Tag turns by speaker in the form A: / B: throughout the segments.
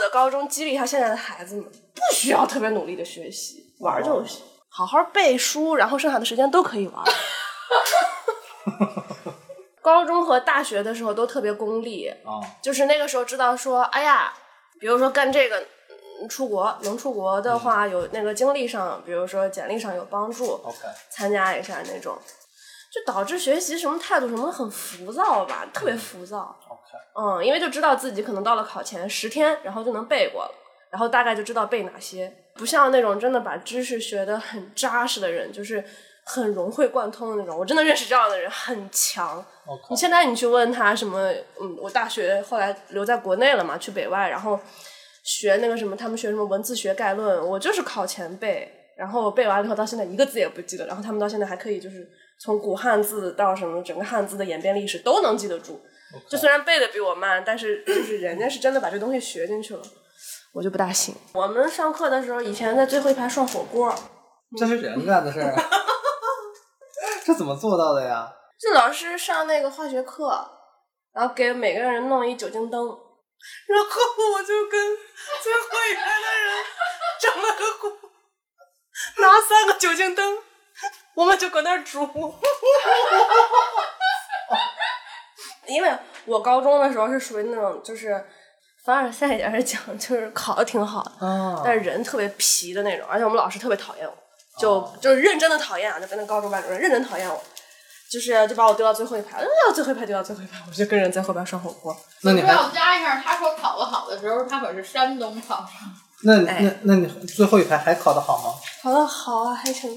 A: 的高中激励一下现在的孩子们，不需要特别努力的学习，玩儿就行，好好背书，然后剩下的时间都可以玩儿。 高中和大学的时候都特别功利，
B: 啊，
A: 就是那个时候知道说，哎呀，比如说干这个。嗯出国能出国的话，有那个经历上，比如说简历上有帮助。
B: OK，
A: 参加一下那种，就导致学习什么态度什么的很浮躁吧，特别浮躁。
B: OK
A: 嗯，因为就知道自己可能到了考前十天，然后就能背过了，然后大概就知道背哪些，不像那种真的把知识学得很扎实的人，就是很融会贯通的那种。我真的认识这样的人，很强。
B: OK，
A: 你现在你去问他什么，嗯，我大学后来留在国内了嘛，去北外，然后学那个什么，他们学什么文字学概论，我就是考前背，然后背完了以后到现在一个字也不记得，然后他们到现在还可以就是从古汉字到什么整个汉字的演变历史都能记得住，就虽然背的比我慢，但是就是人家是真的把这东西学进去了，我就不大行。我们上课的时候，以前在最后一排涮火锅，
B: 这是人干的事儿啊， 这怎么做到的呀？
A: 这老师上那个化学课，然后给每个人弄一酒精灯，然后我就跟最后一排的人整了个锅，拿三个酒精灯，我们就搁那儿煮。 因为我高中的时候是属于那种就是凡尔赛一点儿讲，就是考的挺好的，
B: 啊
A: 但是人特别皮的那种，而且我们老师特别讨厌我，就、就是认真的讨厌啊，就跟那高中班主任认真讨厌我，就是就把我丢到最后一排，呃，最后一排丢到最后一排，我就跟人在后边涮火锅。
B: 那你
C: 不要
B: 还
C: 我加一下，他说考得好的时候，他可是山东考生。
B: 那
A: 哎
B: 那那你最后一排还考得好吗
A: 好的，好啊，还行。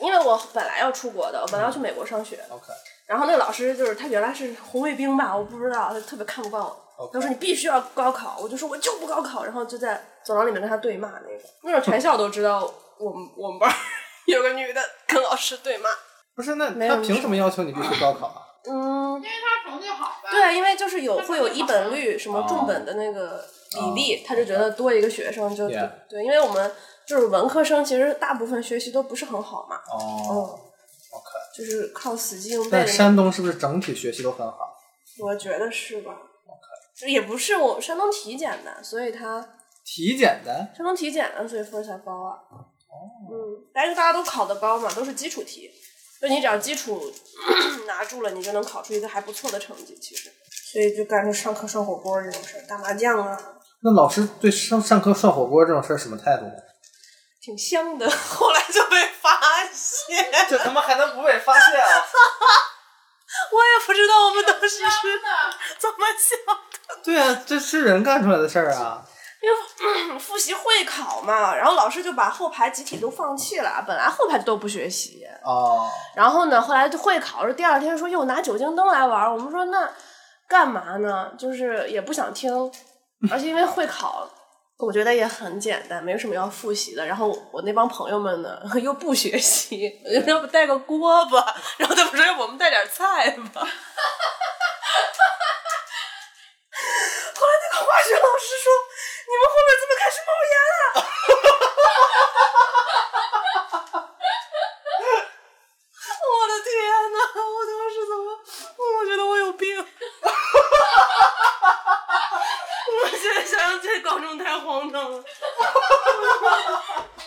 A: 因为我本来要出国的，我本来要去美国上学，
B: ？OK
A: 然后那个老师就是他原来是红卫兵吧，我不知道，他特别看不惯我。他说
B: OK，
A: 你必须要高考，我就说我就不高考，然后就在走廊里面跟他对骂那种，那种全校都知道我们我们班儿 有个女的跟老师对骂，
B: 不是那
A: 没
B: 他
A: 有
B: 凭什么要求你必须高考啊？
A: 嗯，
C: 因为他成绩好吧？
A: 对，因为就是有会有一本率什么重本的那个比例，他就觉得多一个学生就
B: 哦 Yeah
A: 对，因为我们就是文科生，其实大部分学习都不是很好嘛，
B: 哦
A: 嗯，
B: ，OK，
A: 就是靠死记硬背
B: 但
A: 的那。
B: 山东是不是整体学习都很好？
A: 我觉得是吧？这也不是我山东体检的，所以他
B: 体检的
A: 山东体检的，所以分儿才高啊。
B: 哦
A: 嗯，但是大家都考的高嘛，都是基础题，就你只要基础 拿住了，你就能考出一个还不错的成绩。其实，所以就干这上课涮火锅这种事儿，打麻将啊，
B: 那老师对上上课涮火锅这种事儿什么态度呢？
A: 挺香的， 后来就被发现。
B: 这他妈还能不被发现啊？
A: 我也不知道我们当时是
C: 真
A: 怎么想的，
B: 对啊，这是人干出来的事儿啊。
A: 因为、嗯复习会考嘛，然后老师就把后排集体都放弃了，啊本来后排都不学习，
B: 哦，
A: 然后呢，后来就会考，第二天说又拿酒精灯来玩儿，我们说那干嘛呢？就是也不想听，而且因为会考。我觉得也很简单，没有什么要复习的。然后我那帮朋友们呢，又不学习，我就说要不带个锅吧。然后他们说，要不我们带点菜吧。 后来那个化学老师说，你们后面怎么开始冒烟了？我的天呐，我当时怎么？我觉得我有病。 我现在想想，这高中太荒唐了。
C: 的。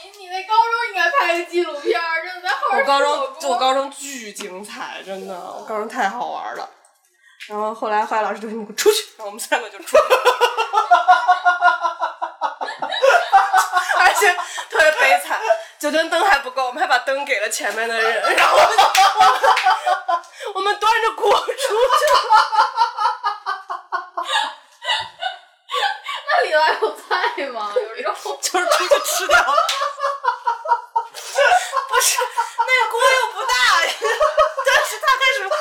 C: 你你那高中应该拍个纪录片儿，真的在后边
A: 我高中
C: 吃火，锅
A: 我高中巨精彩，真的，我高中太好玩了。然后后来化学老师就说：“你给我出去！”然后我们三个就出去 了。而且特别悲惨，酒精灯还不够，我们还把灯给了前面的人，然后我们 我们端着锅出去了。
C: 那里头还有菜吗？有肉。
A: 就是出去吃掉了。不是，那锅又不大，但是它开始，它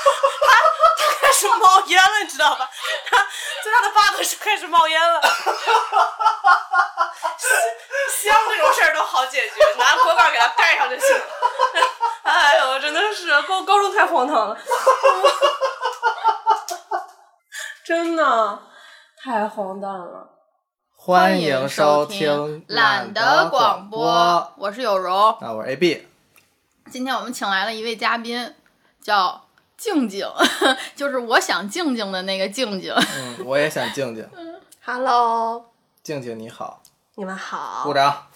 A: 它开始冒烟了，你知道吧？它最大的 bug 是开始冒烟了。香这种事儿都好解决，拿锅盖给它盖上就行了。哎呦，真的是高高中太荒唐了，真的太荒诞了。
B: 欢迎收听
C: 懒得广播，我是有容。
B: 啊，我是 AB，
C: 今天我们请来了一位嘉宾，叫静静， 就是我想静静的那个静静。
B: 嗯 嗯，我也想静静。
A: Hello，
B: 静静你好，
A: 你们好
B: 鼓，掌。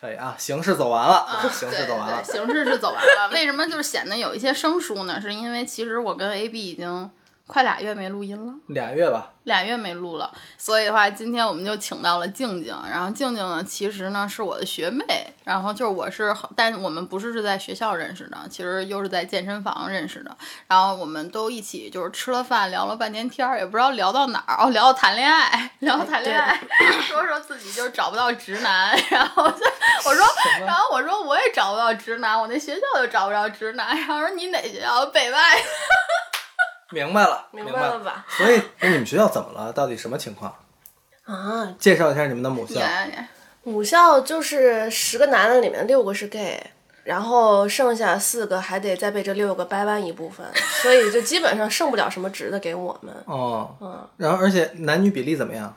B: 可以啊，形式走完了，形式走完了
C: 啊对，对，形式是走完了。为什么就是显得有一些生疏呢？是因为其实我跟 AB 已经快俩月没录音了，
B: 俩月 吧，
C: 俩月没录了，所以的话，今天我们就请到了静静。然后静静呢，其实呢是我的学妹，然后就是我是，但我们不是是在学校认识的，其实又是在健身房认识的。然后我们都一起就是吃了饭，聊了半天天儿，也不知道聊到哪儿，哦，聊到谈恋爱，聊到谈恋爱， 说说自己就是找不到直男， 然后就我说
B: 什，么
C: 然后我说我也找不到直男，我那学校又找不着直男，然后说你哪学校？北外。
B: 明白了，
A: 明
B: 明
A: 白了
B: 了。
A: 吧？
B: 所以，那你们学校怎么了？到底什么情况？
A: 啊，
B: 介绍一下你们的母校。
C: 哎呀
A: 母校就是十个男的里面六个是 gay，然后剩下四个还得再被这六个掰弯一部分，所以就基本上剩不了什么值的给我们。
B: 哦，
C: 嗯
B: 然后而且男女比例怎么样？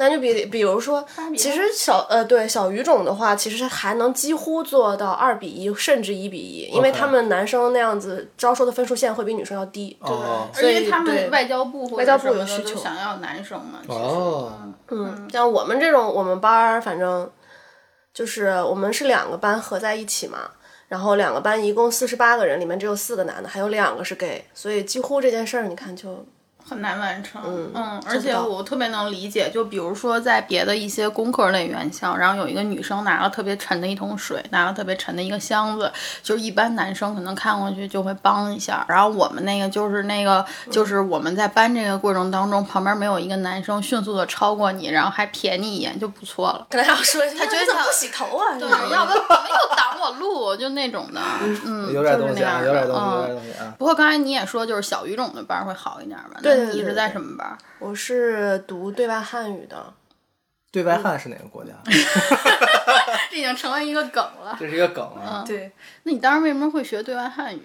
A: 那就比比如说
C: 八比，
A: 其
C: 二
A: 实小呃对小语种的话，其实还能几乎做到二比一，甚至一比一，因为
B: OK
A: 他们男生那样子招收的分数线会比女生要低。
B: 哦
C: 而且
A: 所以
C: 他们
A: 对
C: 外交部或
A: 外
C: 者
A: 交
C: 什
A: 部
C: 么
A: 有
C: 的
A: 需
C: 都
A: 求
C: 想要男生嘛。其实
B: 哦，
A: 嗯，像我们这种，我们班儿反正就是我们是两个班合在一起嘛，然后两个班一共四十八个人，里面只有四个男的，还有两个是 gay，所以几乎这件事儿你看就
C: 很难完成。嗯而
A: 做不
C: 且
A: 到
C: 我特别能理解，就比如说在别的一些工科类院校，然后有一个女生拿了特别沉的一桶水，拿了特别沉的一个箱子，就是一般男生可能看过去就会帮一下，然后我们那个就是那个就是我们在搬这个过程当中，旁边没有一个男生迅速的超过你，然后还瞥你一眼就不错了。
A: 可能还要说他
C: 觉得
A: 怎么不洗头啊？
C: 对，
A: 这种
C: 要不然没有挡我路，就那种的，嗯，
B: 有点
C: 就是
B: 东
C: 那
B: 西啊，
C: 样
B: 有点
C: 的
B: 东西，有
C: 嗯
B: 点东西啊。
C: 不过刚才你也说，就是小语种的班儿会好一点吧？
A: 对对
C: 那
A: 对
C: 你是
A: 对
C: 在
A: 对
C: 什么班儿？
A: 我是读对外汉语的，
B: 对外汉是哪个国 家？
C: 这已经成为一个梗了。
B: 这是一个梗啊。
A: 对，
C: 那你当时为什么会学对外汉语？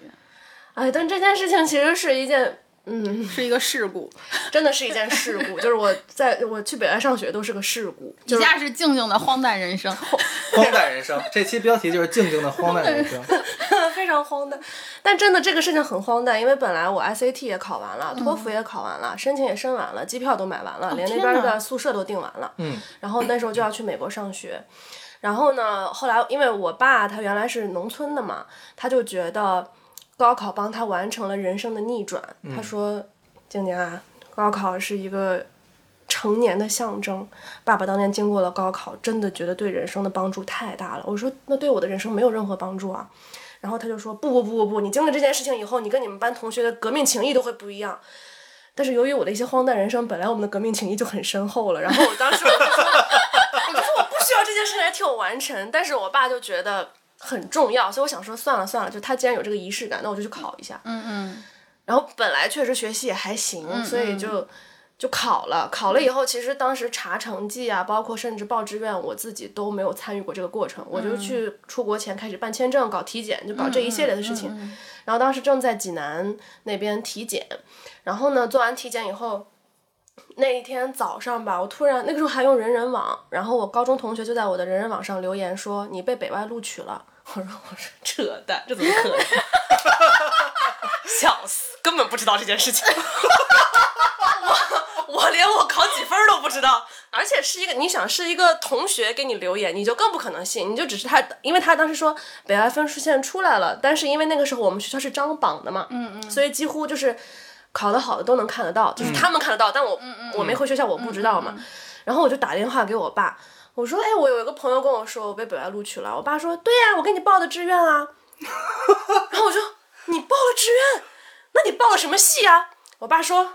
A: 哎，但这件事情其实是一件。嗯，
C: 是一个事故，
A: 真的是一件事故，就是我在我去北外上学都是个事 故，
C: 以
A: 就是
C: 下是静静的荒诞人 生。
B: 荒诞人生，这期标题就是静静的荒诞人生。
A: 非常荒诞。但真的这个事情很荒诞，因为本来我 SAT 也考完了，托福也考完了，申请也申完了，机票都买完了，连那
C: 嗯哦天
A: 边
C: 哪
A: 的宿舍都订完了。
B: 嗯，
A: 然后那时候就要去美国上学。然后呢，后来因为我爸他原来是农村的嘛，他就觉得高考帮他完成了人生的逆转。他说：“静静啊，高考是一个成年的象征。爸爸当年经过了高考，真的觉得对人生的帮助太大了。”我说：“那对我的人生没有任何帮助啊。”然后他就说：“不不不不不，你经历这件事情以后，你跟你们班同学的革命情谊都会不一样。”但是由于我的一些荒诞人生，本来我们的革命情谊就很深厚了，然后我当时 我就说，我就说我不需要这件事来替我完成，但是我爸就觉得很重要，所以我想说算了算了，就他既然有这个仪式感，那我就去考一下。
C: 嗯
A: 然后本来确实学习也还行，所以就就考了。考了以后，其实当时查成绩啊，包括甚至报志愿，我自己都没有参与过这个过程。我就去出国前开始办签证、搞体检，就搞这一系列的事情。然后当时正在济南那边体检，然后呢，做完体检以后。那一天早上吧，我突然那个时候还用人人网，然后我高中同学就在我的人人网上留言说你被北外录取了。 我说我说扯淡，这怎么可能？笑死，根本不知道这件事情。 我我连我考几分儿都不知道，而且是一个你想是一个同学给你留言，你就更不可能信，你就只是他，因为他当时说北外分数线出来了，但是因为那个时候我们学校是张榜的嘛，嗯嗯，所以几乎就是考得好的都能看得到，就是他们看得到，但我我没回学校，我不知道嘛。然后我就打电话给我爸，我说：“哎，我有一个朋友跟我说我被北外录取了。”我爸说：“对呀、我给你报的志愿啊。” 然后我就：“你报了志愿，那你报了什么系啊？”我爸说：“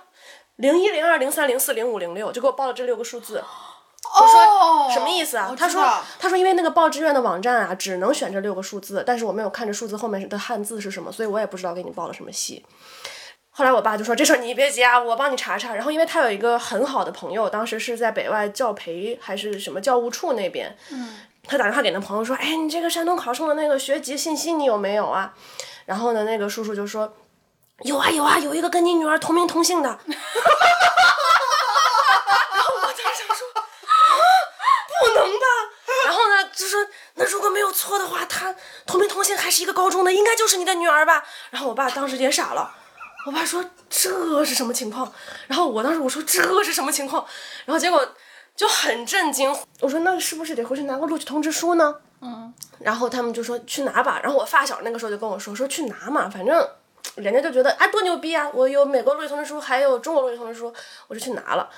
A: 零一、零二、零三、零四、零五、零六，就给我报了这六个数字。”
C: 我哦
A: 说什么意思啊？他说他说因为那个报志愿的网站啊，只能选这六个数字，但是我没有看这数字后面的汉字是什么，所以我也不知道给你报了什么系。后来我爸就说这事儿你别急啊，我帮你查查。然后因为他有一个很好的朋友，当时是在北外教培还是什么教务处那边，他打电话给那朋友说，哎，你这个山东考生的那个学籍信息你有没有啊？然后呢，那个叔叔就说。有啊有啊，有一个跟你女儿同名同姓的，不能吧？然后呢，就说那如果没有错的话，她同名同姓还是一个高中的，应该就是你的女儿吧？然后我爸当时也傻了，我爸说这是什么情况？然后我当时我说这是什么情况？然后结果就很震惊。我说那是不是得回去拿个录取通知书呢？
C: 嗯，
A: 然后他们就说去拿吧。然后我发小那个时候就跟我说说去拿嘛，反正人家就觉得哎多牛逼啊！我有美国录取通知书，还有中国录取通知书，我就去拿了。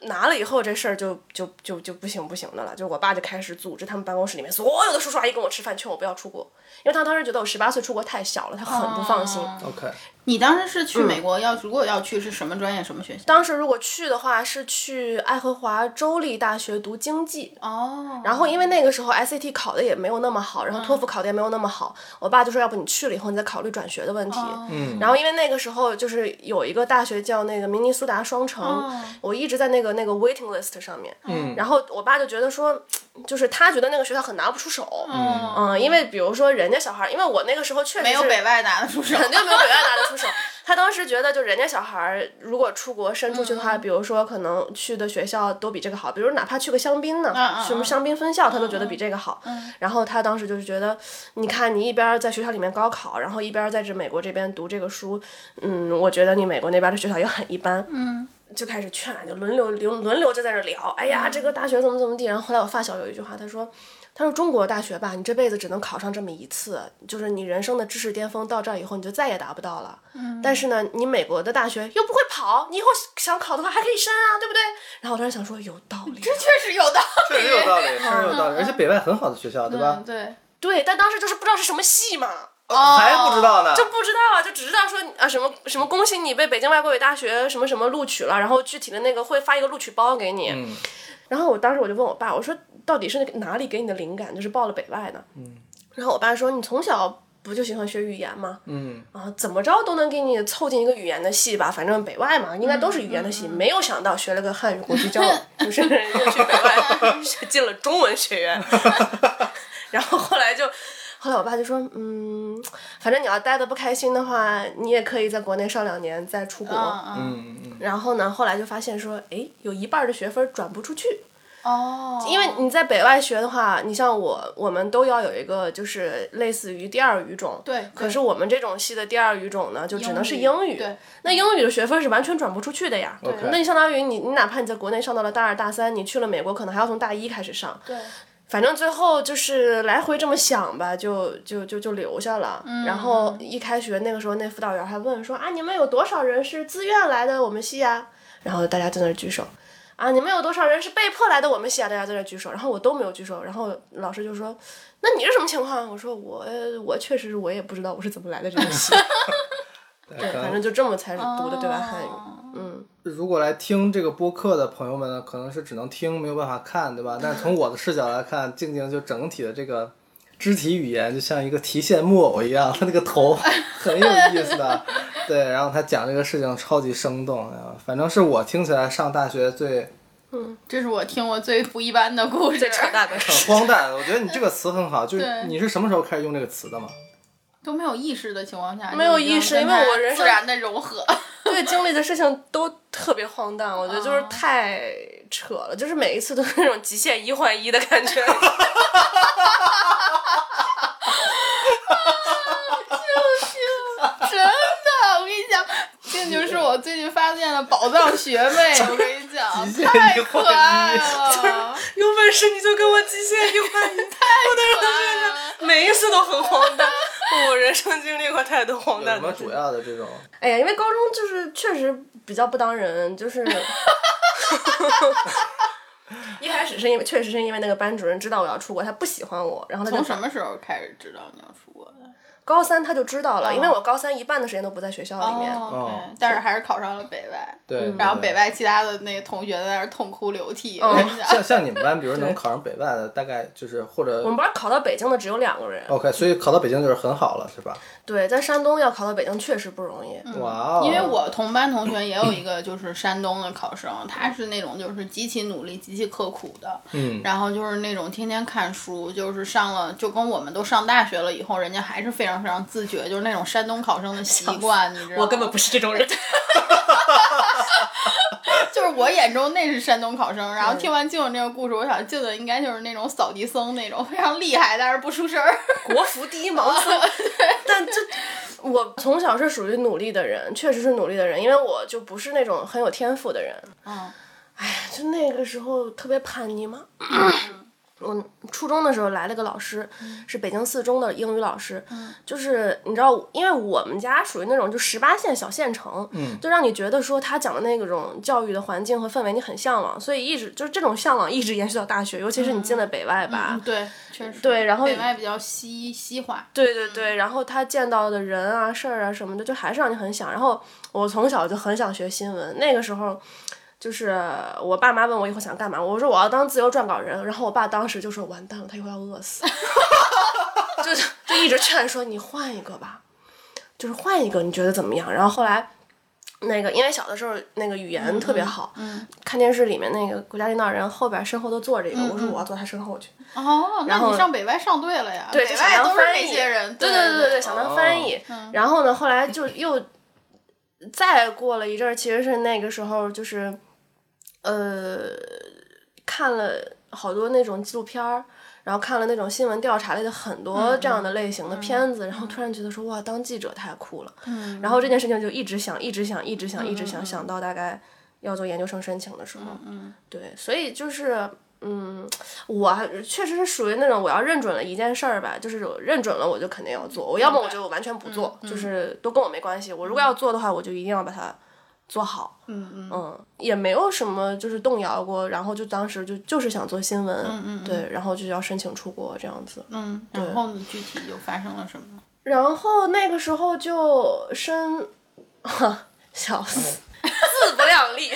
A: 拿了以后，这事儿就就就就不行不行的了。就我爸就开始组织他们办公室里面所有的叔叔阿姨跟我吃饭，劝我不要出国，因为他当时觉得我十八岁出国太小了，他很不放心。
C: 哦
B: OK，
C: 你当时是去美国要，如果要去是什么专业什么学校？
A: 当时如果去的话，是去爱荷华州立大学读经济。
C: 哦，嗯
A: 然后因为那个时候 SAT 考的也没有那么好，然后托福考的也没有那么好，我爸就说要不你去了以后你再考虑转学的问题。
C: 哦
B: 嗯，
A: 然后因为那个时候就是有一个大学叫那个明尼苏达双城，
C: 哦
A: 我一直在那个那个 waiting list 上面。
B: 嗯
A: 然后我爸就觉得说，就是他觉得那个学校很拿不出手。
C: 嗯，
A: 嗯，因为比如说人家小孩儿，因为我那个时候确实
C: 没有
A: 是
C: 北外拿的出手，
A: 肯定没有北外拿得出手。他当时觉得，就人家小孩儿如果出国深出去的
C: 嗯
A: 话，比如说可能去的学校都比这个好，比如哪怕去个香槟呢，
C: 嗯嗯
A: 什么香槟分校，他都觉得比这个好。然后他当时就是觉得，你看你一边儿在学校里面高考，然后一边儿在这美国这边读这个书，嗯，我觉得你美国那边的学校也很一般。
C: 嗯，
A: 就开始劝，就轮流轮轮流就在这聊，哎呀，这个大学怎么怎么地。然后后来我发小有一句话，他说。他说：“中国大学吧，你这辈子只能考上这么一次，就是你人生的知识巅峰到这儿以后，你就再也达不到了。但是呢，你美国的大学又不会跑，你以后想考的话还可以升啊，对不对？然后我当时想说，有道理，
C: 这确实有道理，
B: 确实有道理，确实有道理，而且北外很好的学校，对吧
C: 嗯？对，
A: 对，但当时就是不知道是什么系嘛，
C: 哦
B: 还不知道呢，
A: 就不知道啊，就只知道说啊什么什么恭喜你被北京外国语大学什么什么录取了，然后具体的那个会发一个录取包给你。
B: 嗯
A: 然后我当时我就问我爸，我说到底是哪里给你的灵感，就是报了北外呢？然后我爸说你从小不就喜欢学语言吗？
B: 嗯，
A: 啊，怎么着都能给你凑进一个语言的系吧，反正北外嘛，应该都是语言的系。没有想到学了个汉语国际交流，就是又去北外学进了 中文学院， 然后后来就。后来我爸就说，嗯，反正你要待的不开心的话，你也可以在国内上两年再出国。
C: 嗯嗯，
B: 嗯嗯
A: 然后呢，后来就发现说，诶，有一半儿的学分儿转不出去。
C: 哦，
A: 因为你在北外学的话，你像我，我们都要有一个就是类似于第二语种。
C: 对对
A: 可是我们这种系的第二语种呢，就只能是
C: 英
A: 英
C: 语
A: 语。
C: 对。
A: 那英语的学分是完全转不出去的呀。对
B: OK
A: 那你相当于你，你哪怕你在国内上到了大二、大三，你去了美国，可能还要从大一开始上。
C: 对，
A: 反正最后就是来回这么想吧，就就就就留下了。然后一开学那个时候，那辅导员还问说啊，你们有多少人是自愿来的我们系啊？然后大家在那儿举手。啊，你们有多少人是被迫来的我们系啊？大家在这儿举手，然后我都没有举手，然后老师就说：“那你是什么情况？”啊我说：“我我确实是我也不知道我是怎么来的这个系，
B: 对
A: 对，反
B: 可能
A: 正就这么才是读的对外汉语。
C: 哦
A: 嗯，
B: 如果来听这个播客的朋友们呢，可能是只能听，没有办法看，对吧？但是从我的视角来看，静静就整体的这个肢体语言就像一个提线木偶一样，她那个头很有意思的。对，然后她讲这个事情超级生动，哎呀反正是我听起来上大学最
C: 这是我听过最不一般的故事，
A: 淡的
B: 很荒诞。我觉得你这个词很好，就是
C: 对
B: 你是什么时候开始用这个词的吗？
C: 都没有意识的情况下，
A: 没有
C: 就已经
A: 意识
C: 跟
A: 因为
C: 它
A: 我人
C: 自
A: 生
C: 然的 融合，
A: 对经历的事情都特别荒诞，我觉得就是
C: 哦
A: 太扯了，就是每一次都是那种极限一换一的感 觉。
C: 真的，我跟你讲，静静是我最近发现的宝藏学妹，我跟你 讲，
B: 极限
C: 太
B: 一
C: 可
B: 换一
C: 爱了，
A: 有本事你就跟我极限一换一，
C: 可爱了
A: 每一次都很荒诞。我人生经历过太多荒
B: 有什
A: 诞
B: 么
A: 的
B: 主
A: 事。
B: 要的这种？
A: 哎呀，因为高中就是确实比较不当人，就是。 一开始是因为，确实是因为那个班主任知道我要出国，他不喜欢我，然后他就
C: 从什么时候开始知道你要出国的？
A: 高三他就知道了，因为我高三一半的时间都不在学校里面。
C: 哦，但是还是考上了北外，
B: 对，
C: 嗯然后
B: 对
C: 北外其他的那个同学在那儿痛哭流涕，
A: 哦
C: 我跟你讲，
B: 像像你们班，比如能考上北外的，大概就是或者
A: 我们班考到北京的只有两个人，
B: OK，所以考到北京就是很好了，是吧？
A: 对，在山东要考到北京确实不容易。
B: 哇哦！
C: 因为我同班同学也有一个就是山东的考生，他是那种就是极其努力、极其刻苦的，
B: 嗯
C: 然后就是那种天天看书，就是上了就跟我们都上大学了以后，人家还是非常非常自觉，就是那种山东考生的习惯，你知道吗？
A: 不是这种 人。
C: 就是我眼中那是山东考生。然后
A: 嗯
C: 听完静静这个故事，我想静静应该就是那种扫地僧那种非常厉害，但是不出声儿。
A: 国服第一盲僧，但这我从小是属于努力的人，确实是努力的人，因为我就不是那种很有天赋的人。
C: 嗯，
A: 哎，就那个时候特别叛逆嘛。我初中的时候来了个老师，是北京四中的英语老师，就是你知道，因为我们家属于那种就十八线小县城，就让你觉得说他讲的那种教育的环境和氛围你很向往，所以一直就是这种向往一直延续到大学，尤其是你进了北外吧，
C: 嗯对，确实
A: 对然后
C: 北外比较西西化，
A: 对对对，然后他见到的人啊、事儿啊什么的，就还是让你很想。然后我从小就很想学新闻，那个时候就是我爸妈问我以后想干嘛，我说我要当自由撰稿人。然后我爸当时就说完蛋了，他以后要饿死， 就就一直劝说你换一个吧，就是换一个，你觉得怎么样？然后后来。那个，因为小的时候那个语言特别好，看电视里面那个国家领导人后边身后都坐着一个，我说我要坐他身后去，
C: 哦，那你上北外上对了呀？
A: 对，
C: 北
A: 就想
C: 外
A: 当
C: 都是
A: 翻
C: 那
A: 译
C: 些人，
A: 对
C: 对
A: 对
C: 对哦嗯
A: 对，想当翻译。然后呢，后来就又再过了一阵儿，其实是那个时候就是呃看了好多那种纪录片儿。然后看了那种新闻调查类的很
C: 嗯
A: 多这样的类型的片子，然后突然觉得说哇，当记者太酷了。
C: 嗯
A: 然后这件事情就一直想，一直想，一直想，一直想，想到大概要做研究生申请的时候，
C: 嗯
A: 对，所以就是，嗯，我还确实是属于那种我要认准了一件事儿吧，就是我认准了我就肯定要做，我要么我就完全不做，就是都跟我没关系。我如果要做的话，我就一定要把它做好。
C: 嗯嗯
A: 嗯，也没有什么就是动摇过，然后就当时就就是想做新闻，对，然后就要申请出国这样子。
C: 嗯，然后你具体又发生了什么？
A: 然后那个时候就申，笑死，嗯自不量 力，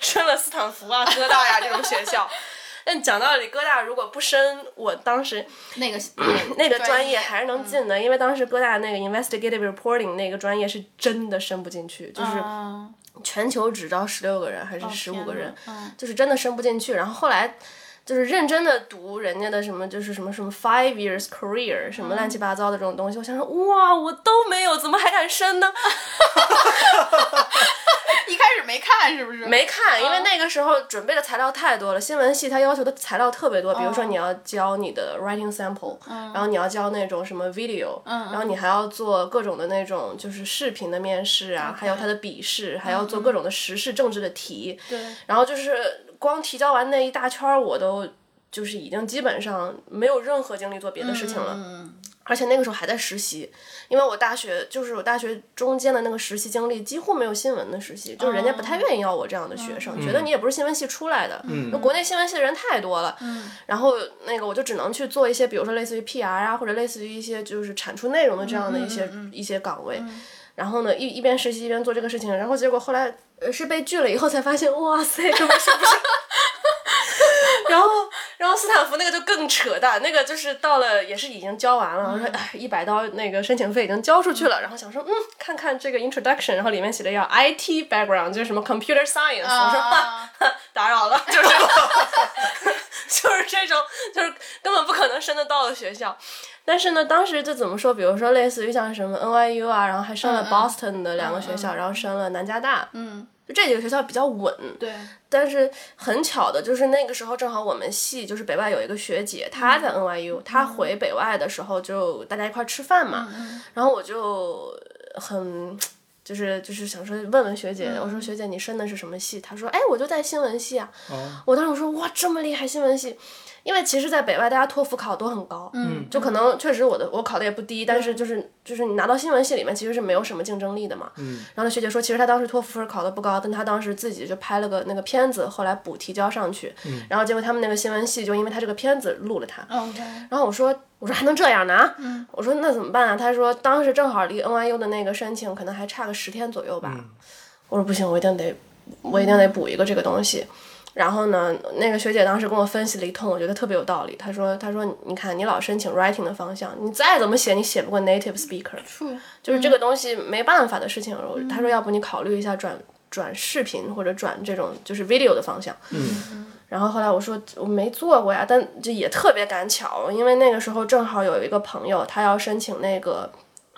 A: 申了斯坦福啊、哥大呀、这种学校。但讲道理，哥大如果不申，我当时
C: 那个那
A: 那个
C: 专
A: 专业嗯还是能进的，因为当时哥大那个 investigative reporting 那个专业是真的申不进去，就是
C: 啊
A: 全球只招十六个人还是十五个人，
C: 哦天哪嗯
A: 就是真的申不进去。然后后来就是认真的读人家的什么，就是什么什么 five years career 什
C: 嗯
A: 么乱七八糟的这种东西，我想说哇，我都没有，怎么还敢申呢？
C: 一开始没看是不是？嗯
A: 没看，因为那个时候准备的材料太多了。新闻系它要求的材料特别多，比如
C: 嗯
A: 说你要教你的 writing sample，、然后你要教那种什么 video，、然
C: 嗯
A: 后你还要做各种的那种就是视频的面试啊，还有它的笔试，还要做各种的时事政治的题。
C: 嗯对，
A: 然后就是光提交完那一大圈儿，我都就是已经基本上没有任何精力做别的事情了。
C: 嗯
A: 而且那个时候还在实习，因为我大学就是我大学中间的那个实习经历几乎没有新闻的实习，就是人家不太愿意要我这样的学生，觉得你也不是新闻系出来的，那、国内新闻系的人太多了，然后那个我就只能去做一些，比如说类似于 PR 啊，或者类似于一些就是产出内容的这样的一
C: 嗯
A: 些、一些岗位，然后呢一一边实习一边做这个事情，然后结果后来呃是被拒了以后才发现，哇塞，根本是不是。 然后，然后斯坦福那个就更扯淡，那个就是到了也是已经交完了，我说
C: 嗯
A: 哎，一百刀那个申请费已经交出去了，然后想说嗯，看看这个 introduction，然后里面写的要 IT background，就是什么 computer science，、我说哈，
C: 啊，
A: 打扰了， 就是 就是这种，就是根本不可能升得到的学校。但是呢，当时就怎么说，比如说类似于像什么 NYU 啊，然后还升了
C: 嗯嗯
A: Boston 的两个学校，然后升了南加大，
C: 嗯，
A: 就这几个学校比较稳。
C: 对，
A: 但是很巧的，就是那个时候正好我们系就是北外有一个学姐，她
C: 嗯
A: 在 NYU，、她回北外的时候就大家一块儿吃饭
C: 嗯
A: 嘛，然后我就很。就是就是想说问问学姐，我说学姐你申的是什么系？她说哎我就在新闻系啊。我当时我说哇这么厉害新闻系，因为其实，在北外大家托福考都很高，
C: 嗯
A: 就可能确实我的我考的也不低，但是就是就是你拿到新闻系里面其实是没有什么竞争力的嘛。然后那学姐说，其实她当时托福分考的不高，但她当时自己就拍了个那个片子，后来补提交上去，然后结果他们那个新闻系就因为她这个片子录了她，
C: 嗯 OK，
A: 然后我说，我说还能这样呢啊？我说那怎么办啊？他说当时正好离 NYU 的那个申请可能还差个十天左右吧。我说不行，我一定得，我一定得补一个这个东西。然后呢，那个学姐当时跟我分析了一通，我觉得特别有道理。她说，她说你看你老申请 writing 的方向，你再怎么写，你写不过 native speaker，就是这个东西没办法的事情。我她说，要不你考虑一下转转视频或者转这种就是 video 的方向。然后后来我说我没做过呀，但就也特别赶巧，因为那个时候正好有一个朋友，他要申请那个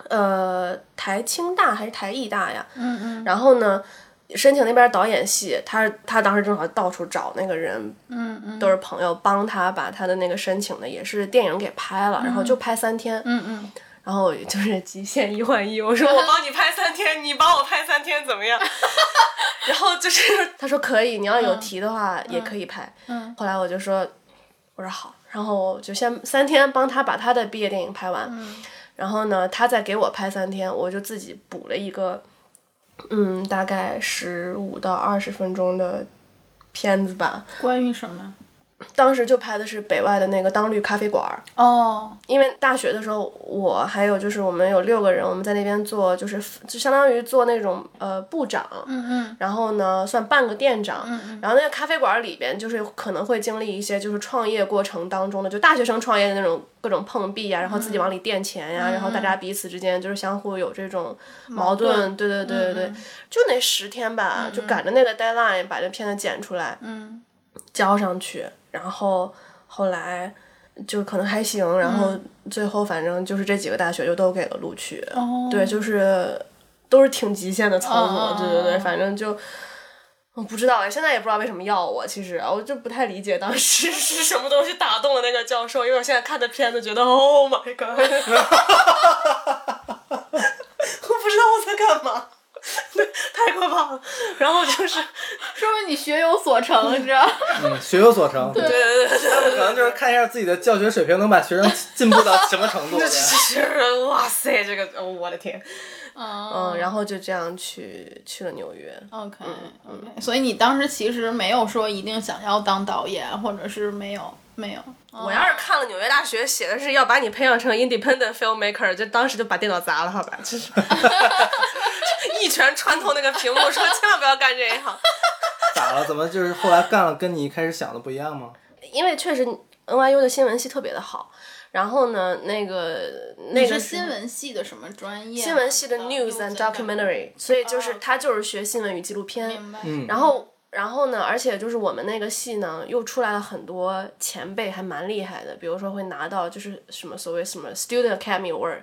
A: 呃台清大还是台艺大呀，嗯嗯，然后呢。申请那边导演系，他他当时正好到处找那个人，
C: 嗯嗯
A: 都是朋友帮他把他的那个申请的也是电影给拍了，然后就拍三天，
C: 嗯嗯，
A: 然后就是 极限一换一，我说我帮你拍三天，你帮我拍三天怎么样？ 然后就是 嗯他说可以，你要有题的话也可以拍。
C: 嗯
A: 后来我就说我说好，然后我就先三天帮他把他的毕业电影拍完，然后呢他再给我拍三天，我就自己补了一个嗯大概十五到二十分钟的片子吧。
C: 关于什么？
A: 当时就拍的是北外的那个当绿咖啡馆儿。
C: 哦，
A: 因为大学的时候，我还有就是我们有六个人，我们在那边做就是就相当于做那种呃部长，
C: 嗯
A: 然后呢算半个店长，
C: 嗯
A: 然后那个咖啡馆里边就是可能会经历一些就是创业过程当中的就大学生创业的那种各种碰壁啊呀、然后自
C: 嗯
A: 己往里垫钱呀、然后大家彼此之间就是相互有这种矛盾，
C: 盾嗯
A: 对对对对对，就那十天吧，就赶着那个 deadline 把这片子剪出来，
C: 嗯
A: 交上去，然后后来就可能还行，然后最后反正就是这几个大学就都给了录取，
C: 嗯，哦，
A: 对，就是都是挺极限的操作，
C: 嗯嗯嗯
A: 对对对，
C: 嗯
A: 反正就。我不知道哎，现在也不知道为什么要我。其实我就不太理解当时 是什么东西打动了那个教授，因为我现在看的片子觉得，Oh my god，我不 知道我在干嘛， 对，太可怕了。然后 就是，
C: 说明你学有所成，你知 道？
B: 嗯，学有所成，
A: 对对对对，
B: 他们可能就是看一下自己的教学水平能把学生进步到什么程 度。对
A: 是哇塞，这个、哦我的天！嗯，
C: 嗯
A: 然后就这样去去了纽约。
C: OK
A: 嗯
C: OK，所以你当时其实没有说一定想要当导演，或者是没有没有。哦
A: 我要是看了纽约大学写的是要把你培养成 independent filmmaker，就当时就把电脑砸了，好吧， 就是一拳穿透那个屏幕，说千万不要干这一行。
B: 咋了？怎么就是后来干了，跟你一开始想的不一样吗？
A: 因为确实 NYU 的新闻系特别的好，然后呢，那个那
C: 你
A: 个
C: 是新闻系的什么专业？
A: 新闻系的
C: 啊
A: news and
C: and doc-
A: documentary，所以就是
C: 哦
A: 他就是学新闻与纪录片。
C: 明白。
B: 嗯
A: 然后，然后呢？而且就是我们那个系呢，又出来了很多前辈，还蛮厉害的。比如说会拿到就是什么所谓什么 Student Academy Award，、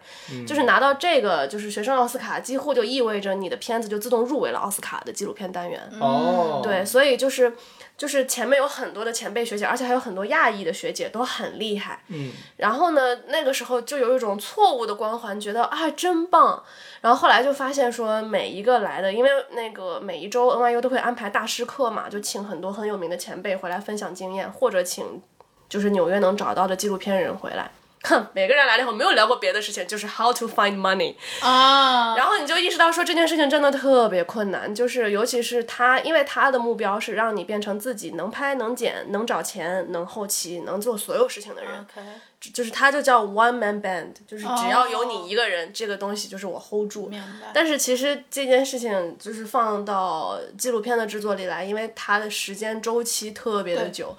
A: 就是拿到这个就是学生奥斯卡，几乎就意味着你的片子就自动入围了奥斯卡的纪录片单元。
C: 嗯
B: 哦，
A: 对，，所以就是就是前面有很多的前辈学姐，而且还有很多亚裔的学姐都很厉害。
B: 嗯，
A: 然后呢，那个时候就有一种错误的光环，觉得啊真棒。然后后来就发现说，每一个来的，因为那个每一周 NYU 都会安排大师课嘛，就请很多很有名的前辈回来分享经验，或者请就是纽约能找到的纪录片人回来。哼，每个人来了以后没有聊过别的事情，就是 how to find money。
C: 啊，
A: 然后你就意识到说这件事情真的特别困难，就是尤其是他，因为他的目标是让你变成自己能拍、能剪、能找钱、能后期、能做所有事情的人。
C: OK，
A: 就是他就叫 one man band，就是只要有
C: 哦
A: 你一个人，这个东西就是我 hold 住。
C: 明白。
A: 但是其实这件事情就是放到纪录片的制作里来，因为它的时间周期特别的
C: 对嗯
A: 久，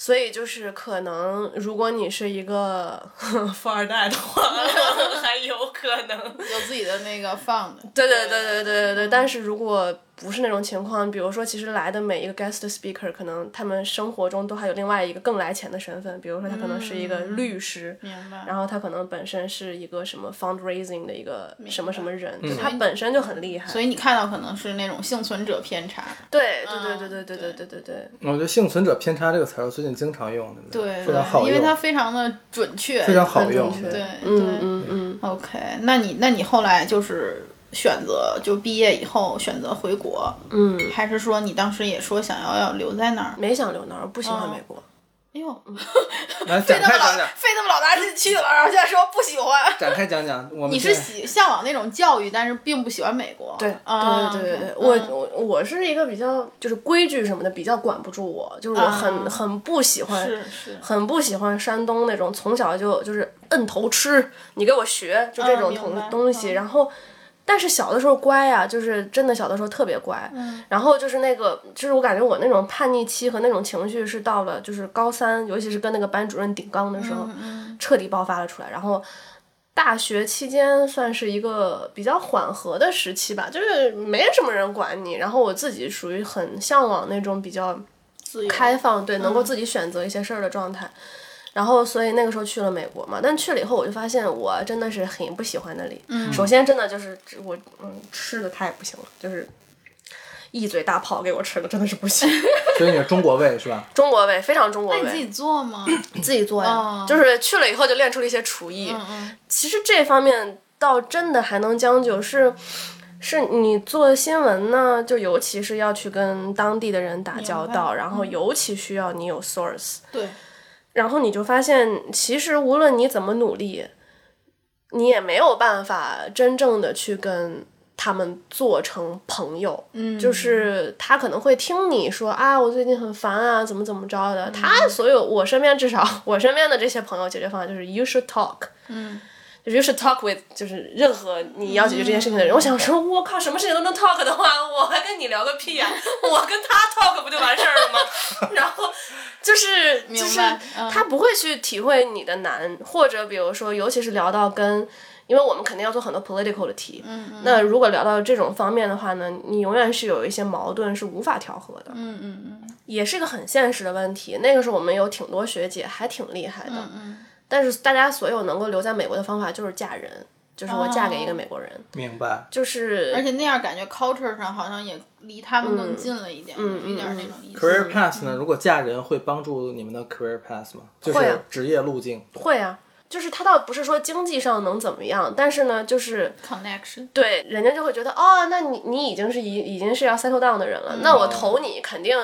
A: 所以就是可能如果你是一个 富二代的 话， 还有可能。
C: 有自己的那个放的。
A: 对对对对对对对。但是如果不是那种情况，比如说，其实来的每一个 guest speaker，可能他们生活中都还有另外一个更来钱的身份，比如说他可能是一
C: 嗯
A: 个律师。
C: 明白。
A: 然后他可能本身是一个什么 fundraising 的一个什么什么人，就
B: 嗯
A: 他本身就很厉害。
C: 所以你看到可能是那种幸存者偏差。
A: 对对对对
C: 嗯
A: 对对对对对
B: 我觉得“幸存者偏差”这个词儿我最近经常用，
C: 对，
B: 非常好
C: 因为它
B: 用，
C: 非常的准确。
B: 非常好用
A: 很。准确
C: 对，哦
A: 嗯
C: 对。
A: 嗯嗯，
C: OK，那你那你后来就是选择就毕业以后选择回国，嗯，还是说你当时也说想要要留在那儿？
A: 没想留那儿，不喜欢美国。
C: 哎呦，
B: 来展
C: 费那么
B: 开
C: 老
B: 讲讲，
C: 费那么老大劲去了，然后现在说不喜欢。
B: 展开讲讲。我们
C: 你
B: 现
C: 是
B: 在
C: 喜向往那种教育，但是并不喜欢美国。
A: 对
C: 啊、
A: 对对对对，
C: 嗯
A: 我我我是一个比较就是规矩什么的比较管不住我，就是我很、
C: 啊
A: 很不喜欢
C: 是是
A: 很不喜欢山东那种从小就就是摁头吃，你给我学，就这种
C: 嗯明
A: 同
C: 白
A: 东西。
C: 嗯
A: 然后，但是小的时候乖呀、就是真的小的时候特别乖。
C: 嗯
A: 然后就是那个，就是我感觉我那种叛逆期和那种情绪是到了就是高三，尤其是跟那个班主任顶缸的时
C: 嗯
A: 候，彻底爆发了出来。然后。大学期间算是一个比较缓和的时期吧，就是没什么人管你。然后我自己属于很向往那种比较
C: 自由
A: 开放，对，
C: 嗯
A: 能够自己选择一些事儿的状态。然后，所以那个时候去了美国嘛，但去了以后，我就发现我真的是很嗯不喜欢那里。首先，真的就是我，嗯，吃的太不行了，就是一嘴大炮给我吃的，真的是不 行。
B: 所以你是中国胃是吧？
A: 中国味非常中国
C: 那你自
A: 味，
C: 己做吗？
A: 嗯自己做
C: 哦嗯
A: 呀，就是去了以后就练出了一些厨艺。其实这方面倒真的还能将就是。是你做新闻呢，就尤其是要去跟当地的人打交道，
C: 明白嗯
A: 然后尤其需要你有 source，
C: 对，
A: 然后你就发现，其实无论你怎么努力，你也没有办法真正的去跟他们做成朋友。
C: 嗯，
A: 就是他可能会听你说啊，我最近很烦啊，怎么怎么着的。他
C: 嗯
A: 所有我身边至少我身边的这些朋友解决方法就是 you should talk，
C: 嗯，
A: 就是 you should talk with，就是任何你要解决这件事情
C: 嗯
A: 的人。我想说，我靠，什么事情都能 talk 的话，我还跟你聊个屁呀、啊我跟他 talk 不就完事儿了吗？然后就是就
C: 明
A: 是
C: 白嗯
A: 他不会去体会你的难，或者比如说，尤其是聊到跟。因为我们肯定要做很多 political 的题，
C: 嗯
A: 那如果聊到这种方面的话呢，你永远是有一些矛盾是无法调和的，
C: 嗯嗯嗯，
A: 也是一个很现实的问题。那个时候我们有挺多学姐还挺厉害的，
C: 嗯
A: 但是大家所有能够留在美国的方法就是嫁人，就是我嫁给一个美国人，
B: 明白。
A: 就是
C: 哦而且那样感觉 culture 上好像也离他们更近了一点，
A: 嗯嗯
C: 有一点那种意思。
B: Career path 呢？如果嫁人会帮助你们的 career path 吗？就
A: 会啊
B: 是职业路径。
A: 会啊，就是他倒不是说经济上能怎么样，但是呢，就是。
C: connection，
A: 对，人家就会觉得哦，那你你已经是已已经是要 settle down 的人了，那我投你肯定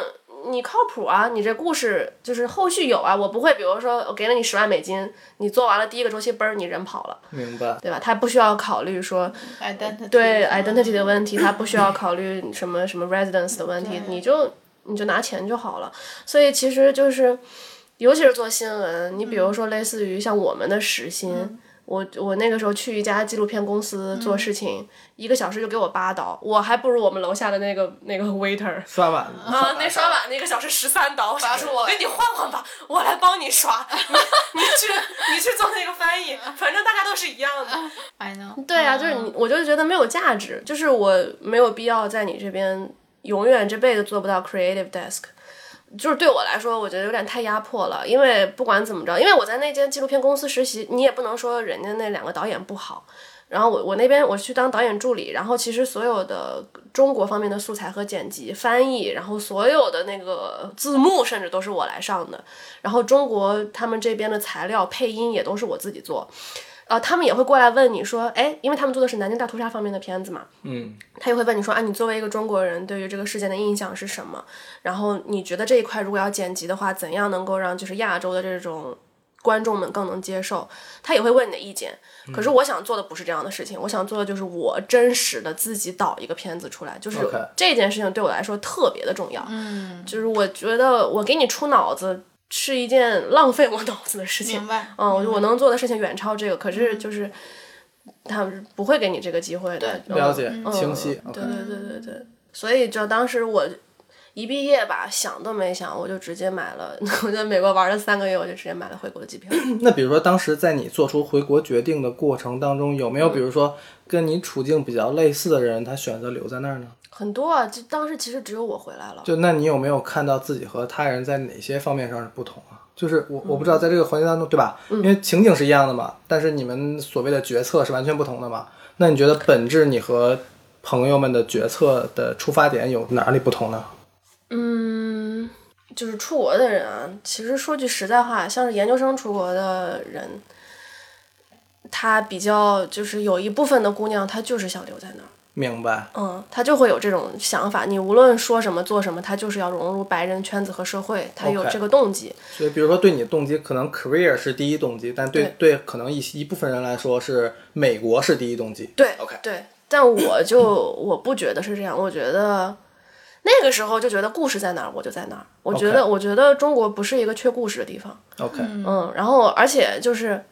A: 你靠谱啊，你这故事就是后续有啊，我不会比如说我给了你十万美金，你做完了第一个周期，嘣儿你人跑了，
B: 明白。
A: 对吧？他不需要考虑说
C: identity，
A: 对 identity 的问题，他不需要考虑什么什么 residence 的问题，你就你就拿钱就好了。所以其实就是，尤其是做新闻，你比如说类似于像我们的时薪，我我那个时候去一家纪录片公司做事情，一个小时就给我八刀，我还不如我们楼下的那个那个 waiter。
B: 刷碗
A: 啊，那刷碗那个小时十三刀，我想说，我跟你换换吧，我来帮你刷， 你你去你去做那个翻译，反正大家都是一样的。
C: ，I know，
A: 对啊，就是你，我就觉得没有价值，就是我没有必要在你这边永远这辈子做不到 creative desk。就是对我来说，我觉得有点太压迫了，因为不管怎么着，因为我在那间纪录片公司实习，你也不能说人家那两个导演不好。然后我我那边我去当导演助理，然后其实所有的中国方面的素材和剪辑、翻译，然后所有的那个字幕甚至都是我来上的，然后中国他们这边的材料、配音也都是我自己做。呃，他们也会过来问你说，哎，因为他们做的是南京大屠杀方面的片子嘛，
B: 嗯，
A: 他也会问你说，啊，你作为一个中国人，对于这个事件的印象是什么？然后你觉得这一块如果要剪辑的话，怎样能够让就是亚洲的这种观众们更能接受？他也会问你的意见。可是我想做的不是这样的事情，我想做的就是我真实的自己导一个片子出来，就是
B: OK
A: 这件事情对我来说特别的重要。
C: 嗯，
A: 就是我觉得我给你出脑子是一件浪费我脑子的事情
C: 明。白，嗯
A: 嗯，我觉得我能做的事情远超这个，可是就是他们是不会给你这个机会的。嗯
B: 了解，清
A: 嗯
B: 晰。
A: 对
B: OK
A: 对对对对，所以就当时我一毕业吧，想都没想，我就直接买了， 我在美国玩了三个月，我就直接买了回国的 机票。
B: 那比如说，当时在你做出回国决定的过程当中，有没有比如说跟你处境比较类似的人，他选择留在那儿呢？
A: 很多啊，就当时其实只有我回来了。
B: 就那你有没有看到自己和他人在哪些方面上是不同啊？就是我我不知道在这个环节当中，对吧？因为情景是一样的嘛，但是你们所谓的决策是完全不同的嘛。那你觉得本质你和朋友们的决策的出发点有哪里不同呢？
A: 嗯，就是出国的人啊，其实说句实在话，像是研究生出国的人，他比较就是有一部分的姑娘，她就是想留在那儿。
B: 明白，
A: 嗯，他就会有这种想法。你无论说什么做什么，他就是要融入白人圈子和社会，他有
B: OK
A: 这个动机。
B: 所以比如说对你动机，可能 career 是第一动机，但对对可能一一部分人来说是美国是第一动机。
A: 对
B: OK
A: 对，但我就我不觉得是这样，我觉得那个时候就觉得故事在哪儿我就在哪儿。我觉得
B: OK
A: 我觉得中国不是一个缺故事的地方。
B: OK，、
A: 嗯，然后而且就是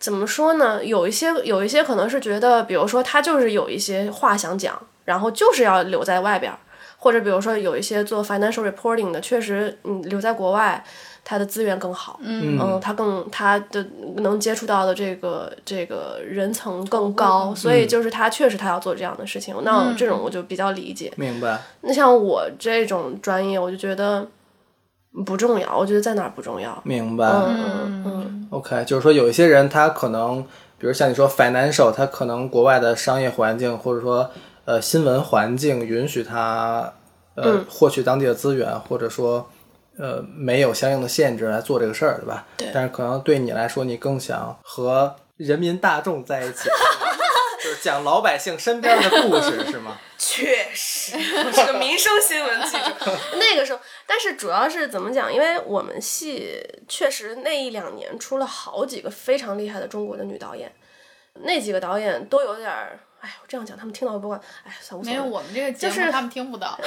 A: 怎么说呢？有一些有一些可能是觉得，比如说他就是有一些话想讲，然后就是要留在外边儿，或者比如说有一些做 financial reporting 的，确实嗯留在国外，他的资源更好，嗯他更他的能接触到的这个这个人层更高，所以就是他确实他要做这样的事情，那这种我就比较理解。
B: 明白。
A: 那像我这种专业，我就觉得不重要，我觉得在哪儿不重要。
B: 明白、
A: 嗯嗯。嗯
B: OK，就是说有一些人他可能，比如像你说 financial，他可能国外的商业环境或者说呃新闻环境允许他呃
A: 嗯
B: 获取当地的资源，或者说呃没有相应的限制来做这个事儿，对吧？
A: 对
B: 但是可能对你来说，你更想和人民大众在一起， 就是讲老百姓身边的故事，是 吗？
A: 确实，我是个民生新闻记者。 那个时候，但是主要是怎么讲？因为我们系确实那一两年出了好几个非常厉害的中国的女导演，那几个导演都有点儿，哎，我这样讲他们听到会不会？哎，算无所
C: 没
A: 谓。
C: 有我们这个节目、
A: 就是
C: 他们听 不到。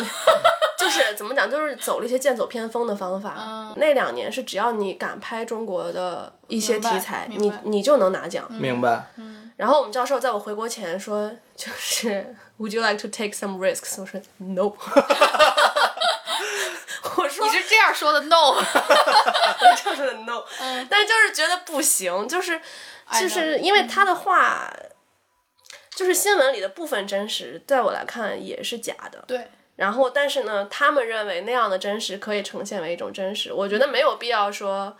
A: 就是怎么讲，就是走了一些剑走偏锋的方法。
C: 嗯
A: 那两年是只要你敢拍中国的一些
C: 明白
A: 题材，
C: 明
A: 你
C: 白
A: 你就能拿奖。
B: 明白。
A: 然后我们教授在我回国前说， 就是 Would you like to take some risks？我说 No。我说
C: 你是这样说的 no，
A: 教授的 No，、但 是就是觉得不行，就是就
C: I
A: 是因为他的话，就是新闻里的部分真实，在我来看也是假的。
C: 对，
A: 然后，但是呢，他们认为那样的真实可以呈现为一种真实，我觉得没有必要说，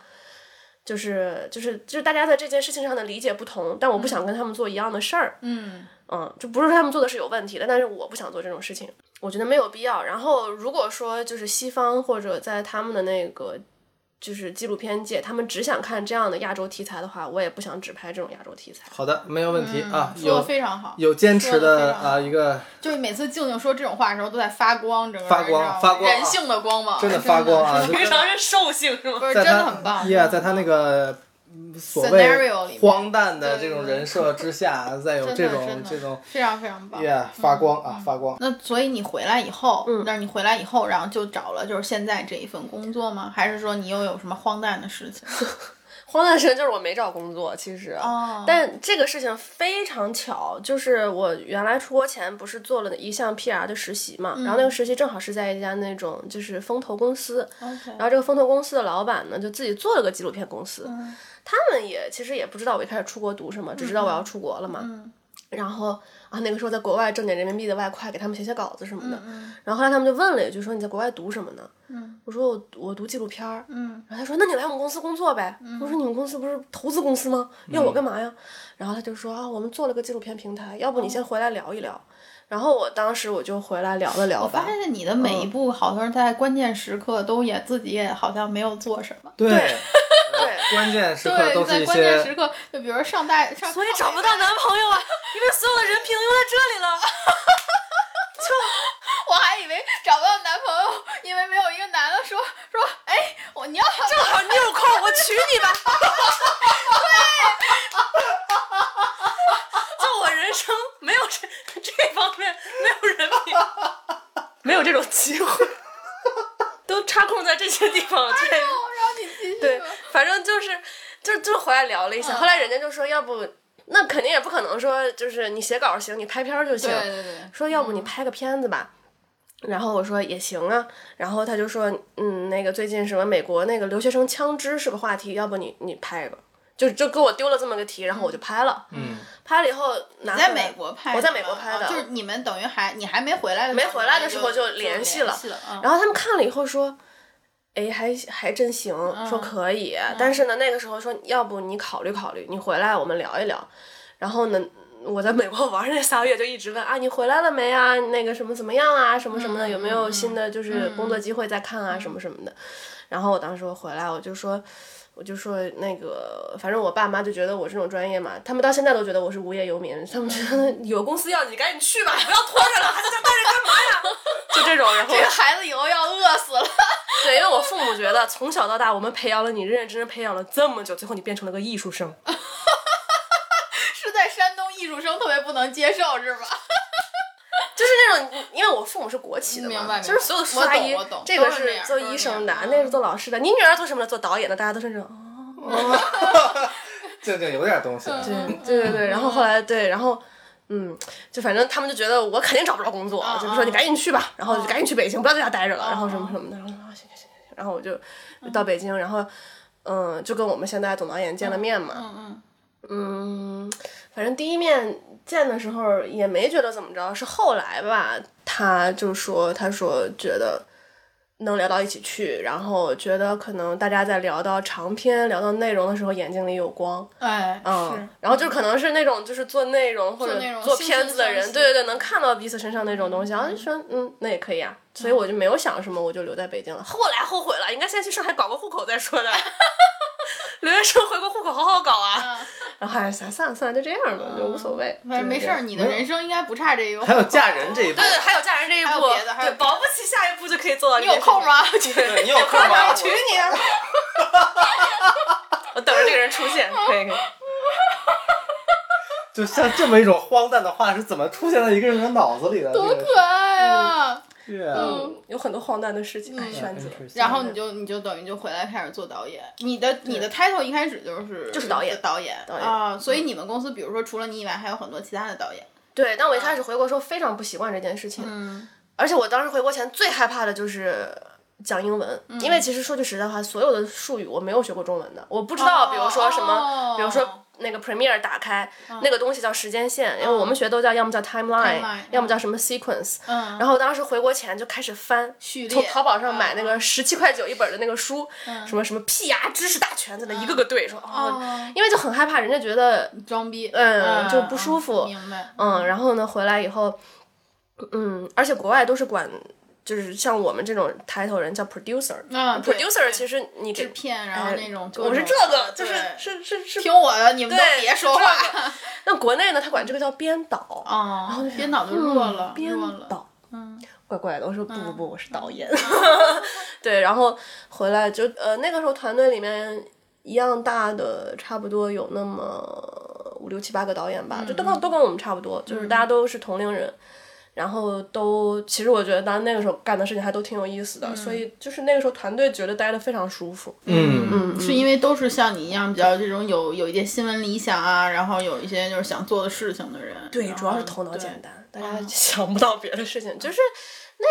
A: 就是就是就是大家在这件事情上的理解不同，但我不想跟他们做一样的事儿，
C: 嗯，
A: 嗯，就不是说他们做的是有问题的，但是我不想做这种事情，我觉得没有必要。然后，如果说就是西方或者在他们的那个就是纪录片界，他们只想看这样的亚洲题材的话，我也不想只拍这种亚洲题材。
B: 好的，没有问题、啊。
C: 嗯说的
B: 有
C: 非常好。
B: 有坚持
C: 说得非
B: 的
C: 常好
B: 啊，一个
C: 就是每次静静说这种话的时候，都在发光，整个人
B: 发光
C: 你知道吗
B: 发光啊
C: 人性的光芒，
B: 真的发光啊！
C: 真的
B: 就
A: 常是兽性是吗？
C: 不是
B: 在
C: 真的
B: 他
C: 很棒。
B: yeah，在他那个嗯所谓
C: scenario 里面
B: 荒诞的这
C: 对
B: 种
C: 对
B: 人设之下，再有这
C: 真的真
B: 种
C: 的
B: 这种
C: 非常非常棒。
B: yeah 发光啊发光。
C: 那所以你回来以后，
A: 嗯
C: 那你回来以后，然后就找了就是现在这一份工作吗？还是说你又有什么荒诞的事情？
A: 荒诞神就是我没找工作，其实。
C: 哦
A: 但这个事情非常巧，就是我原来出国前不是做了一项 PR 的实习嘛，然后那个实习正好是在一家那种就是风投公司，然后这个风投公司的老板呢就自己做了个纪录片公司，
C: 嗯
A: 他们也其实也不知道我一开始出国读什么，只知道我
C: 嗯
A: 要出国了嘛。然后啊，那个时候在国外挣点人民币的外快，给他们写写稿子什
C: 嗯
A: 么的。然后后来他们就问了一句，说你在国外读什么呢？我说我我读纪录片儿。
C: 嗯
A: 然后他说：“那你来我们公司工作呗。我说：“你们公司不是投资公司吗？要我干嘛呀？”然后他就说：“啊，我们做了个纪录片平台，要
C: 哦
A: 不你先回来聊一聊。然后我当时我就回来聊了聊
C: 我
A: 吧
C: 发。现你的每一
B: 嗯
C: 步好像在关键时刻都也自己也好像没有做什么。
B: 对，
A: 对，
B: 关键时刻
C: 对，
B: 都是
C: 在
B: 一
C: 关键
B: 些
C: 时刻，就比如上大上，
A: 所以找不到男朋友啊， 因为所有的人品用在这里 了。
C: 我还以为找不到男朋友，因为没有一个男的说说，哎，我你要
A: 正好你有空，我娶你吧。对，就我人生没有这这方面没有人品，没有这种机会， 哎都插空在这些地方了。对。”
C: 让你继续。
A: 对，反正就是就就回来聊了一下，后来人家就说，要不那肯定也不可能说就是你写稿行，你拍片儿就行，
C: 对对对，
A: 说要不你拍个片子吧。然后我说也行啊，然后他就说，嗯，那个最近什么美国那个留学生枪支是个话题，要不你你拍一个，就就给我丢了这么个题，然后我就拍了，
B: 嗯，
A: 拍了以后拿
C: 你
A: 回来
C: 在美国拍的吗，
A: 我在美国拍的
C: 哦就是你们等于还你还没回来的时候，
A: 没回来的时候
C: 就
A: 就联系了
C: 系了，嗯
A: 然后他们看了以后说，哎，还还真行，说可以。但是呢，那个时候说，要不你考虑考虑，你回来我们聊一聊。然后呢，我在美国玩那仨月就一直问啊，你回来了没啊？那个什么怎么样啊？什么什么的，有没有新的就是工作机会再看啊？什么什么的。然后我当时我回来我就说。我就说那个，反正我爸妈就觉得我这种专业嘛，他们到现在都觉得我是无业游民，他们觉得 有公司要你赶紧去吧，不要拖着了，还在这儿待着干嘛呀？ 就这种，然后
C: 这个孩子以后要饿死了。
A: 对，因为我父母觉得从小到大，我们培养了你，认认真真培养了这么久，最后你变成了个艺术生。
C: 是在山东艺术生特别不能接受是吧？
A: 就是那种，因为我父母是国企的嘛，
C: 明白明白
A: 就是所有的叔叔阿姨
C: 我懂我懂，
A: 这个
C: 都是那样
A: 做
C: 都是
A: 医生的
C: 那，样嗯
A: 那个是做老师的，你女儿做什么的？做导演的，大家都是这种。哦
B: 静静有点东西。
C: 嗯
B: 嗯
A: 对对对，然后后来对，然后。嗯，就反正他们就觉得我肯定找不着工作，
C: 嗯
A: 就是说你
C: 嗯
A: 赶紧去吧，然后就赶紧去北京，不要在家待着了，然后什么什么的，然后啊行行行行，行然后我就到北京，然后嗯，就跟我们现在总导演见了面嘛，
C: 嗯嗯，
A: 嗯，反正第一面见的时候也没觉得怎么着，是后来吧，他就说，他说觉得能聊到一起去，然后觉得可能大家在聊到长篇、聊到内容的时候，眼睛里有光，
C: 哎，
A: 嗯，然后就可能是那种就是做内容或者
C: 做内容
A: 做片子的人，
C: 惺惺相惜
A: 对对对，能看到彼此身上那种东西，然后就说嗯，那也可以啊，所以我就没有想什么，我就留在北京了。后来后悔了，应该先去上海搞个户口再说的。 留学生回国户口好好搞啊，然后哎，算算了算了，就这样吧，就无所谓。
C: 反正嗯没事儿，
A: 就
C: 你的人生应该不差这个。
B: 还有嫁人这一步
A: 是这样。对，对，还有嫁人这一
C: 还有
A: 步
C: 别的还，有
A: 对，保不齐下一步就可以做到。
C: 你有空？吗？
B: 对你有空吗？
A: 我娶你啊！ 我等着这个人出现，可以可以。
B: 就像这么一种荒诞的话是怎么出现在一个人的脑子里的？
C: 多可爱啊！
B: 这个是啊
A: 嗯，有很多荒诞的事情，
C: 嗯
A: 哎，圈子。
B: interesting
C: 然后你就你就等于就回来开始做导演，你的你的 title 一开始就是
A: 就是导演
C: 导演
A: 演嗯
C: 啊，所以你们公司比如说除了你以外还有很多其他的导演，
A: 对，但我一开始回国的时候非常不习惯这件事情，
C: 嗯
A: 而且我当时回国前最害怕的就是。讲英文，
C: 嗯
A: 因为其实说句实在话，所有的术语我没有学过中文的，我不知道，
C: 哦
A: 比如说什么，
C: 哦嗯
A: 比如说那个 Premiere 打开、那个东西叫时间线，因为我们学都叫要么叫 timeline，
C: timeline，
A: 要么叫什么 sequence，
C: 嗯，
A: 然后当时回国前就开始翻
C: 序列
A: 从淘宝上买那
C: 嗯
A: 个十七块九一本的那个书，什么什么屁呀、知识大全，在那一个个对，说哦
C: 嗯哦，
A: 因为就很害怕人家觉得，
C: 装逼，
A: 嗯
C: 啊
A: 就不舒服
C: 啊明白，
A: 嗯，然后呢回来以后，嗯，而且国外都是管，就是像我们这种抬头人叫 producer，
C: 嗯对
A: producer 其实你
C: 制
A: 给。
C: 片，然后那种各种
A: 我是这个，就是
C: 对
A: 是是是
C: 听我的，你们都
A: 对
C: 别说
A: 是这
C: 话
A: 那国内呢，他管这个叫编导，
C: 啊，编导就弱了，
A: 编
C: 弱了，
A: 导，嗯，怪怪的。我说不不不，我是导演。
C: 嗯
A: 对，然后回来就呃，那个时候团队里面一样大的，差不多有那么五六七八个导演吧，就都
C: 嗯
A: 跟都跟我们差不多，就是大家都是同龄人。然后都，其实我觉得当那个时候干的事情还都挺有意思
C: 嗯
A: 的，所以就是那个时候团队觉得待的非常舒服。
B: 嗯嗯，
C: 是因为都是像你一样比较这种有有一些新闻理想啊，然后有一些就是想做的事情的人，
A: 对，
C: 然
A: 主要
C: 后
A: 是头脑
C: 嗯对嗯
A: 简单，大家想不到别的事情。就是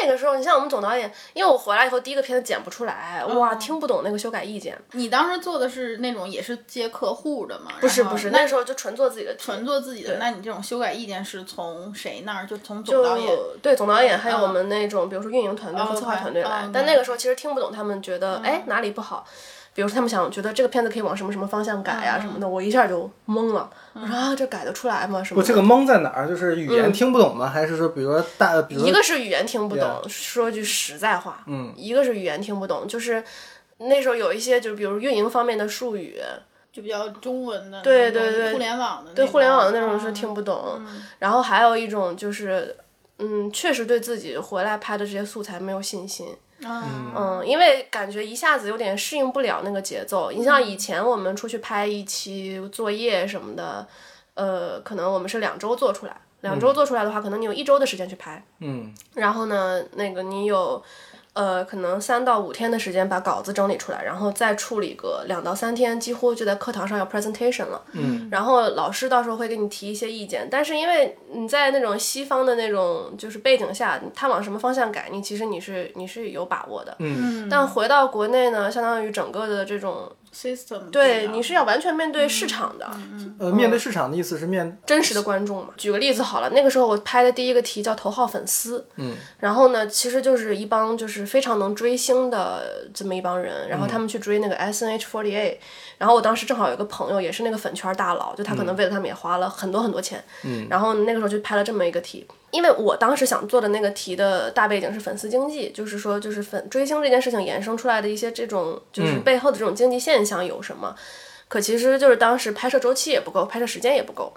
A: 那个时候，你像我们总导演，因为我回来以后第一个片子剪不出来，哇，
C: 嗯
A: 听不懂那个修改意见。
C: 你当时做的是那种也是接客户的嘛？
A: 不是
C: 然后
A: 不是，
C: 那
A: 啊那时候就纯做自己的题，
C: 纯做自己的。那你这种修改意见是从谁那儿？就从总导演
A: 就对总导演，还有我们那种比如说运营团队和策划团队来
C: 嗯。
A: 但那个时候其实听不懂他们觉得哎哪里不好。比如说他们想觉得这个片子可以往什么什么方向改
C: 嗯
A: 啊什么的，我一下就懵了。我说啊，这改得出来吗？什么
B: 不，
A: 的？
B: 这个懵在哪儿？就是语
C: 嗯
B: 言听不懂吗？还是说，比如说大，比如
A: 一
B: 说
A: 个是语言听不懂，说句实在话，嗯，一个是语言听不懂，就是那时候有一些就是比如运营方面的术语，
C: 就比较中文的那种，
A: 对对对
C: 互联网的那种，啊
A: 对
C: 对
A: 互联网的那种是听不懂，然后还有一种就是。嗯，确实对自己回来拍的这些素材没有信心。
C: 嗯
A: 嗯，因为感觉一下子有点适应不了那个节奏。你像以前我们出去拍一期作业什么的，呃，可能我们是两周做出来，两周做出来的话，可能你有一周的时间去拍。
B: 嗯，
A: 然后呢，那个你有，呃，可能三到五天的时间把稿子整理出来，然后再处理个两到三天，几乎就在课堂上有 presentation 了。嗯，然后老师到时候会给你提一些意见，但是因为你在那种西方的那种就是背景下，他往什么方向改，你其实你是你是有把握的。
C: 嗯，
A: 但回到国内呢，相当于整个的这种，
C: system
A: 对，
C: 不一样
A: 你是要完全面对市场的。
B: 呃，面
C: 嗯
B: 对市场的意思是面
A: 真实的观众嘛。举个例子好了，那个时候我拍的第一个题叫头号粉丝，嗯，然后呢，其实就是一帮就是非常能追星的这么一帮人，然后他们去追那个 S N H forty eight，然后我当时正好有一个朋友也是那个粉圈大佬，就他可能为了他们也花了很多很多钱，嗯，然后那个时候就拍了这么一个题。因为我当时想做的那个题的大背景是粉丝经济，就是说，就是粉追星这件事情衍生出来的一些这种，就是背后的这种经济现象有什么？可其实就是当时拍摄周期也不够，拍摄时间也不够，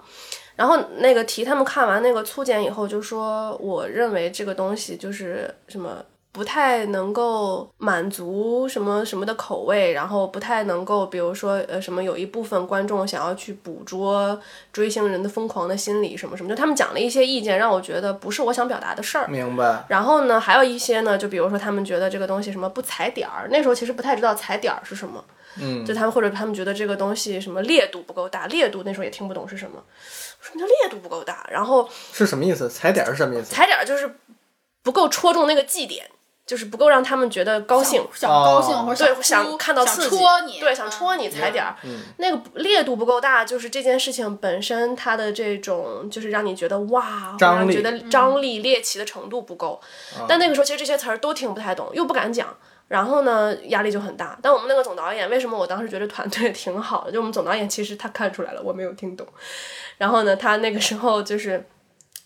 A: 然后那个题他们看完那个粗剪以后就说，我认为这个东西就是什么不太能够满足什么什么的口味，然后不太能够，比如说呃什么有一部分观众想要去捕捉追星人的疯狂的心理什么什么，就他们讲了一些意见，让我觉得不是我想表达的事儿。
B: 明白，
A: 然后呢，还有一些呢，就比如说他们觉得这个东西什么不踩点儿，那时候其实不太知道踩点儿是什么，嗯，就他们或者他们觉得这个东西什么烈度不够大，烈度那时候也听不懂是什么，什么叫烈度不够大？然后
B: 是什么意思？踩点儿是什么意思？
A: 踩点儿就是不够戳中那个绩点，就是不够让他们觉得高兴，
C: 想高兴
B: 哦
C: 或者
A: 对，
C: 想哭
A: 看到
C: 想
A: 刺激，
C: 戳你，啊
A: 对，想戳
C: 你。
A: 你
B: 嗯
A: 踩点儿、那个不烈度不够大，就是这件事情本身它的这种就是让你觉得哇，会
B: 张
A: 让你
B: 力啊
A: 觉得张力、猎奇的程度不够、但那个时候其实这些词儿都听不太懂，又不敢讲。然后呢，压力就很大。但我们那个总导演，为什么我当时觉得团队挺好的？就我们总导演其实他看出来了，我没有听懂。然后呢，他那个时候就是，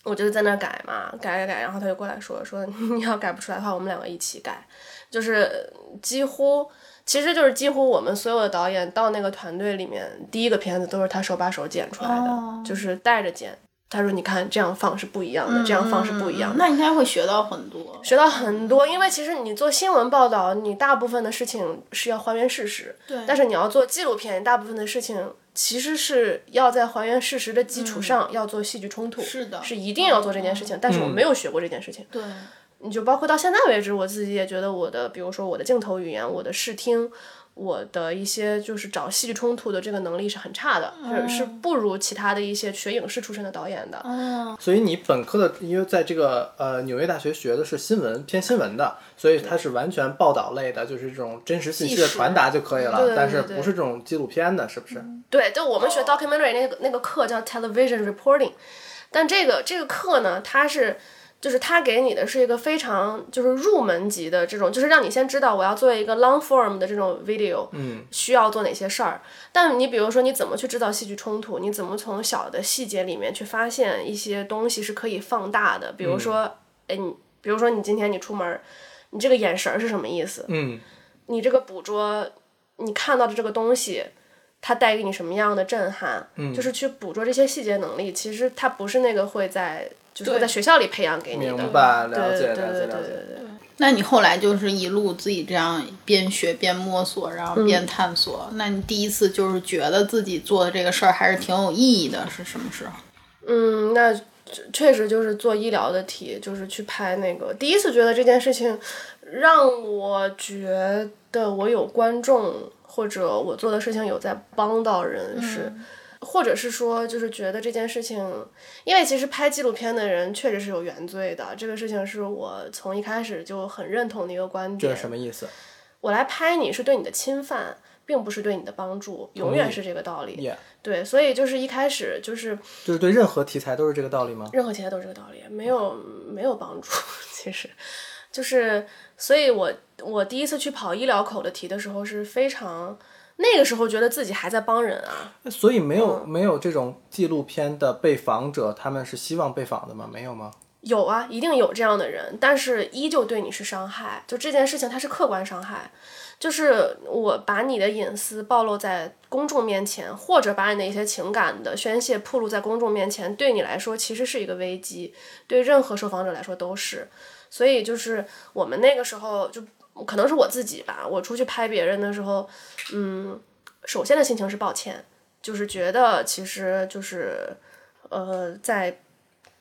A: 我就在那儿改嘛，改改改，然后他就过来说说，你要改不出来的话，我们两个一起改。就是几乎，其实就是几乎我们所有的导演到那个团队里面，第一个片子都是他手把手剪出来的，
C: 哦
A: 就是带着剪。他说：“你看，这样放是不一样的，
C: 嗯
A: 这样放是不一样的。
C: 那应该会学到很多。
A: 学到很多，因为其实你做新闻报道，你大部分的事情是要还原事实，
C: 对
A: 但是你要做纪录片，大部分的事情其实是要在还原事实的基础上，要做戏剧冲突，
C: 嗯是的
A: 是一定要做这件事情。但是我没有学过这件事情，
C: 对，
A: 你就包括到现在为止，我自己也觉得我的，比如说我的镜头语言、我的视听、我的一些就是找戏剧冲突的这个能力是很差的，是是不如其他的一些学影视出身的导演的。
C: 嗯，
B: 所以你本科的，因为在这个呃纽约大学学的是新闻，偏新闻的，所以它是完全报道类的，就是这种真实信息的传达就可以了。
A: 对嗯对
B: 但是
A: 对
B: 不是这种纪录片的，是不是？
A: 对，就我们学 documentary 那个、那个课叫 television reporting，但这个这个课呢，它是就是它给你的是一个非常就是入门级的这种，就是让你先知道我要做一个 long form 的这种 video，嗯，需要做哪些事儿。但你比如说你怎么去制造戏剧冲突，你怎么从小的细节里面去发现一些东西是可以放大的，比如说，哎、你比如说你今天你出门儿，你这个眼神儿是什么意思？
B: 嗯，
A: 你这个捕捉，你看到的这个东西，它带给你什么样的震撼？
B: 嗯
A: 就是去捕捉这些细节能力，其实它不是那个会在就是会在学校里培养给你的。
B: 明白，
A: 对
B: 了解，
A: 对对
B: 了解，
A: 对对
B: 了
A: 对
B: 解。
A: 对。
C: 那你后来就是一路自己这样边学边摸索，然后
A: 嗯
C: 边探索。那你第一次就是觉得自己做的这个事儿还是挺有意义的，是什么时候？
A: 嗯，那确确实就是做医疗的题，就是去拍那个。第一次觉得这件事情让我觉得我有观众，或者我做的事情有在帮到人是。或者是说，就是觉得这件事情，因为其实拍纪录片的人确实是有原罪的，这个事情是我从一开始就很认同的一个观
B: 这
A: 点。
B: 是什么意思
A: 我来拍你是对你的侵犯，并不是对你的帮助，永远是这个道理。
B: ？Yeah，
A: 对，所以就是一开始就是
B: 就是对任何题材都是这个道理吗？
A: 任何题材都是这个道理，没有没有帮助。其实，就是所以我，我第一次去跑医疗口的题的时候是非常，那个时候觉得自己还在帮人啊，
B: 所以没有、没有这种纪录片的被访者，他们是希望被访的吗？没有吗？
A: 有啊，一定有这样的人，但是依旧对你是伤害。就这件事情，它是客观伤害，就是我把你的隐私暴露在公众面前，或者把你的一些情感的宣泄暴露在公众面前，对你来说其实是一个危机，对任何受访者来说都是。所以就是我们那个时候就可能是我自己吧，我出去拍别人的时候，嗯，首先的心情是抱歉，就是觉得其实就是呃在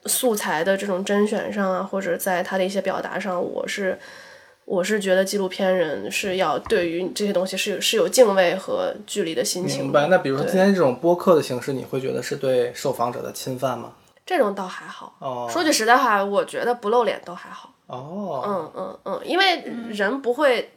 A: 素材的这种甄选上啊，或者在他的一些表达上，我是我是觉得纪录片人是要对于这些东西是有是有敬畏和距离的心情
B: 明
A: 的。
B: 白。那比如说
A: 对
B: 今天这种播客的形式，你会觉得是对受访者的侵犯吗？
A: 这种倒还好。
B: 哦
A: 说句实在话，我觉得不露脸都还好。
B: 哦，
A: 嗯嗯嗯，因为人不会，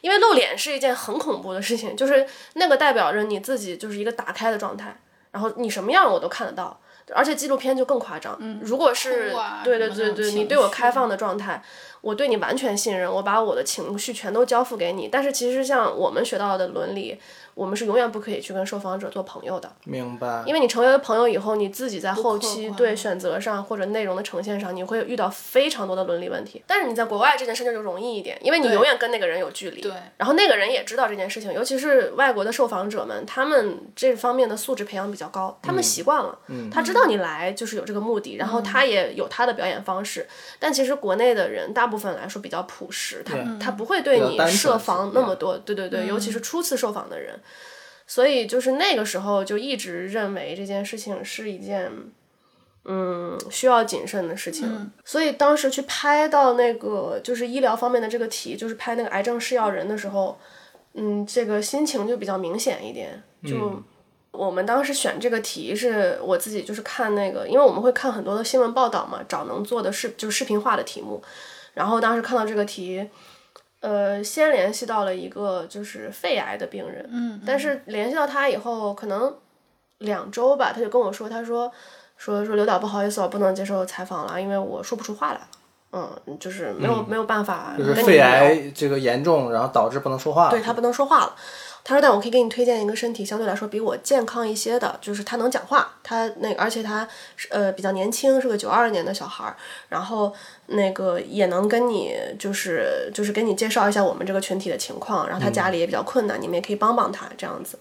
A: 因为露脸是一件很恐怖的事情，就是那个代表着你自己就是一个打开的状态，然后你什么样我都看得到，而且纪录片就更夸张。如果是、
C: 哭啊
A: 对对
C: 什么
A: 对
C: 那种
A: 对，你
C: 情
A: 对我
C: 绪
A: 开放的状态，我对你完全信任，我把我的情绪全都交付给你。但是其实像我们学到的伦理，我们是永远不可以去跟受访者做朋友的。
B: 明白。
A: 因为你成为了朋友以后，你自己在后期
C: 不客观
A: 对选择上或者内容的呈现上，你会遇到非常多的伦理问题。但是你在国外这件事情就容易一点，因为你
C: 对
A: 永远跟那个人有距离，
C: 对
A: 然后那个人也知道这件事情，尤其是外国的受访者们，他们这方面的素质培养比较高，他
C: 嗯
A: 们习惯了，
B: 嗯
A: 他知道你来就是有这个目的，然后他也有他的表演方式。但其实国内的人大部分来说比较朴实，他他不会对
B: 比较
A: 你
B: 单纯
A: 设防那么
B: 是
A: 多，对对对，尤其是初次受访的人。所以就是那个时候就一直认为这件事情是一件，嗯，需要谨慎的事情。所以当时去拍到那个就是医疗方面的这个题，就是拍那个癌症噬药人的时候，嗯，这个心情就比较明显一点。
C: 嗯
A: 就、
B: 嗯
A: 我们当时选这个题是我自己就是看那个，因为我们会看很多的新闻报道嘛，找能做的视就是视频化的题目。然后当时看到这个题，呃，先联系到了一个就是肺癌的病人，
C: 嗯，
A: 但是联系到他以后，可能两周吧，他就跟我说，他说说说刘导不好意思，我哦不能接受采访了，因为我说不出话来了。嗯，就是没有、没有办法
B: 就
A: 跟
B: 是
A: 你
B: 肺
A: 聊
B: 癌这个严重，然后导致不能说话。
A: 对他不能说话了。他说：“但我可以给你推荐一个身体相对来说比我健康一些的，就是他能讲话，他那而且他是呃比较年轻，是个九二年的小孩儿，然后那个也能跟你就是就是给你介绍一下我们这个群体的情况，然后他家里也比较困难，你们也可以帮帮他这样子。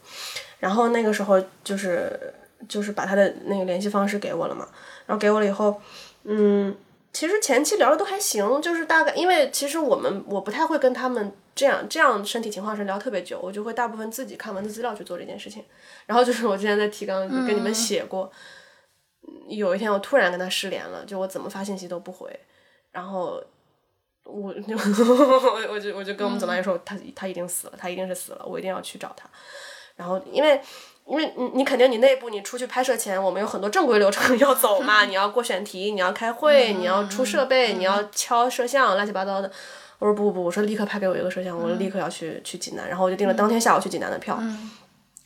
A: 然后那个时候就是就是把他的那个联系方式给我了嘛，然后给我了以后，嗯，其实前期聊的都还行，就是大概因为其实我们我不太会跟他们这样这样身体情况是聊特别久，我就会大部分自己看文字资料去做这件事情。然后就是我之前在提纲跟你们写过，有一天我突然跟他失联了，就我怎么发信息都不回，然后。我 我我就我就跟我们总导演说，他他一定死了，他一定是死了，我一定要去找他。然后因为因为你你肯定你内部你出去拍摄前，我们有很多正规流程 要走嘛，你要过选题，你要开会，你
C: 嗯
A: 要出设备，你要敲摄像，乱七八糟的。我说不不不，我说立刻拍给我一个摄像，我
C: 嗯
A: 立刻要去去济南，然后我就订了当天下午去济南的票。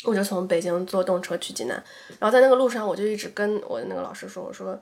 A: 我就从北京坐动车去济南，然后在那个路上，我就一直跟我的那个老师说，我说，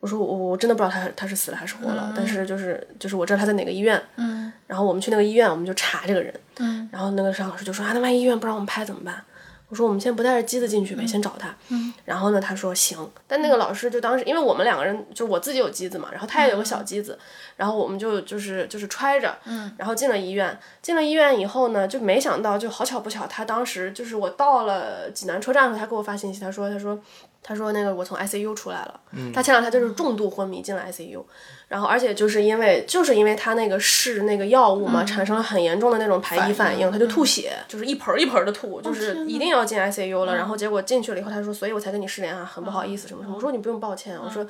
A: 我说我我真的不知道他他是死了还是活了，但是就是就是我知道他在哪个医院，
C: 嗯
A: 然后我们去那个医院，我们就查这个人，
C: 嗯
A: 然后那个上老师就说啊，那万一医院不让我们拍怎么办？我说我们先不带着机子进去呗，先找他。
C: 嗯
A: 然后呢，他说行，但那个老师就当时因为我们两个人就是我自己有机子嘛，然后他也有个小机子，然后我们就就是就是揣着，
C: 嗯
A: 然后进了医院。进了医院以后呢，就没想到就好巧不巧，他当时就是我到了济南车站的时候，他给我发信息，他说他说他说那个我从 ICU 出来了，他前两天就是重度昏迷进了 ICU，然后而且就是因为就是因为他那个试那个药物嘛，产生了很严重的那种排异嗯反应，他就哦吐血，就是一盆儿一盆的吐，就是一定要进 ICU 了。然后结果进去了以后，他说，所以我才跟你失联啊，很不好意思什么什么。我说你不用抱歉，我说。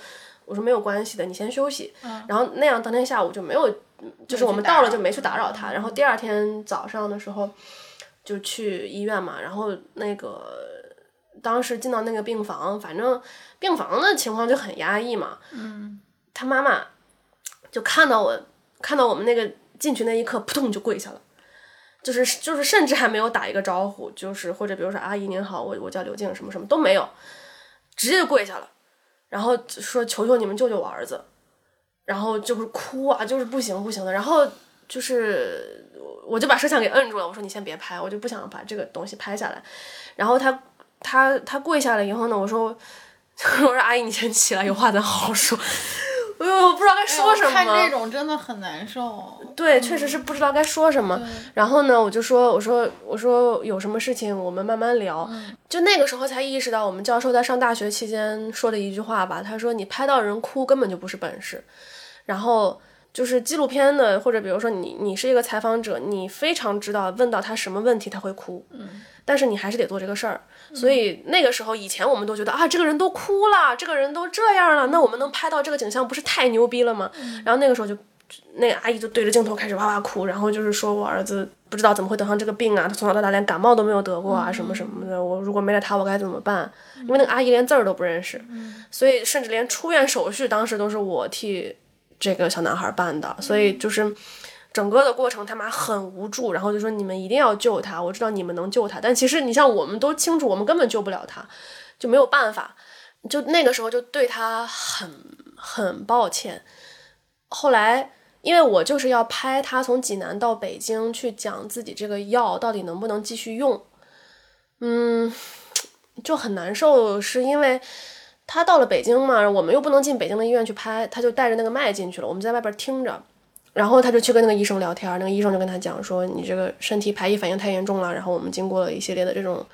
A: 我说没有关系的，你先休息。然后那样，当天下午就没有，就是我们到了就没去打扰他。然后第二天早上的时候就去医院嘛，然后那个当时进到那个病房，反正病房的情况就很压抑嘛。
C: 嗯，
A: 他妈妈就看到我，看到我们那个进去那一刻，扑通就跪下了。就是就是，甚至还没有打一个招呼，就是或者比如说阿姨您好，我我叫刘静，什么什么都没有，直接就跪下了，然后就说求求你们救救我儿子，然后就是哭啊，就是不行不行的，然后就是我我就把摄像给摁住了，我说你先别拍，我就不想把这个东西拍下来，然后他他他跪下来以后呢，我说 我说阿姨你先起来，有话咱好好说， 我我不知道该说什么，
C: 哎看这种真的很难受。
A: 对，确实是不知道该说什么。然后呢，我就说，我说，我说有什么事情我们慢慢聊。就那个时候才意识到，我们教授在上大学期间说的一句话吧，他说你拍到人哭根本就不是本事。然后就是纪录片的，或者比如说你你是一个采访者，你非常知道问到他什么问题他会哭，
C: 嗯，
A: 但是你还是得做这个事儿。所以那个时候以前我们都觉得啊，这个人都哭了，这个人都这样了，那我们能拍到这个景象不是太牛逼了吗？然后那个时候就那个阿姨就对着镜头开始哇哇哭，然后就是说我儿子不知道怎么会得上这个病啊，他从小到大连感冒都没有得过啊，什么什么的，我如果没了他我该怎么办？因为那个阿姨连字儿都不认识，所以甚至连出院手续当时都是我替这个小男孩办的，所以就是。整个的过程，他妈很无助，然后就说你们一定要救他，我知道你们能救他，但其实你像我们都清楚，我们根本救不了他，就没有办法。就那个时候就对他很很抱歉。后来因为我就是要拍他从济南到北京去讲自己这个药到底能不能继续用，嗯，就很难受，是因为。他到了北京嘛，我们又不能进北京的医院去拍，他就带着那个麦进去了。我们在外边听着，然后他就去跟那个医生聊天儿，那个医生就跟他讲说，你这个身体排异反应太严重了，然后我们经过了一系列的这种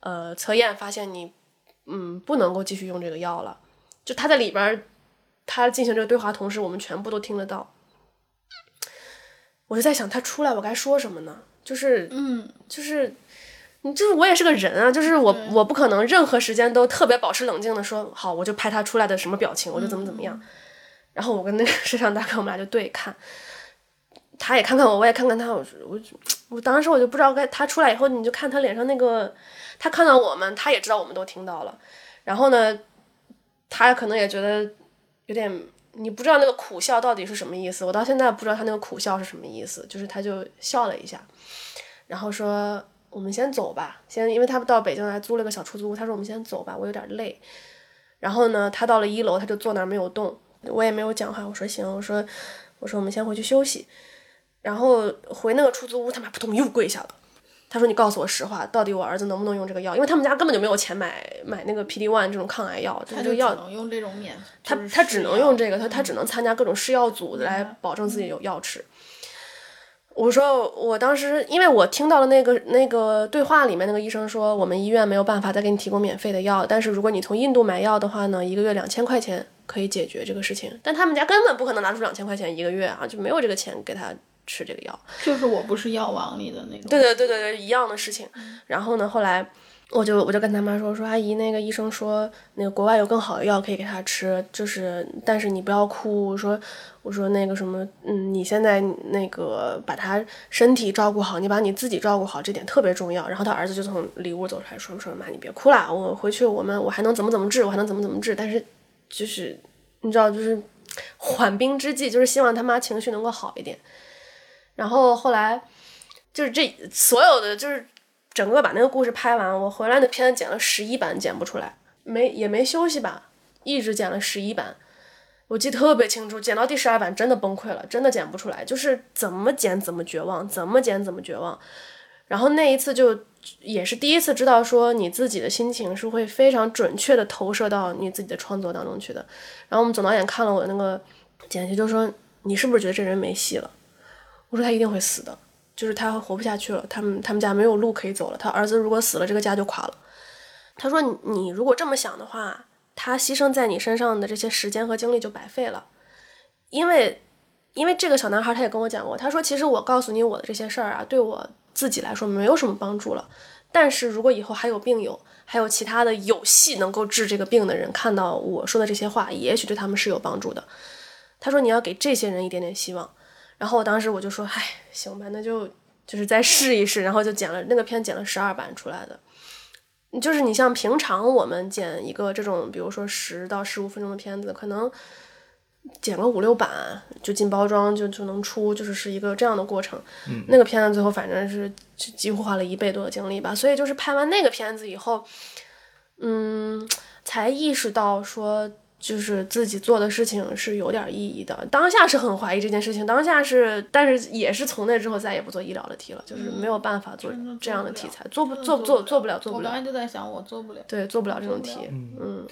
A: 呃测验，发现你嗯不能够继续用这个药了。就他在里边儿，他进行这个对话同时，我们全部都听得到。我就在想，他出来我该说什么呢？就是
C: 嗯，
A: 就是，你就是我也是个人啊，就是我我不可能任何时间都特别保持冷静的说好，我就拍他出来的什么表情，我就怎么怎么样。 然后我跟那个摄像大哥，我们俩就对看，他也看看我，我也看看他，我说我我当时我就不知道该他出来以后，你就看他脸上那个，他看到我们，他也知道我们都听到了，然后呢，他可能也觉得有点你不知道那个苦笑到底是什么意思，我到现在不知道他那个苦笑是什么意思，就是他就笑了一下，然后说我们先走吧，先因为他到北京来租了个小出租屋，他说我们先走吧，我有点累。然后呢，他到了一楼，他就坐那儿没有动，我也没有讲话，我说行，我说我说我们先回去休息，然后回那个出租屋，他妈扑通又跪下了。他说：“你告诉我实话，到底我儿子能不能用这个药？因为他们家根本就没有钱买买那个 PD one 这种抗癌药，
C: 他
A: 这
C: 就
A: 个
C: 只
A: 药
C: 能用这种免，
A: 他
C: 就是
A: 他只
C: 试嗯
A: 能
C: 药
A: 用这个，他他只能参加各种试药组来保证
C: 嗯
A: 自己有药吃。我说，我当时因为我听到了那个那个对话里面那个医生说，我们医院没有办法再给你提供免费的药，但是如果你从印度买药的话呢，一个月两千块钱可以解决这个事情。但他们家根本不可能拿出两千块钱一个月啊，就没有这个钱给他吃这个药。
C: 就是我不是药王里的那种，
A: 对对对对对，一样的事情。然后呢，后来我就我就跟他妈说，说阿姨，那个医生说，那个国外有更好的药可以给他吃，就是但是你不要哭。我说我说那个什么，嗯，你现在那个把他身体照顾好，你把你自己照顾好，这点特别重要。然后他儿子就从里屋走出来，说说妈，你别哭啦，我回去我们我还能怎么怎么治，我还能怎么怎么治，但是就是你知道就是。缓兵之计就是希望他妈情绪能够好一点，然后后来就是这所有的就是整个把那个故事拍完，我回来的片子剪了十一版，剪不出来，没也没休息吧，一直剪了十一版。我记得特别清楚，剪到第十二版真的崩溃了，真的剪不出来，就是怎么剪怎么绝望，怎么剪怎么绝望。然后那一次就也是第一次知道说你自己的心情是会非常准确的投射到你自己的创作当中去的。然后我们总导演看了我那个剪辑，就说你是不是觉得这人没戏了？我说他一定会死的，就是他活不下去了，他们他们家没有路可以走了，他儿子如果死了，这个家就垮了。他说你你如果这么想的话，他牺牲在你身上的这些时间和精力就白费了，因为因为这个小男孩他也跟我讲过，他说其实我告诉你我的这些事儿啊，对我自己来说没有什么帮助了，但是如果以后还有病友，还有其他的有戏能够治这个病的人看到我说的这些话，也许对他们是有帮助的。他说你要给这些人一点点希望。然后我当时我就说，唉，行吧，那就就是再试一试，然后就剪了那个片，剪了十二版出来的。就是你像平常我们剪一个这种，比如说十到十五分钟的片子，可能剪个五六版就进包装就就能出，就是是一个这样的过程。那个片子最后反正是就几乎花了一倍多的精力吧，所以就是拍完那个片子以后，嗯，才意识到说，就是自己做的事情是有点意义的。当下是很怀疑这件事情，当下是，但是也是从那之后再也不做医疗的题了，就是没有办法做
C: 嗯真的
A: 这样的
C: 做
A: 题
C: 不了
A: 材，做不
C: 真的
A: 做不做做不了做
C: 我
A: 不
C: 刚
A: 了
C: 才，就在想，我做不了。
A: 对，做不了这种
C: 做不
A: 题
C: 了，
A: 嗯，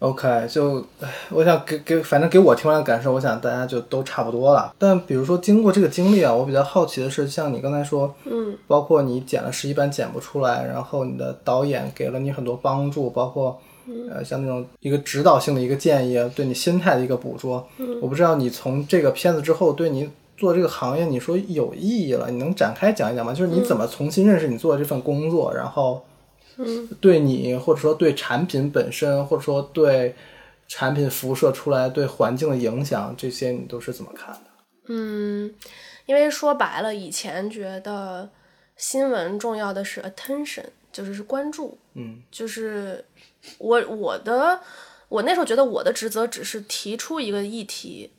B: OK，就唉我想给给，反正给我听完的感受，我想大家就都差不多了。但比如说经过这个经历啊，我比较好奇的是，像你刚才说，嗯，包括你剪了十一版剪不出来，然后你的导演给了你很多帮助，包括
A: 嗯
B: 呃像那种一个指导性的一个建议，对你心态的一个捕捉。
A: 嗯
B: 我不知道你从这个片子之后，对你做这个行业，你说有意义了，你能展开讲一讲吗？就是
A: 嗯
B: 你怎么重新认识你做的这份工作，然后对你，或者说对产品本身，或者说对产品辐射出来对环境的影响，这些你都是怎么看的？
A: 嗯，因为说白了，以前觉得新闻重要的是 attention，就是是关注，
B: 嗯，
A: 就是我我的我那时候觉得我的职责只是提出一个议题，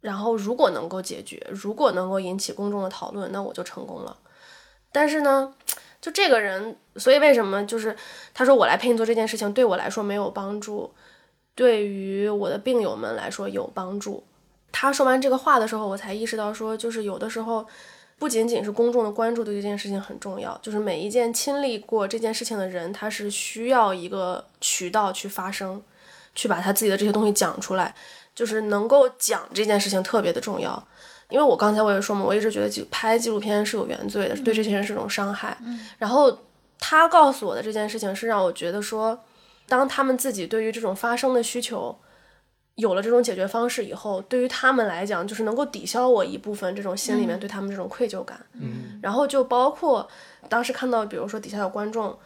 A: 然后如果能够解决，如果能够引起公众的讨论，那我就成功了。但是呢，就这个人，所以为什么就是他说我来陪你做这件事情对我来说没有帮助，对于我的病友们来说有帮助。他说完这个话的时候，我才意识到说，就是有的时候不仅仅是公众的关注对这件事情很重要，就是每一件亲历过这件事情的人，他是需要一个渠道去发声，去把他自己的这些东西讲出来，就是能够讲这件事情特别的重要。因为我刚才我也说嘛，我一直觉得纪拍纪录片是有原罪的，是对这些人是一种伤害。嗯然后他告诉我的这件事情是让我觉得说，当他们自己对于这种发声的需求，有了这种解决方式以后，对于他们来讲，就是能够抵消我一部分这种心里面对他们这种愧疚感。嗯，然后就包括当时看到，比如说底下有观众，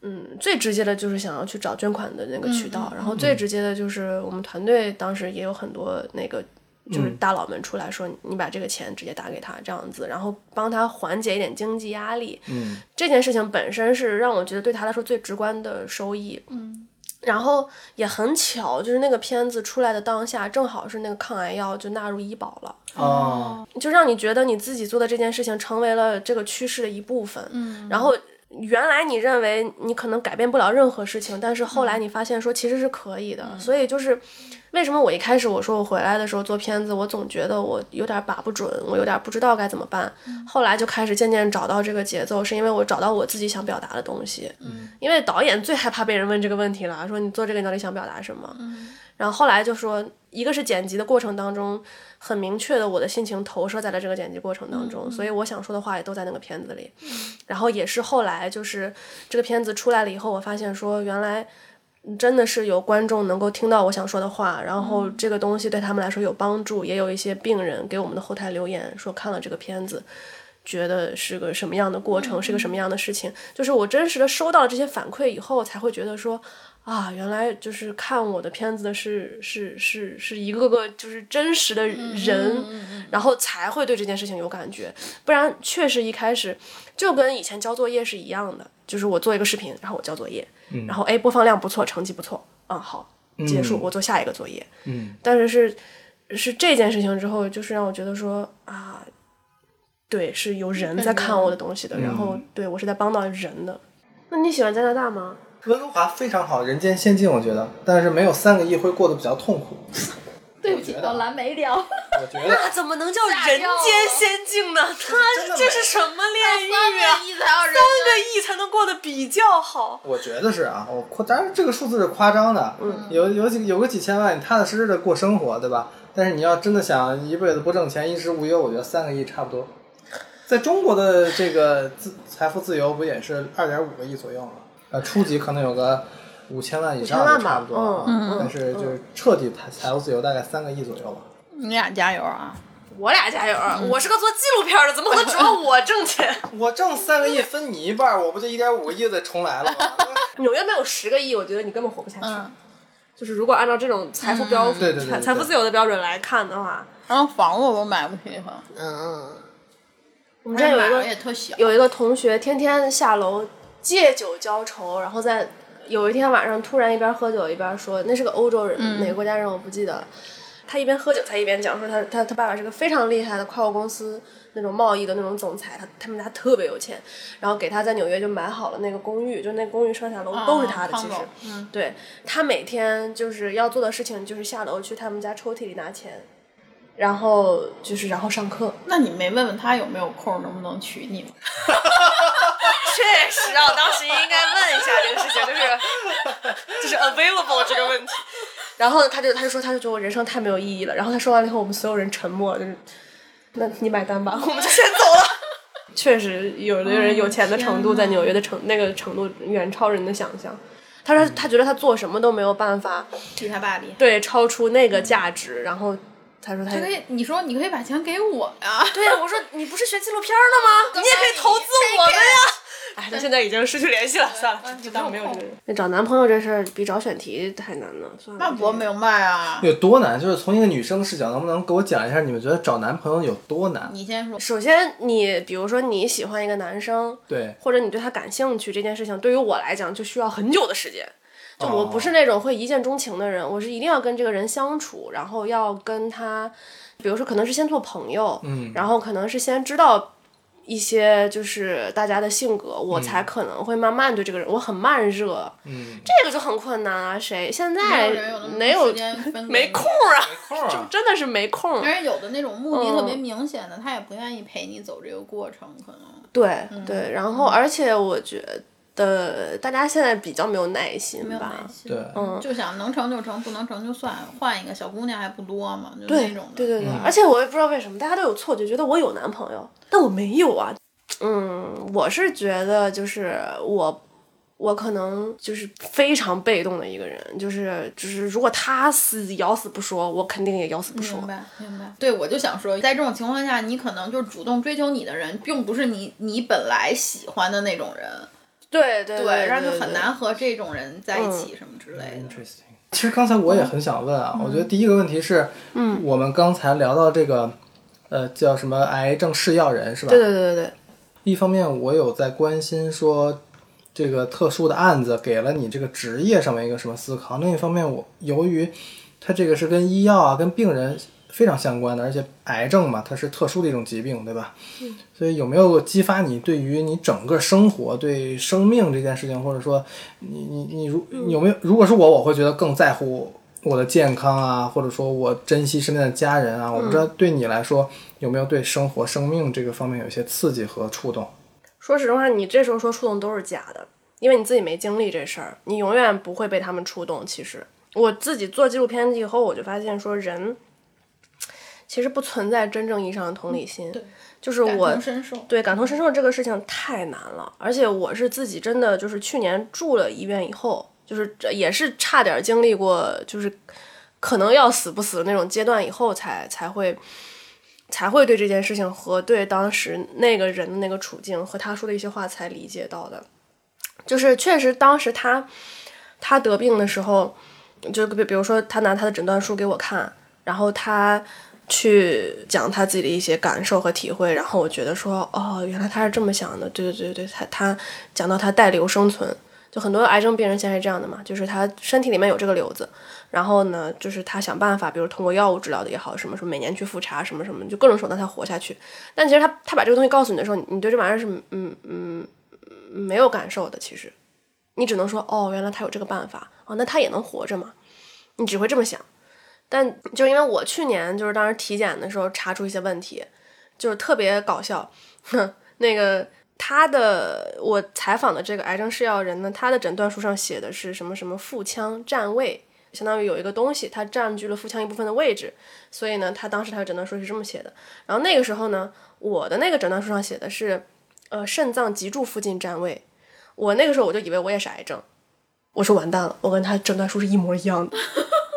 A: 嗯，最直接的就是想要去找捐款的那个渠道，
C: 嗯嗯
A: 然后最直接的就是我们团队当时也有很多那个。
C: 嗯
A: 就是大佬们出来说，你把这个钱直接打给他这样子，然后帮他缓解一点经济压力。
B: 嗯
A: 这件事情本身是让我觉得对他来说最直观的收益。
C: 嗯，
A: 然后也很巧，就是那个片子出来的当下，正好是那个抗癌药就纳入医保了，
B: 哦，
A: 就让你觉得你自己做的这件事情成为了这个趋势的一部分。嗯，然后原来你认为你可能改变不了任何事情，但是后来你发现说其实是可以的。所以就是为什么我一开始我说我回来的时候做片子，我总觉得我有点把不准，我有点不知道该怎么办。后来就开始渐渐找到这个节奏，是因为我找到我自己想表达的东西。嗯，因为导演最害怕被人问这个问题了，说你做这个你到底想表达什么？然后后来就说，一个是剪辑的过程当中，很明确的我的心情投射在了这个剪辑过程当中，所以我想说的话也都在那个片子里。然后也是后来就是这个片子出来了以后，我发现说原来真的是有观众能够听到我想说的话，然后这个东西对他们来说有帮助，也有一些病人给我们的后台留言说看了这个片子。觉得是个什么样的过程，是个什么样的事情？就是我真实的收到了这些反馈以后，才会觉得说，啊，原来就是看我的片子的是是是是一个个就是真实的人，然后才会对这件事情有感觉，不然确实一开始就跟以前交作业是一样的，就是我做一个视频，然后我交作业，然后哎播放量不错，成绩不错，嗯好，结束，
B: 嗯
A: 我做下一个作业，
B: 嗯，
A: 但是是是这件事情之后，就是让我觉得说啊，对，是有人在看我的东西的，然后对我是在帮到人的。那你喜欢加拿大吗？
B: 温哥华非常好，人间仙境，我觉得，但是没有三个亿会过得比较痛苦。
C: 对不起，到蓝莓 聊。
B: 我觉得
A: 那怎么能叫
C: 人
A: 啊
C: 间
A: 仙境呢？
B: 真的
A: 他
B: 没这是
A: 什么炼啊
C: 三个亿才要人
A: 亿才能过得比较好。
B: 我觉得是啊，我夸，当然这个数字是夸张的，嗯，有有几有个几千万，你踏踏实实的过生活，对吧？但是你要真的想一辈子不挣钱，衣食无忧，我觉得三个亿差不多。在中国的这个自财富自由不也是二点五个亿左右吗？呃，初级可能有个五千万以上
A: 5000
B: 就
A: 万吧
B: 差不多了啊，
A: 嗯嗯
B: 但是就是彻底财财务自由大概三个亿左右吧。
C: 你俩加油啊！
A: 我俩加油！啊我是个做纪录片的，怎么可能 指望我挣钱？
B: 我挣三个亿分你一半儿，我不就一点五个亿再重来了吗？
A: 纽约没有十个亿，我觉得你根本活不下去。
C: 嗯
A: 就是如果按照这种财富标、
B: 对对对
A: 财
B: 对
A: 财富自由的标准来看的话，
C: 然后房子我都买不起，好像
A: 嗯，我
C: 我
A: 们这儿有一个
C: 也特小，
A: 有一个同学天天下楼借酒浇愁，然后在有一天晚上突然一边喝酒一边说，那是个欧洲人，哪个国家人我不记得了。他一边喝酒，他一边讲说他他他爸爸是个非常厉害的跨国公司那种贸易的那种总裁，他他们家特别有钱，然后给他在纽约就买好了那个公寓，就那公寓上下楼都是他的，
C: 啊
A: 其实
C: 康，总嗯
A: 对他每天就是要做的事情就是下楼去他们家抽屉里拿钱，然后就是然后上课，
C: 那你没问问他有没有空，能不能娶你吗？
A: 确实啊，当时应该问一下这个事情，就是 就是 available 这个问题。然后他就他就说，他就觉得我人生太没有意义了。然后他说完了以后，我们所有人沉默了，就是那你买单 吧，我们就先走了。确实，有的人有钱的程度在纽约的程那个程度远超人的想象。他说他觉得他做什么都没有办法
C: 比他爸厉害。
A: 对超出那个价值，然后他说他
C: 他可以，你说你可以把钱给我呀？
A: 对啊呀，我说你不是学纪录片的吗？你也可以投资我们呀。 哎，那现在已经失去联系了，算了，就当没有这个人。那找男朋友这事儿比找选题太难了，算了。
C: 那我明白啊。
B: 有多难？就是从一个女生视角，能不能给我讲一下，你们觉得找男朋友有多难？
C: 你先说，
A: 首先你比如说你喜欢一个男生，
B: 对，
A: 或者你对他感兴趣这件事情，对于我来讲就需要很久的时间。就我
B: 哦
A: 不是那种会一见钟情的人，我是一定要跟这个人相处，然后要跟他，比如说可能是先做朋友，
B: 嗯
A: 然后可能是先知道一些就是大家的性格，我才可能会慢慢对这个人，我很慢热，
B: 嗯，
A: 这个就很困难啊。谁现在
C: 没有人有那么多
A: 没有
C: 时间分给你
A: 没空啊？
B: 空啊
A: 就真的是没空。
C: 但是有的那种目的
A: 嗯
C: 特别明显的，他也不愿意陪你走这个过程，可能。
A: 对
C: 嗯
A: 对，然后而且我觉得大家现在比较没有耐心
C: 没有
A: 吧
C: 耐。心，
B: 对，
A: 嗯
C: 就想能成就成，不能成就算，换一个小姑娘还不多嘛，就
A: 对
C: 那种的。
A: 对对对，而且我也不知道为什么大家都有错觉，觉得我有男朋友，但我没有啊。嗯，我是觉得就是我，我可能就是非常被动的一个人，就是就是如果他死咬死不说，我肯定也咬死不说
C: 明。白，明白。对，我就想说，在这种情况下，你可能就是主动追求你的人，并不是你你本来喜欢的那种人，
A: 对对对，
C: 然后
A: 对嗯
C: 就很。难和这种人在一起什么之类的。
B: Interesting 其实刚才我也很想问
A: 嗯
B: 啊，我觉得第一个问题是，嗯，我们刚才聊到这个，呃，叫什么癌症试药人是吧？
A: 对对对对对，
B: 一方面我有在关心说，这个特殊的案子给了你这个职业上面一个什么思考。另一方面，我由于它这个是跟医药啊、跟病人非常相关的，而且癌症嘛，它是特殊的一种疾病，对吧？所以有没有激发你对于你整个生活、对生命这件事情，或者说你你你如有没有？如果是我，我会觉得更在乎我的健康啊，或者说我珍惜身边的家人啊。我不知道对你来说有没有对生活、生命这个方面有一些刺激和触动？
A: 说实话，你这时候说触动都是假的，因为你自己没经历这事儿，你永远不会被他们触动。其实我自己做纪录片以后，我就发现说人其实不存在真正意义上的同理心，
C: 嗯对
A: 就是我
C: 感同身受。
A: 对感同身受这个事情太难了，而且我是自己真的就是去年住了医院以后，就是这也是差点经历过，就是可能要死不死的那种阶段以后才才会才会对这件事情和对当时那个人的那个处境和他说的一些话才理解到的，就是确实当时他他得病的时候，就比比如说他拿他的诊断书给我看，然后他。去讲他自己的一些感受和体会，然后我觉得说，哦，原来他是这么想的，对对对对，他他讲到他带瘤生存，就很多癌症病人现在是这样的嘛，就是他身体里面有这个瘤子，然后呢，就是他想办法，比如通过药物治疗的也好，什么什么每年去复查什么什么，就各种手段才活下去。但其实他他把这个东西告诉你的时候，你你对这玩意儿是嗯嗯嗯没有感受的，其实你只能说，哦，原来他有这个办法，哦，那他也能活着嘛，你只会这么想。但就是因为我去年就是当时体检的时候查出一些问题，就是特别搞笑。哼，那个他的我采访的这个癌症试药人呢，他的诊断书上写的是什么什么腹腔占位，相当于有一个东西它占据了腹腔一部分的位置，所以呢，他当时他的诊断书是这么写的。然后那个时候呢，我的那个诊断书上写的是，呃，肾脏脊柱附近占位。我那个时候我就以为我也是癌症，我说完蛋了，我跟他诊断书是一模一样的。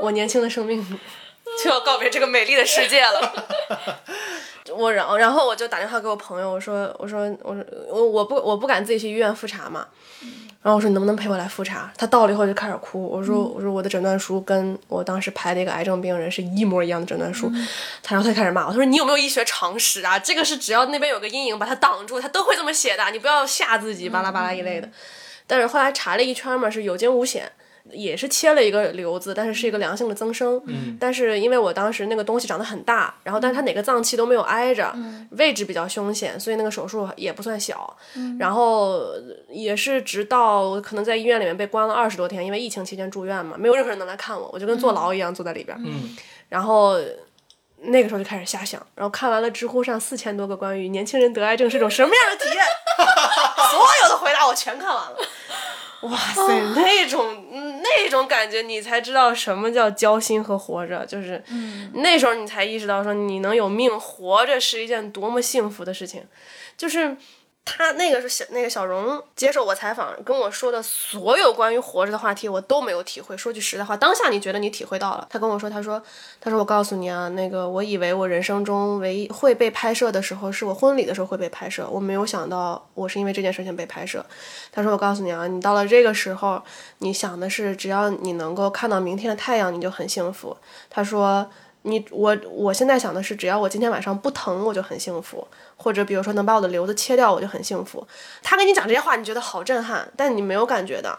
A: 我年轻的生命就要告别这个美丽的世界了。 我然后然后我就打电话给我朋友，我说我说我说我我不我不敢自己去医院复查嘛，然后我说你能不能陪我来复查？他到了以后就开始哭，我说我说我的诊断书跟我当时排的一个癌症病人是一模一样的诊断书，他然后他就开始骂我，他说你有没有医学常识啊？这个是只要那边有个阴影把它挡住，他都会这么写的，你不要吓自己，巴拉巴拉一类的。但是后来查了一圈嘛，是有惊无险，也是切了一个瘤子，但是是一个良性的增生。嗯，但是因为我当时那个东西长得很大，然后但是它哪个脏器都没有挨着，位置比较凶险，所以那个手术也不算小。然后也是直到可能在医院里面被关了二十多天，因为疫情期间住院嘛，没有任何人能来看我，我就跟坐牢一样坐在里边。
B: 嗯，
A: 然后。那个时候就开始瞎想，然后看完了知乎上四千多个关于年轻人得癌症是种什么样的体验，所有的回答我全看完了。哇塞，那种嗯那种感觉，你才知道什么叫交心和活着，就是、那时候你才意识到说你能有命活着是一件多么幸福的事情。就是他那个是小那个小荣接受我采访跟我说的所有关于活着的话题，我都没有体会。说句实在话，当下你觉得你体会到了，他跟我说，他说他说我告诉你啊，那个我以为我人生中唯一会被拍摄的时候是我婚礼的时候会被拍摄，我没有想到我是因为这件事情被拍摄。他说我告诉你啊，你到了这个时候，你想的是只要你能够看到明天的太阳，你就很幸福。他说你我我现在想的是，只要我今天晚上不疼，我就很幸福。或者比如说能把我的瘤子切掉，我就很幸福。他跟你讲这些话，你觉得好震撼，但你没有感觉的。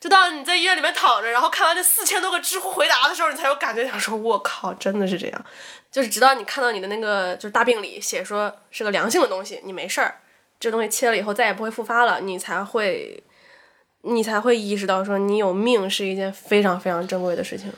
A: 就当你在医院里面躺着，然后看完这四千多个知乎回答的时候，你才有感觉，想说我靠，真的是这样。就是直到你看到你的那个就是大病理写说是个良性的东西，你没事儿，这东西切了以后再也不会复发了，你才会。你才会意识到，说你有命是一件非常非常珍贵的事情。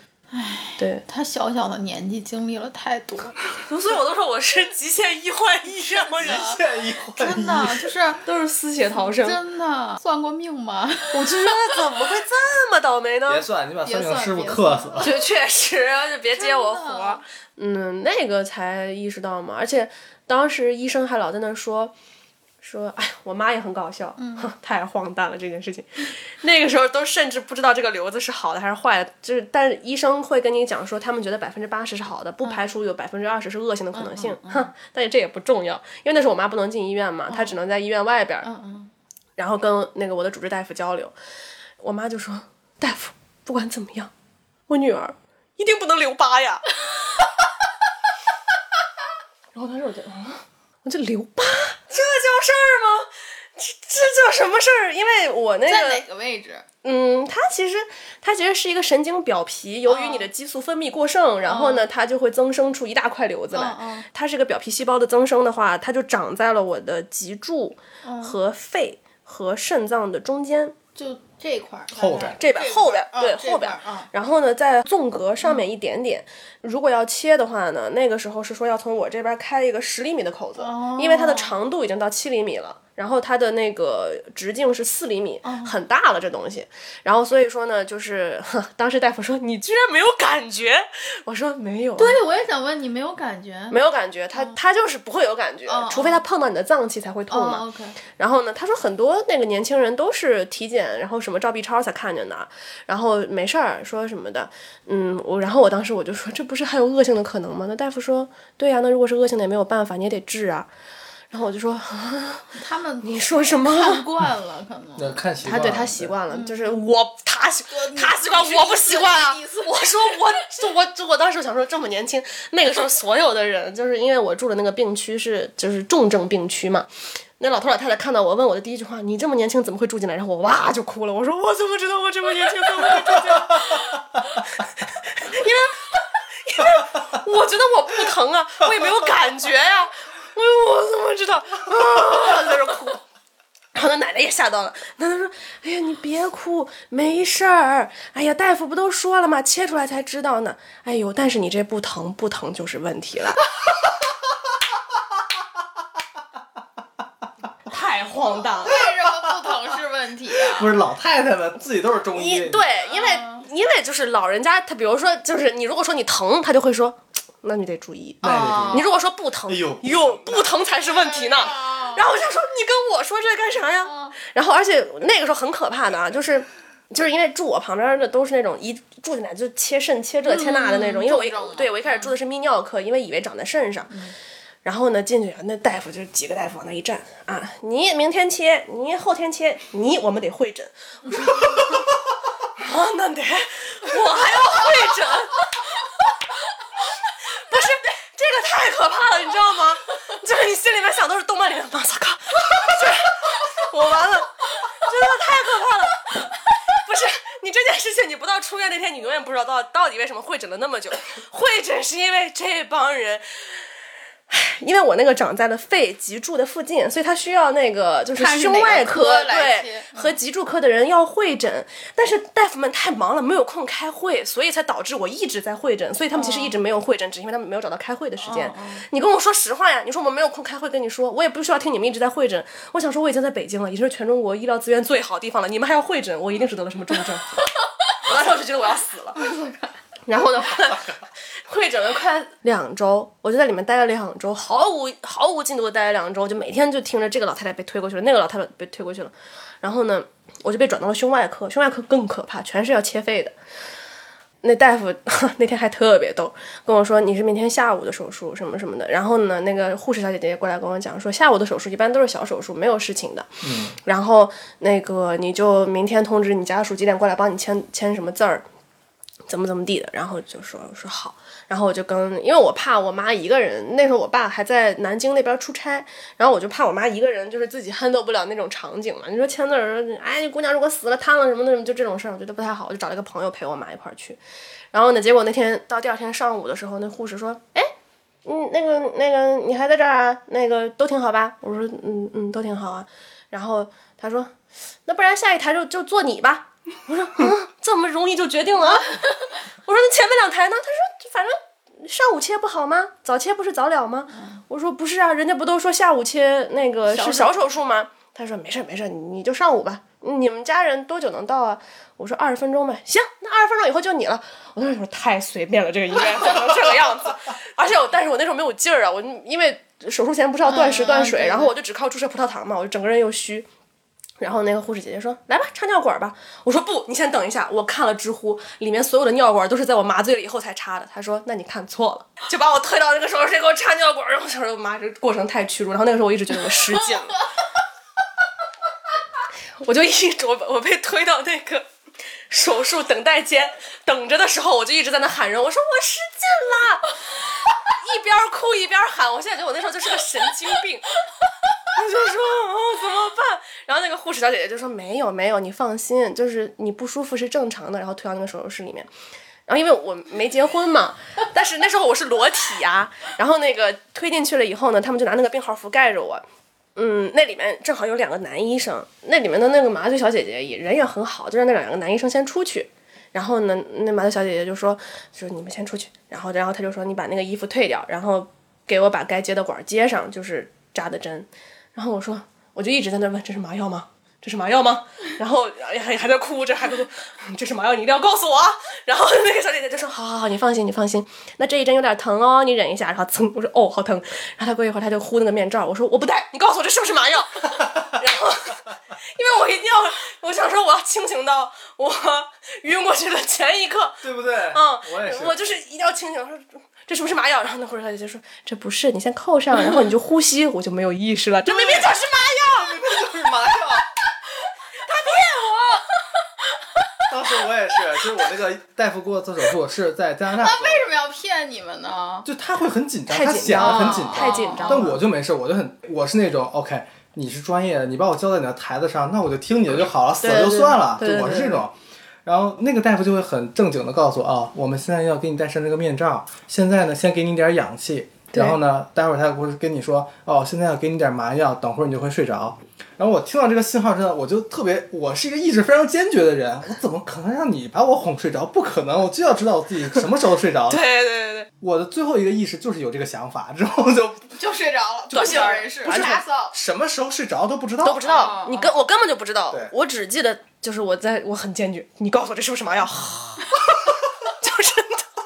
A: 对，
C: 他小小的年纪经历了太多，
A: 所以我都说我是极限医患医生，我人
B: 建议换
C: 真
B: 衣
C: 的
B: 服
C: 就是
A: 都是丝血逃生。
C: 真的算过命吗？
A: 我就觉得怎么会这么倒霉呢？
B: 别算，你把算
C: 别
B: 命
C: 算
B: 师傅
C: 别
B: 克
C: 算
B: 死
C: 了
B: 了。
A: 就确实，就别接我
C: 真
A: 活
C: 的
A: 儿。嗯，那个才意识到嘛，而且当时医生还老在那说。说，哎，我妈也很搞笑，
C: 嗯
A: 哼 太荒诞了这件事情。 那个时候都甚至不知道这个瘤子是好的还是坏的，就是但是医生会跟你讲说，他们觉得百分之八十是好的，
C: 嗯
A: 不排除有百分之二十是恶性的可能性，哼， 但是这也不重要，因为那时候我妈不能进医院嘛，她只能在医院外边儿，
C: 哦嗯嗯，
A: 然后跟那个我的主治大夫交流，我妈就说：“大夫，不管怎么样，我女儿一定不能留疤呀。” 然后当时我就，啊，我这留疤这叫事儿吗？这叫什么事儿？因为我那
C: 在哪
A: 个，
C: 个位置？
A: 嗯，它其实它其实是一个神经表皮，由于你的激素分泌过剩，然后呢，它就会增生出一大块瘤子来。
C: 嗯嗯
A: 它是个表皮细胞的增生的话，它就长在了我的脊柱和肺和肾脏的中间。
C: 就这块儿，
B: 后边儿
A: 这边儿后边儿，对后边
C: 边
A: 儿嗯
C: 儿啊，
A: 然后呢，在纵隔上面一点点。如果要切的话呢，那个时候是说要从我这边开一个十厘米的口子，因为它的长度已经到七厘米了。然后它的那个直径是四厘米，很大了这东西。然后所以说呢，就是 哼当时大夫说你居然没有感觉，我说没有啊，
C: 对，我也想问你，没有感觉？
A: 没有感觉，它它就是不会有感觉，除非它碰到你的脏器才会痛嘛。
C: 哦，OK，
A: 然后呢，他说很多那个年轻人都是体检，然后什么照 B 超才看见的，然后没事儿说什么的，嗯，我然后我当时我就说，这不是还有恶性的可能吗？那大夫说，对啊呀、那如果是恶性的也没有办法，你也得治啊。然后我就说，啊
C: 他们
A: 你说什么？
C: 看惯了，可能
B: 那呃看习
A: 他
B: 惯
A: 对
B: 了
A: 他习惯了，就是我他习
C: 你
A: 他习惯，
C: 你是
A: 我不习惯啊
C: 你是！
A: 我说我我我当时想说，这么年轻，那个时候所有的人，就是因为我住的那个病区是就是重症病区嘛。那老头老太太看到我，问我的第一句话：“你这么年轻，怎么会住进来？”然后我哇就哭了。我说：“我怎么知道我这么年轻，怎么会住进来？”因为因为我觉得我不疼啊，我也没有感觉呀、我说我怎么知道？啊，在这哭。然后那奶奶也吓到了，奶奶说：“哎呀，你别哭，没事儿。哎呀，大夫不都说了吗？切出来才知道呢。哎呦，但是你这不疼，不疼就是问题了。 太荒诞了。
C: 为什么不疼是问题 啊？
B: 不是老太太们自己都是中医，
A: 因对，因为、因为就是老人家，他比如说就是你如果说你疼，他就会说，那你得注意。
B: 那得注
A: 你
B: 意
A: 如果说不疼，
B: 哎呦
A: 哟不疼才是问题呢。
C: 啊
A: 然后我就说你跟我说这干啥呀？
C: 嗯
A: 然后而且那个时候很可怕的啊，就是。就是因为住我旁边的都是那种一住进来就切肾切这切那的那种，因为我一
C: 嗯重症的嗯
A: 对我一开始住的是泌尿科，因为以为长在肾上，然后呢进去啊那大夫就是几个大夫往那一站啊，你明天切，你后天切，你我们得会诊， 我说啊那得我还要会诊，不是这个太可怕了，你知道吗？就是你心里面想都是动漫里面马萨卡，就是我完了，真的太可怕了。不是你这件事情，你不到出院那天，你永远不知道到到底为什么会诊了那么久。会诊是因为这帮人。唉因为我那个长在了肺脊柱的附近，所以他需要那个就是
C: 看是
A: 胸
C: 哪个
A: 外科
C: 科来
A: 对
C: 切嗯
A: 和脊柱科的人要会诊，但是大夫们太忙了，没有空开会，所以才导致我一直在会诊，所以他们其实一
C: 哦
A: 直没有会诊，只是因为他们没有找到开会的时间。你跟我说实话呀，你说我们没有空开会，跟你说，我也不需要听你们一直在会诊。我想说，我已经在北京了，已经是全中国医疗资源最好的地方了，你们还要会诊，我一定是得了什么重症。 我当时我就觉得我要死 了。然后呢， 会诊了快两周，我就在里面待了两周，毫无毫无进度的待了两周，就每天就听着这个老太太被推过去了，那个老太太被推过去了，然后呢，我就被转到了胸外科，胸外科更可怕，全是要切肺的。那大夫 那天还特别逗，跟我说你是明天下午的手术什么什么的。然后呢，那个护士小姐姐过来跟我讲说，下午的手术一般都是小手术，没有事情的。嗯。然后那个你就明天通知你家属几点过来帮你签签什么字儿，怎么怎么地的。然后就说我说好。然后我就跟，因为我怕我妈一个人，那时候我爸还在南京那边出差，然后我就怕我妈一个人就是自己 handle 不了那种场景嘛。你说签字儿，哎，姑娘如果死了瘫了什么的，什么就这种事儿，我觉得不太好，我就找了一个朋友陪我妈一块儿去。然后呢，结果那天到第二天上午的时候，那护士说：“哎，嗯，那个那个，你还在这儿啊？那个都挺好吧？”我说：“嗯嗯，都挺好啊。”然后他说：“那不然下一台就就坐你吧。”我说：“嗯，这么容易就决定了啊？”我说：“那前面两台呢？”他说：“反正上午切不好吗？早切不是早了吗？”我说：“不是啊，人家不都说下午切那个是小手术吗？”他说：“没事儿没事儿，你就上午吧。你们家人多久能到啊？”我说：“二十分钟呗。”行，那二十分钟以后就你了。我当时说太随便了，这个医院怎么这个样子？而且我，但是我那时候没有劲儿啊，我因为手术前不是要断食
C: 嗯
A: 断水，
C: 对
A: 然后我就只靠注射葡萄糖嘛，我就整个人又虚。然后那个护士姐姐说：“来吧，插尿管吧。”我说：“不，你先等一下。”我看了知乎，里面所有的尿管都是在我麻醉了以后才插的。她说：“那你看错了。”就把我推到那个手术室给我插尿管。然后我想说：“妈，这过程太屈辱。”然后那个时候我一直觉得我失禁了， 我就一直我我被推到那个手术等待间等着的时候，我就一直在那喊人，我说我失 禁了，一边哭一边喊。我现在觉得我那时候就是个神经病。我就说哦怎么办？然后那个护士小姐姐就说没有没有，你放心，就是你不舒服是正常的，然后推到那个手术室里面。然后因为我没结婚嘛， 但是那时候我是裸体啊，然后那个推进去了以后呢，他们就拿那个病号服盖着我。嗯，那里面正好有两个男医生，那里面的那个麻醉小姐姐也人也很好，就让那两个男医生先出去。然后呢，那麻醉小姐姐就说：“就说你们先出去。”然后，然后她就说：“你把那个衣服退掉，然后给我把该接的管儿接上，就是扎的针。”然后我说，我就一直在那问：“这是麻药吗？这是麻药吗？”然后哎还还在哭，这还在哭，嗯这是麻药，你一定要告诉我啊。然后那个小姐姐就说：“好好好，你放心，你放心。那这一针有点疼哦，你忍一下。”然后噌，我说：“哦，好疼。”然后她过一会儿，她就呼那个面罩，我说：“我不戴，你告诉我这是不是麻药？” 然后。因为我一定要， 我想说我要清醒到我晕过去的前一刻，
B: 对不对？
A: 嗯，
B: 我也是。
A: 就是一定要清醒。我说这是不是麻药？然后那护士小姐姐说这不是，你先扣 上，然后你就呼吸，我就没有意识了。这明明就是麻药，
B: 明明 就是麻药。
A: 他骗
B: 当时我也是，就是我那个大夫给我做手术是在加拿大做的，
C: 为什么要骗你们呢？
B: 就他会很紧张，
A: 太
B: 他
A: 紧
B: 显得
A: 张
B: 很
A: 了
B: 紧
A: 太
B: 张。
A: 紧张
B: 但我就没事，我就很，我是那种 OK，你是专业的，你把我交在你的台子上，那我就听你的就好了，死
A: 对
B: 了就
A: 对
B: 算了，
A: 对对
B: 就我是
A: 对
B: 这种。然后那个大夫就会很正经的告诉我啊、我们现在要给你戴上这个面罩，现在呢先给你点氧气，
A: 对
B: 然后呢，待会儿他会跟你说哦，现在要给你点麻药，等会儿你就会睡着。然后我听到这个信号之后，我就特别，我是一个意志非常坚决的人，我怎么可能让你把我哄睡着？不可能，我就要知道我自己什么时候睡着。
A: 我！对对对
B: 我的最后一个意识就是有这个想法， 之后就
C: 就睡着了，
B: 就
C: 不省人事，
B: 不是
C: 打扫。
B: 什么时候睡着都不知道，
A: 都不知道
C: 哦，
A: 你根我根本就不知道
B: 对，
A: 我只记得就是我在我很坚决，你告诉我这是不是麻药， 就是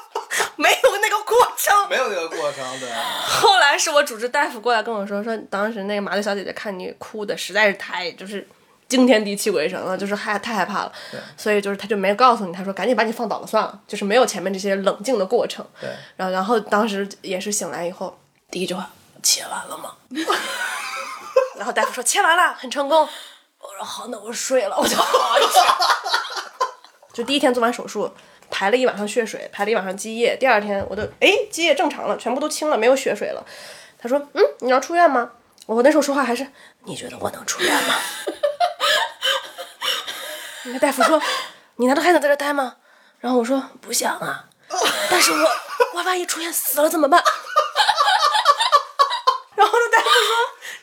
A: 没有那个过程。
B: 没有那个过程，对，
A: 后来是我主治大夫过来跟我说，说当时那个麻醉小姐姐看你哭的实在是太就是惊天地泣鬼神了，就是害太害怕了
B: 对，
A: 所以就是她就没告诉你，她说赶紧把你放倒了算了，就是没有前面这些冷静的过程。
B: 对，
A: 然后然后当时也是醒来以后，第一句话切完了吗？ 然后大夫说切完了，很成功。我说好，那我睡了，我就 就第一天做完手术，排了一晚上血水，排了一晚上积液。第二天我都哎积液正常了，全部都清了，没有血水了。他说嗯，你要出院吗？我那时候说话还是你觉得我能出院吗？ 那大夫说你难道还想在这儿待吗？然后我说不想啊，但是我我万一出院死了怎么办？ 然后那大夫说：“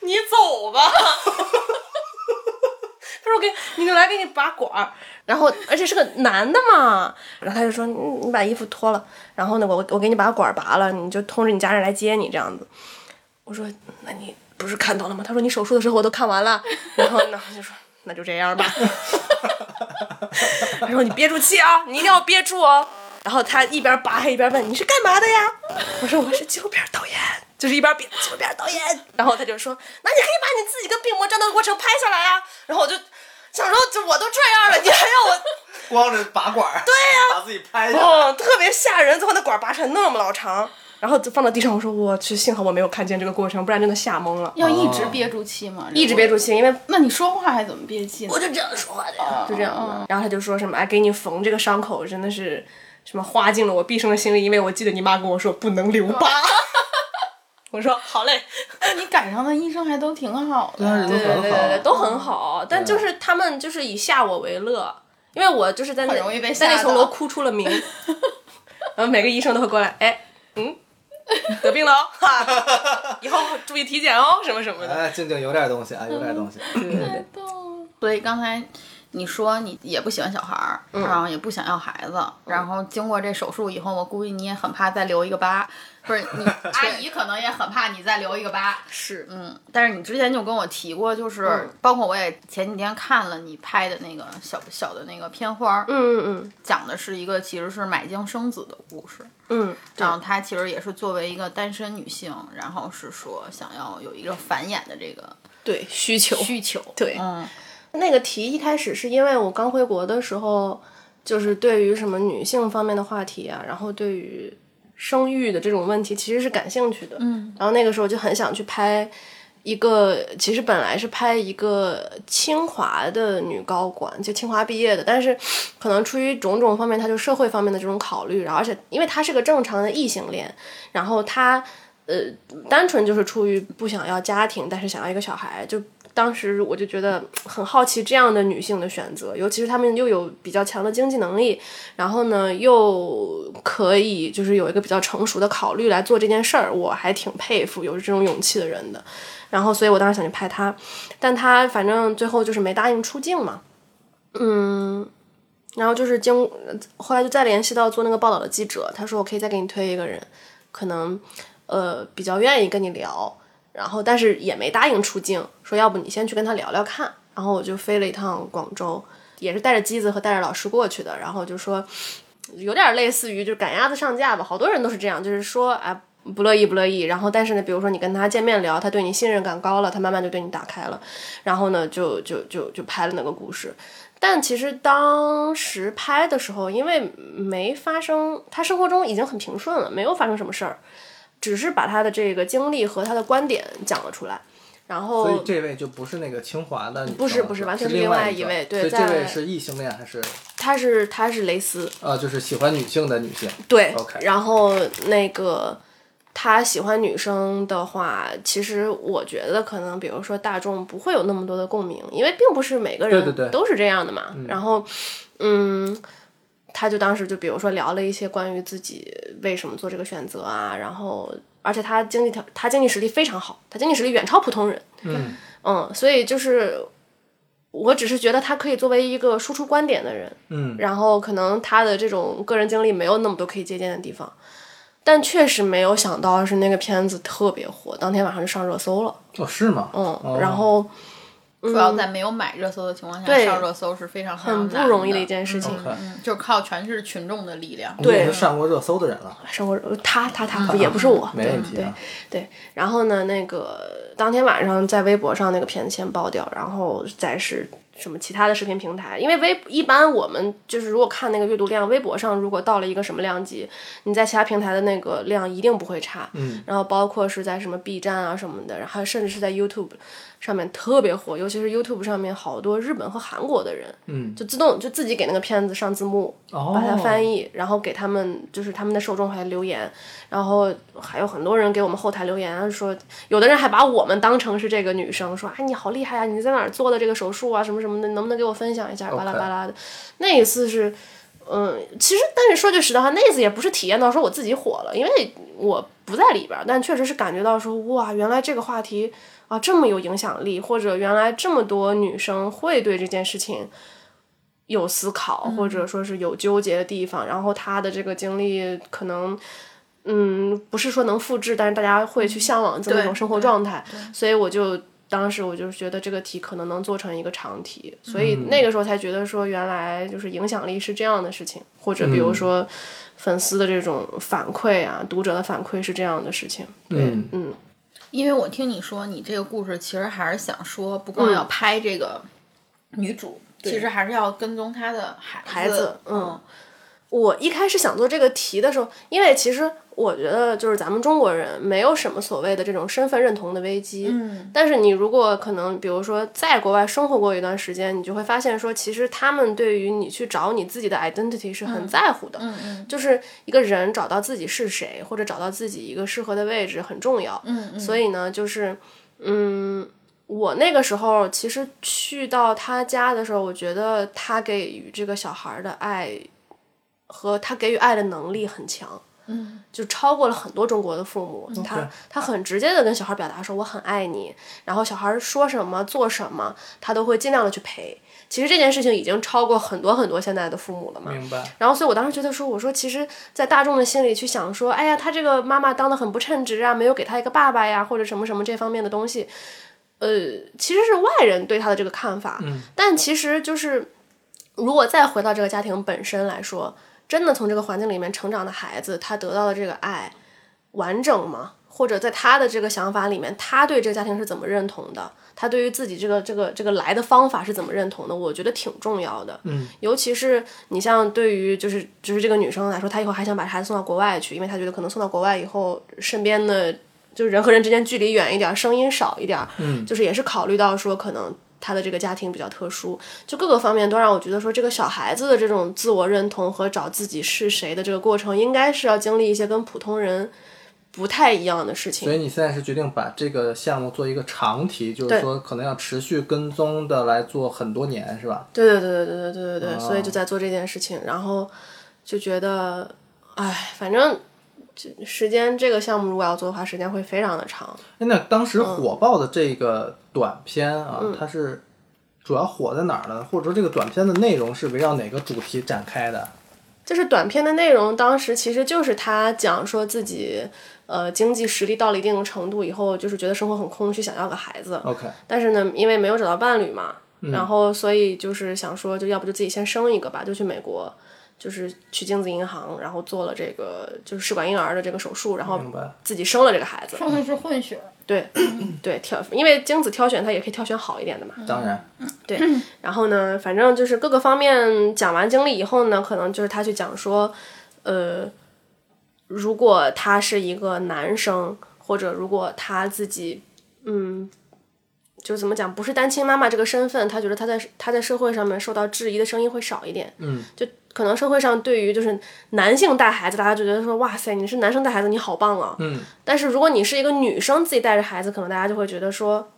A: 你走吧。” 他说：“我给你来给你拔管儿。”然后而且是个男的嘛，然后他就说：“你你把衣服脱了，然后呢，我我给你把管儿拔了，你就通知你家人来接你这样子。”我说：“那你不是看到了吗？”他说：“你手术的时候我都看完了。”然后呢，我就说：“那就这样吧。”他说：“你憋住气啊，你一定要憋住哦。”然后他一边拔还一边问：“你是干嘛的呀？”我说：“我是纪录片导演。”就是一边比纪录片导演，然后他就说：“那你可以把你自己跟病魔战斗的过程拍下来啊。”然后我就想说：“就我都这样了，你还要我哎
B: 光着拔 管儿，对
A: 啊
B: 呀、把自己拍下来，
A: 哦，特别吓人，最后那管儿拔出来那么老长，然后就放到地上。我说我去，幸好我没有看见这个过程，不然真的吓懵了。
C: 要一
B: 哦
C: 直憋住气吗？
A: 一直憋住气，因为
C: 那你说话还怎么憋气呢
A: 我？就这样说话的呀，就这样的。啊然后他就说什么，哎，给你缝这个伤口真的是什么花尽了我毕生的心力，因为我记得你妈跟我说不能留疤。 我说好嘞，
C: 那你赶上的医生还都挺好的。
B: 对啊人都
A: 对对
B: 很
A: 对
B: 好
A: 对对，都很好，但就是他们就是以吓我为乐，因为我就是在那
C: 很容易被吓
A: 在
C: 到
A: 那层楼哭出了名， 然后每个医生都会过来，哎，嗯，得病了哦，哈，以后注意体检哦，什么什么的。
B: 哎，静静有点东西
A: 嗯
B: 啊，有点东西，
C: 所以刚才你说你也不喜欢小孩儿，然后也不想要孩子，然后经过这手术以后，我估计你也很怕再留一个疤，不是你阿姨可能也很怕你再留一个疤。
A: 是，
C: 嗯，但是你之前就跟我提过，就是、包括我也前几天看了你拍的那个小小的那个片花，嗯，
A: 嗯嗯
C: 讲的是一个其实是买精生子的故事。
A: 嗯，
C: 然后她其实也是作为一个单身女性，然后是说想要有一个繁衍的这个
A: 对需求
C: 需求。
A: 对
C: 嗯，
A: 那个题一开始是因为我刚回国的时候，就是对于什么女性方面的话题啊，然后对于生育的这种问题其实是感兴趣的。嗯，然后那个时候就很想去拍一个，其实本来是拍一个清华的女高管，就清华毕业的，但是可能出于种种方面，她就社会方面的这种考虑，然后而且因为她是个正常的异性恋，然后她。呃，单纯就是出于不想要家庭，但是想要一个小孩，就当时我就觉得很好奇这样的女性的选择，尤其是她们又有比较强的经济能力，然后呢又可以就是有一个比较成熟的考虑来做这件事儿，我还挺佩服有这种勇气的人的。然后，所以我当时想去拍她，但她反正最后就是没答应出镜嘛，嗯。然后就是经，后来就再联系到做那个报道的记者，他说我可以再给你推一个人，可能呃比较愿意跟你聊，然后但是也没答应出镜，说要不你先去跟他聊聊看。然后我就飞了一趟广州，也是带着机子和带着老师过去的。然后就说有点类似于就是赶鸭子上架吧，好多人都是这样，就是说啊不乐意不乐意，然后但是呢，比如说你跟他见面聊，他对你信任感高了，他慢慢就对你打开了，然后呢就就就就拍了那个故事。但其实当时拍的时候，因为没发生，他生活中已经很平顺了，没有发生什么事儿，只是把他的这个经历和他的观点讲了出来。然
B: 所以
A: 后
B: 这位就不是那个清华的女生了，
A: 不是不是
B: 是吧
A: 完全
B: 是
A: 是另
B: 另
A: 外
B: 一
A: 一
B: 个
A: 位对
B: 所以这位
A: 在
B: 是异性恋还是
A: 他是他是蕾丝，
B: 啊？就是喜欢女性的女性。
A: 对
B: OK
A: 然后那个他喜欢女生的话，其实我觉得可能，比如说大众不会有那么多的共鸣，因为并不是每个
B: 对对对
A: 人都是这样的嘛。然后，嗯，他就当时就比如说聊了一些关于自己为什么做这个选择啊，然后而且他经济条他经济实力非常好，他经济实力远超普通人。
B: 嗯
A: 嗯，所以就是。我只是觉得他可以作为一个输出观点的人，
B: 嗯，
A: 然后可能他的这种个人经历没有那么多可以借鉴的地方，但确实没有想到是那个片子特别火，当天晚上就上热搜了。
B: 哦是吗？
A: 嗯，
B: 哦
A: 然后
C: 主要在没有买热搜的情况
A: 嗯
C: 下
A: 对
C: 上热搜是非常非常
A: 很不
C: 难
A: 容易的一件事情。
B: OK，
C: 嗯，就是靠全是群众的力量。
B: 你也
A: 对
B: 是上过热搜的人了，
A: 生活他他他也不是我，
B: 没问题
A: 对
B: 啊。
A: 对。然后呢，那个当天晚上在微博上那个片子先爆掉，然后再是什么其他的视频平台，因为微一般我们就是如果看那个阅读量，微博上如果到了一个什么量级，你在其他平台的那个量一定不会差。
B: 嗯，
A: 然后包括是在什么 B 站啊什么的，然后甚至是在 YouTube 上面特别火，尤其是 YouTube 上面好多日本和韩国的人，
B: 嗯，
A: 就自动就自己给那个片子上字幕，
B: 哦
A: 把它翻译，然后给他们就是他们的受众还留言，然后还有很多人给我们后台留言说，有的人还把我们当成是这个女生，说哎你好厉害啊，你在哪儿做的这个手术啊什么什么的，能不能给我分享一下？巴拉
B: OK
A: 巴拉的。那一次是，嗯，其实但是说句实在话，那一次也不是体验到说我自己火了，因为我不在里边儿，但确实是感觉到说哇，原来这个话题啊这么有影响力，或者原来这么多女生会对这件事情。有思考，或
C: 嗯
A: 者说是有纠结的地方，然后她的这个经历可能，嗯，不是说能复制，但是大家会去向往这么一种
C: 嗯对
A: 生活
C: 对
A: 状态，所以我就当时我就是觉得这个题可能能做成一个长题，所以那个时候才觉得说原来就是影响力是这样的事情，或者比如说粉丝的这种反馈啊，读者的反馈是这样的事情。对，
B: 嗯
A: 嗯
C: 因为我听你说，你这个故事其实还是想说，不光要
A: 嗯
C: 拍这个女主，其实还是要跟踪她的孩子
A: 孩子
C: 嗯
A: 嗯，我一开始想做这个题的时候，因为其实我觉得就是咱们中国人没有什么所谓的这种身份认同的危机，
C: 嗯
A: 但是你如果可能，比如说在国外生活过一段时间，你就会发现说，其实他们对于你去找你自己的 identity 是很在乎的，
C: 嗯嗯
A: 就是一个人找到自己是谁，或者找到自己一个适合的位置很重要。
C: 嗯嗯，
A: 所以呢，就是嗯，我那个时候其实去到他家的时候，我觉得他给予这个小孩儿的爱和他给予爱的能力很强，
C: 嗯
A: 就超过了很多中国的父母。他他很直接的跟小孩表达说我很爱你，然后小孩说什么做什么，他都会尽量的去陪。其实这件事情已经超过很多很多现在的父母了嘛。
B: 明白。
A: 然后，所以我当时觉得说，我说其实，在大众的心里去想说，哎呀，他这个妈妈当的很不称职啊，没有给他一个爸爸呀，或者什么什么这方面的东西，呃，其实是外人对他的这个看法。
B: 嗯
A: 但其实就是，如果再回到这个家庭本身来说，真的从这个环境里面成长的孩子，他得到的这个爱完整吗？或者在他的这个想法里面，他对这个家庭是怎么认同的？他对于自己这个这个这个来的方法是怎么认同的？我觉得挺重要的。
B: 嗯，
A: 尤其是你像对于就是就是这个女生来说，她以后还想把孩子送到国外去，因为她觉得可能送到国外以后，身边的就是人和人之间距离远一点，声音少一点，
B: 嗯
A: 就是也是考虑到说可能她的这个家庭比较特殊，就各个方面都让我觉得说这个小孩子的这种自我认同和找自己是谁的这个过程，应该是要经历一些跟普通人。不太一样的事情
B: 所。以你现在是决定把这个项目做一个长题，就是
A: 对
B: 说可能要持续跟踪的来做很多年，是吧？
A: 对对对对对对对对，
B: 哦
A: 所以就在做这件事情，然后就觉得，哎，反正这时间这个项目如果要做的话，时间会非常的长。
B: 哎那当时火爆的这个短片啊，它是主要火在哪儿呢？或者说这个短片的内容是围绕哪个主题展开的？
A: 就是短片的内容，当时其实就是他讲说自己，呃，经济实力到了一定的程度以后，就是觉得生活很空虚，想要个孩子。
B: OK，
A: 但是呢，因为没有找到伴侣嘛，
B: 嗯
A: 然后所以就是想说，就要不就自己先生一个吧，就去美国，就是去精子银行，然后做了这个就是试管婴儿的这个手术，然后
B: 明白。
A: 自己生了这个孩子。
C: 说的是混血，
A: 对对，挑因为精子挑选它也可以挑选好一点的嘛。
B: 当然，
A: 然后呢，反正就是各个方面讲完经历以后呢，可能就是他去讲说，呃，如果他是一个男生，或者如果他自己，嗯，就是怎么讲，不是单亲妈妈这个身份，他觉得他在他在社会上面受到质疑的声音会少一点。
B: 嗯，
A: 就可能社会上对于就是男性带孩子，大家就觉得说，哇塞，你是男生带孩子，你好棒啊。
B: 嗯，
A: 但是如果你是一个女生自己带着孩子，可能大家就会觉得说，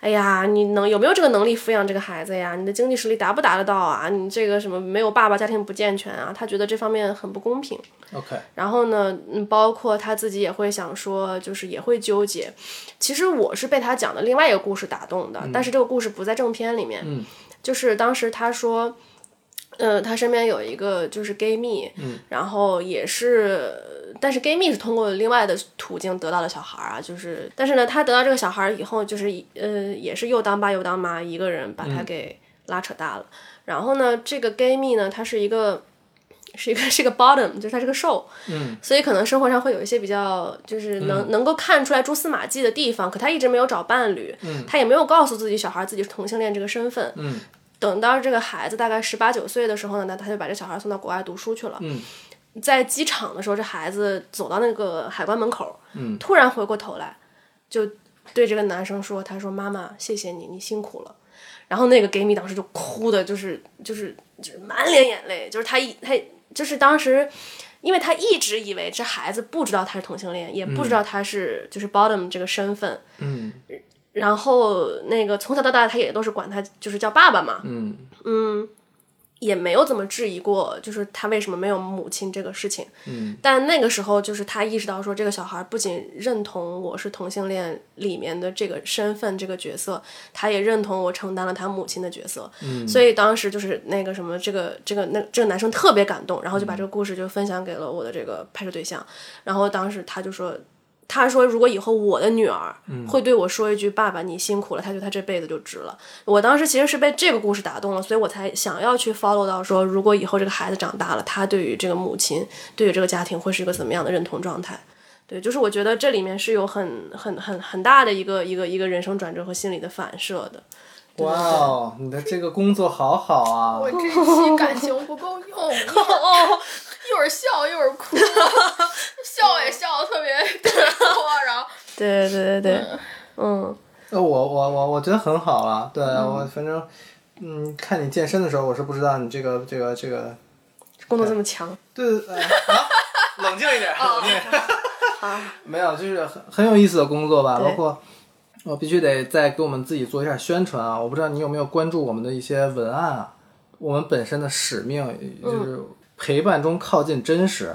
A: 哎呀，你能有没有这个能力抚养这个孩子呀？你的经济实力达不达得到啊？你这个什么没有爸爸，家庭不健全啊？他觉得这方面很不公平。
B: OK，
A: 然后呢，嗯，包括他自己也会想说，就是也会纠结。其实我是被他讲的另外一个故事打动的，但是这个故事不在正片里面。
B: 嗯
A: 就是当时他说，呃，他身边有一个就是 gay 蜜，然后也是，但是 gay 蜜是通过另外的途径得到的小孩儿啊，就是，但是呢，他得到这个小孩儿以后，就是一呃，也是又当爸又当妈，一个人把他给拉扯大了。然后呢，这个 gay 蜜呢，他是一个。是一个是一个 bottom，就是他是个瘦，
B: 嗯，
A: 所以可能生活上会有一些比较，就是能、能够看出来蛛丝马迹的地方。可他一直没有找伴侣，嗯，他也没有告诉自己小孩自己是同性恋这个身份，
B: 嗯
A: 等到这个孩子大概十八九岁的时候呢，那他就把这小孩送到国外读书去了。
B: 嗯
A: 在机场的时候，这孩子走到那个海关门口，
B: 嗯
A: 突然回过头来，就对这个男生说：“他说妈妈，谢谢你，你辛苦了。”然后那个 gay 蜜当时就哭的，就是就是就是满脸眼泪，就是他一他就是当时，因为他一直以为这孩子不知道他是同性恋，也不知道他是就是 bottom 这个身份，
B: 嗯
A: 然后那个从小到大他也都是管他就是叫爸爸嘛，
B: 嗯
A: 也没有怎么质疑过，就是他为什么没有母亲这个事情。
B: 嗯，
A: 但那个时候就是他意识到说，这个小孩不仅认同我是同性恋里面的这个身份这个角色，他也认同我承担了他母亲的角色。嗯，所以当时就是那个什么，这个这个那这个男生特别感动，然后就把这个故事就分享给了我的这个拍摄对象，然后当时他就说。他说：“如果以后我的女儿会对我说一句‘爸爸，你辛苦了’，他觉得他这辈子就值了。”我当时其实是被这个故事打动了，所以我才想要去 follow 到说，如果以后这个孩子长大了，他对于这个母亲、对于这个家庭会是一个怎么样的认同状态？对，就是我觉得这里面是有很很很很大的一个一个一个人生转折和心理的反射的。
B: 哇哦，你的这个工作好好啊！
C: 我这期感情不 够用，一会儿一会儿笑一会儿哭，笑也笑的特别 多，然后
A: 对对对对，嗯，
B: 呃，我我我我觉得很好了，对、我反正，嗯，看你健身的时候，我是不知道你这个这个这个，
A: 工作这么强，
B: 对，呃、啊，冷静一点，冷静一点，
A: 啊，
B: 没有，就是很很有意思的工作吧，
A: 对
B: 包括我必须得再给我们自己做一下宣传啊，我不知道你有没有关注我们的一些文案啊，我们本身的使命就是陪伴中靠近真实。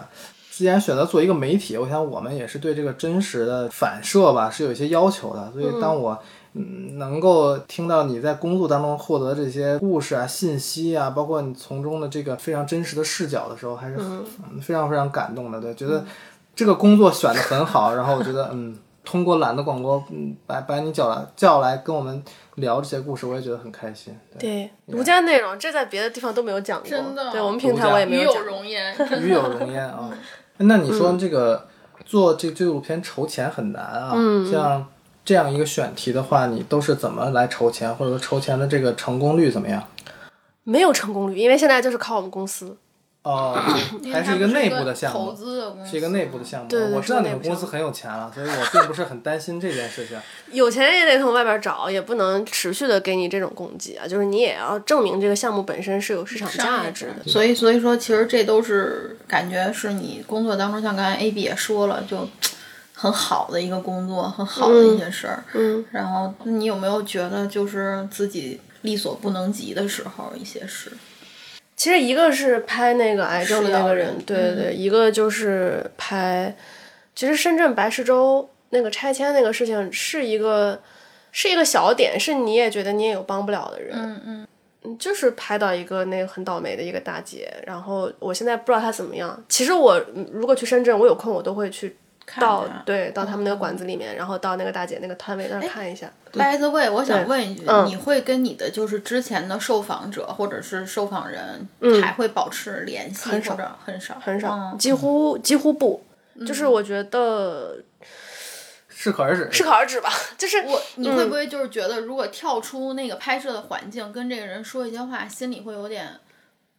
B: 既然选择做一个媒体，我想我们也是对这个真实的反射吧，是有一些要求的。所以当我嗯能够听到你在工作当中获得这些故事啊、信息啊，包括你从中的这个非常真实的视角的时候，还是很嗯非常非常感动的。对，觉得这个工作选的很好，然后我觉得嗯。通过懒得广播，嗯，把把你叫来叫来跟我们聊这些故事，我也觉得很开心。对
A: 对，独家内容这在别的地方都没有讲过，
C: 真的啊
A: 对我们平
B: 独
A: 台
B: 家
A: 我也没
C: 与
A: 有
C: 有
A: 讲过。
C: 容颜，
B: 与有容焉啊。那你说这个、做这纪录片筹钱很难啊？像这样一个选题的话，你都是怎么来筹钱，或者说筹钱的这个成功率怎么样？
A: 没有成功率，因为现在就是靠我们公司。
B: 哦，还是一个内部的项
C: 投
B: 目，
C: 资的公司，
B: 是一个内部的项目。
A: 对对对
B: 我知道你
A: 是
B: 们
A: 个内部
B: 公司很有钱啊了，所以我并不是很担心这件事情。
A: 有钱人也得从外边找，也不能持续的给你这种供给啊，就是你也要证明这个项目本身是有市场价值的。
C: 所以，所以说，其实这都是感觉是你工作当中，像刚才 A B 也说了，就很好的一个工作，很好的一些事儿。
A: 嗯，
C: 然后你有没有觉得就是自己力所不能及的时候一些事？
A: 其实一个是拍那个癌症的那个人，
C: 食药人
A: 对对对，一个就是拍，其实深圳白石洲那个拆迁那个事情是一个是一个小点，是你也觉得你也有帮不了的人，
C: 嗯嗯，
A: 就是拍到一个那个很倒霉的一个大姐，然后我现在不知道她怎么样。其实我嗯如果去深圳，我有空我都会去到
C: 看着嗯
A: 对到他们那个馆子里面，然后到那个大姐那个摊位
C: 哎
A: 那儿看一下。
C: By the way，我想问一句，
A: 嗯
C: 你会跟你的就是之前的受访者或者是受访人还会保持联系，
A: 嗯很少
C: 或者很少
A: 很少，
C: 嗯
A: 几乎几乎不，就是我觉得
B: 适可而止。
A: 适可而止吧， 就是
C: 我你
A: 嗯
C: 会不会就是觉得，如果跳出那个拍摄的环境，跟这个人说一些话，心里会有点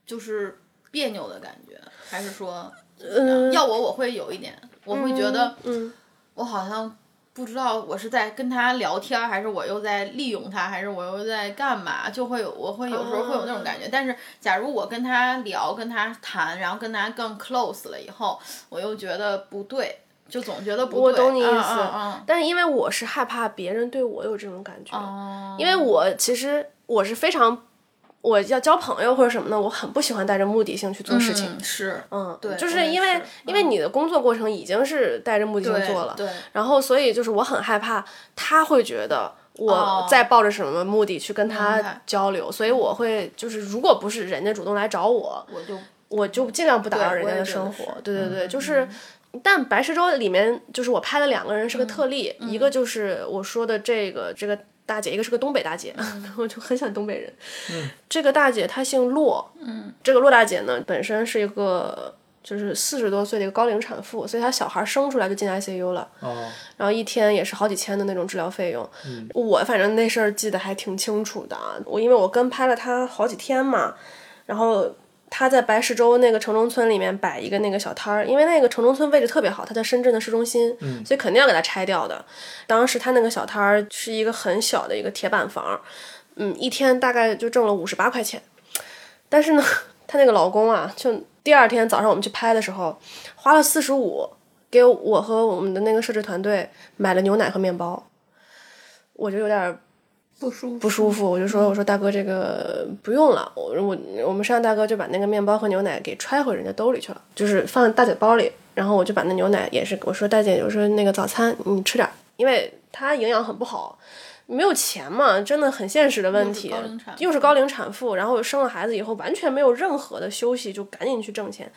C: 就是别扭的感觉？还是说，
A: 嗯
C: 要我我会有一点，我会觉得
A: 嗯
C: 我好像不知道我是在跟他聊天儿，还是我又在利用他，还是我又在干嘛？就会有我会有时候会有那种
A: 哦
C: 感觉。但是假如我跟他聊、跟他谈，然后跟他更 close 了以后，我又觉得不对，就总觉得不对。
A: 我懂你意思，
C: 嗯嗯
A: 但是因为我是害怕别人对我有这种感觉，
C: 嗯，
A: 因为我其实我是非常。我要交朋友或者什么呢？我很不喜欢带着目的性去做事情。
C: 嗯是
A: 嗯，
C: 对
A: 就
C: 我
A: 是
C: 也
A: 因为
C: 是嗯
A: 因为你的工作过程已经是带着目的性
C: 对
A: 做了，
C: 对。
A: 然后所以就是我很害怕他会觉得我
C: 哦
A: 在抱着什么目的去跟
C: 明
A: 他
C: 白
A: 交流，所以我会就是如果不是人家主动来找我，
C: 我就
A: 我就尽量不打扰
C: 对
A: 人
C: 我
A: 家
C: 也
A: 的
C: 觉
A: 生
C: 得
A: 活
C: 是。嗯
A: 对对对，就是。但白石洲里面，就是我拍的两个人
C: 嗯
A: 是个特例，一个就是我说的这个这个大姐，一个是个东北大姐，
C: 嗯
A: 我就很想东北人。这个大姐她姓骆，嗯，这个骆大姐呢本身是一个就是四十多岁的一个高龄产妇，所以她小孩生出来就进 ICU 了。
B: 哦，
A: 然后一天也是好几千的那种治疗费用。我反正那事儿记得还挺清楚的，啊我因为我跟拍了他好几天嘛，然后。他在白石洲那个城中村里面摆一个那个小摊儿，因为那个城中村位置特别好，它在深圳的市中心，所以肯定要给它拆掉的。当时他那个小摊儿是一个很小的一个铁板房，嗯，一天大概就挣了五十八块钱。但是呢，她那个老公啊，就第二天早上我们去拍的时候，花了四十五，给我和我们的那个摄制团队买了牛奶和面包，我就有点儿
C: 不舒服，
A: 不舒服，我就说我说大哥这个不用了，我我我们摄像大哥就把那个面包和牛奶给揣回人家兜里去了，就是放大姐包里，然后我就把那牛奶也是我说大姐我说那个早餐你吃点儿，因为她营养很不好。没有钱嘛，真的很现实的问题
C: 又是高龄产。妇
A: 又是高龄产妇，然后生了孩子以后完全没有任何的休息，就赶紧去挣钱。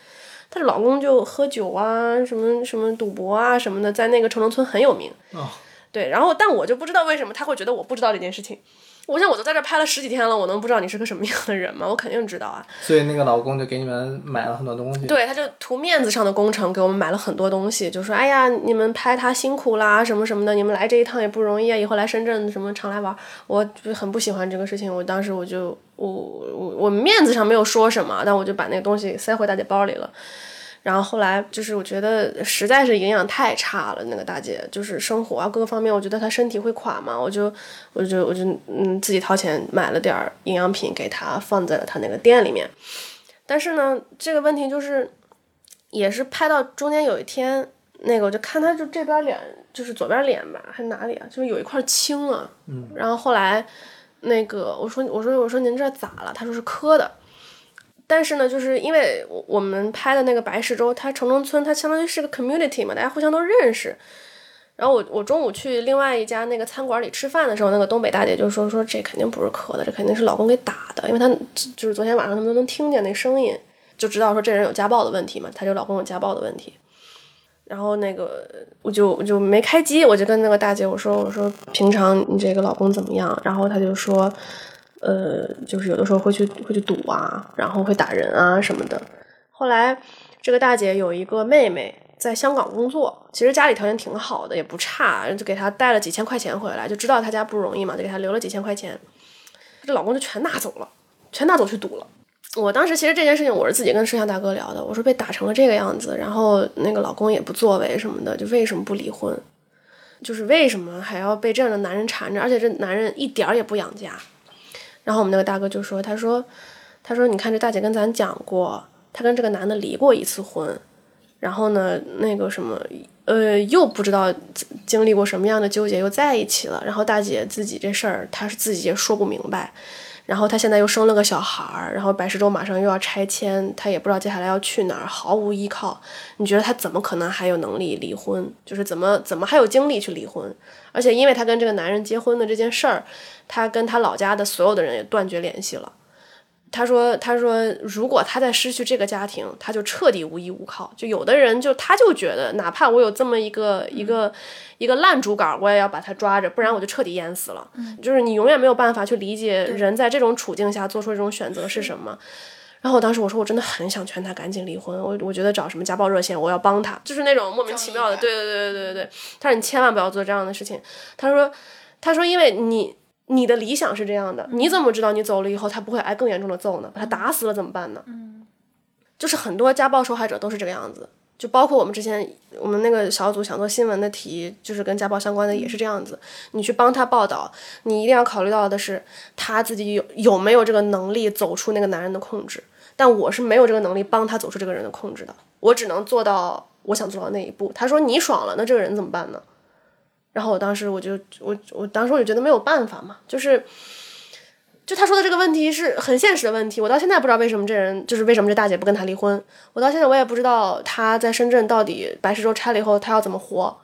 A: 她的老公就喝酒啊，什么什么赌博啊什么的，在那个城中村很有名。
B: 哦
A: 对，然后但我就不知道为什么他会觉得我不知道这件事情。我想我都在这拍了十几天了，我能不知道你是个什么样的人吗？我肯定知道啊。
B: 所以那个老公就给你们买了很多东西。
A: 对，他就图面子上的工程，给我们买了很多东西，就说：“哎呀，你们拍他辛苦啦，什么什么的，你们来这一趟也不容易啊，以后来深圳什么常来玩。”我就很不喜欢这个事情，我当时我就我我我面子上没有说什么，但我就把那个东西塞回大姐包里了。然后后来就是我觉得实在是营养太差了，那个大姐就是生活啊各个方面，我觉得她身体会垮嘛，我就我就我就嗯自己掏钱买了点儿营养品给她，放在了她那个店里面。但是呢，这个问题就是也是拍到中间有一天，那个我就看他就这边脸，就是左边脸吧，还是哪里啊，就是有一块青了。嗯。然后后来那个我说我说我说您这咋了？他说是磕的。但是呢，就是因为我我们拍的那个白石洲，它城中村，它相当于是个 community 嘛，大家互相都认识。然后我我中午去另外一家那个餐馆里吃饭的时候，那个东北大姐就说说这肯定不是磕的，这肯定是老公给打的，因为她就是昨天晚上他们都能听见那声音，就知道说这人有家暴的问题嘛，她这个老公有家暴的问题。然后那个我就我就没开机，我就跟那个大姐我说我说平常你这个老公怎么样？然后她就说，呃，就是有的时候会去会去赌啊，然后会打人啊什么的。后来这个大姐有一个妹妹在香港工作，其实家里条件挺好的，也不差，就给她带了几千块钱回来，就知道她家不容易嘛，就给她留了几千块钱。这老公就全拿走了，全拿走去赌了。我当时其实这件事情我是自己跟摄像大哥聊的，我说被打成了这个样子，然后那个老公也不作为什么的，就为什么不离婚？就是为什么还要被这样的男人缠着？而且这男人一点儿也不养家。然后我们那个大哥就说：“他说，他说，你看这大姐跟咱讲过，她跟这个男的离过一次婚，然后呢，那个什么，呃，又不知道经历过什么样的纠结，又在一起了。然后大姐自己这事儿，她是自己也说不明白。然后她现在又生了个小孩儿，然后白石洲马上又要拆迁，她也不知道接下来要去哪儿，毫无依靠。你觉得她怎么可能还有能力离婚？就是怎么怎么还有精力去离婚？而且因为她跟这个男人结婚的这件事儿，她跟她老家的所有的人也断绝联系了。他说：“他说，如果他再失去这个家庭，他就彻底无依无靠。就有的人就他就觉得，哪怕我有这么一个
C: 嗯
A: 一个一个烂竹竿，我也要把它抓着，不然我就彻底淹死了。
C: 嗯
A: 就是你永远没有办法去理解人在这种处境下做出这种选择是什么。”然后我当时我说我真的很想劝他赶紧离婚，我我觉得找什么家暴热线，我要帮他，就是那种莫名其妙的，
C: 正义
A: 对
C: 感
A: 对对对对对。他说你千万不要做这样的事情。他说他说因为你你的理想是这样的，你怎么知道你走了以后他不会挨更严重的揍呢？把他打死了怎么办呢？
C: 嗯，
A: 就是很多家暴受害者都是这个样子，就包括我们之前我们那个小组想做新闻的题，就是跟家暴相关的也是这样子。你去帮他报道，你一定要考虑到的是他自己有有没有这个能力走出那个男人的控制。但我是没有这个能力帮他走出这个人的控制的，我只能做到我想做到那一步。他说你爽了，那这个人怎么办呢？然后我当时我就我我当时我就觉得没有办法嘛，就是。就他说的这个问题是很现实的问题，我到现在不知道为什么这人就是为什么这大姐不跟他离婚，我到现在我也不知道他在深圳到底白石洲拆了以后他要怎么活。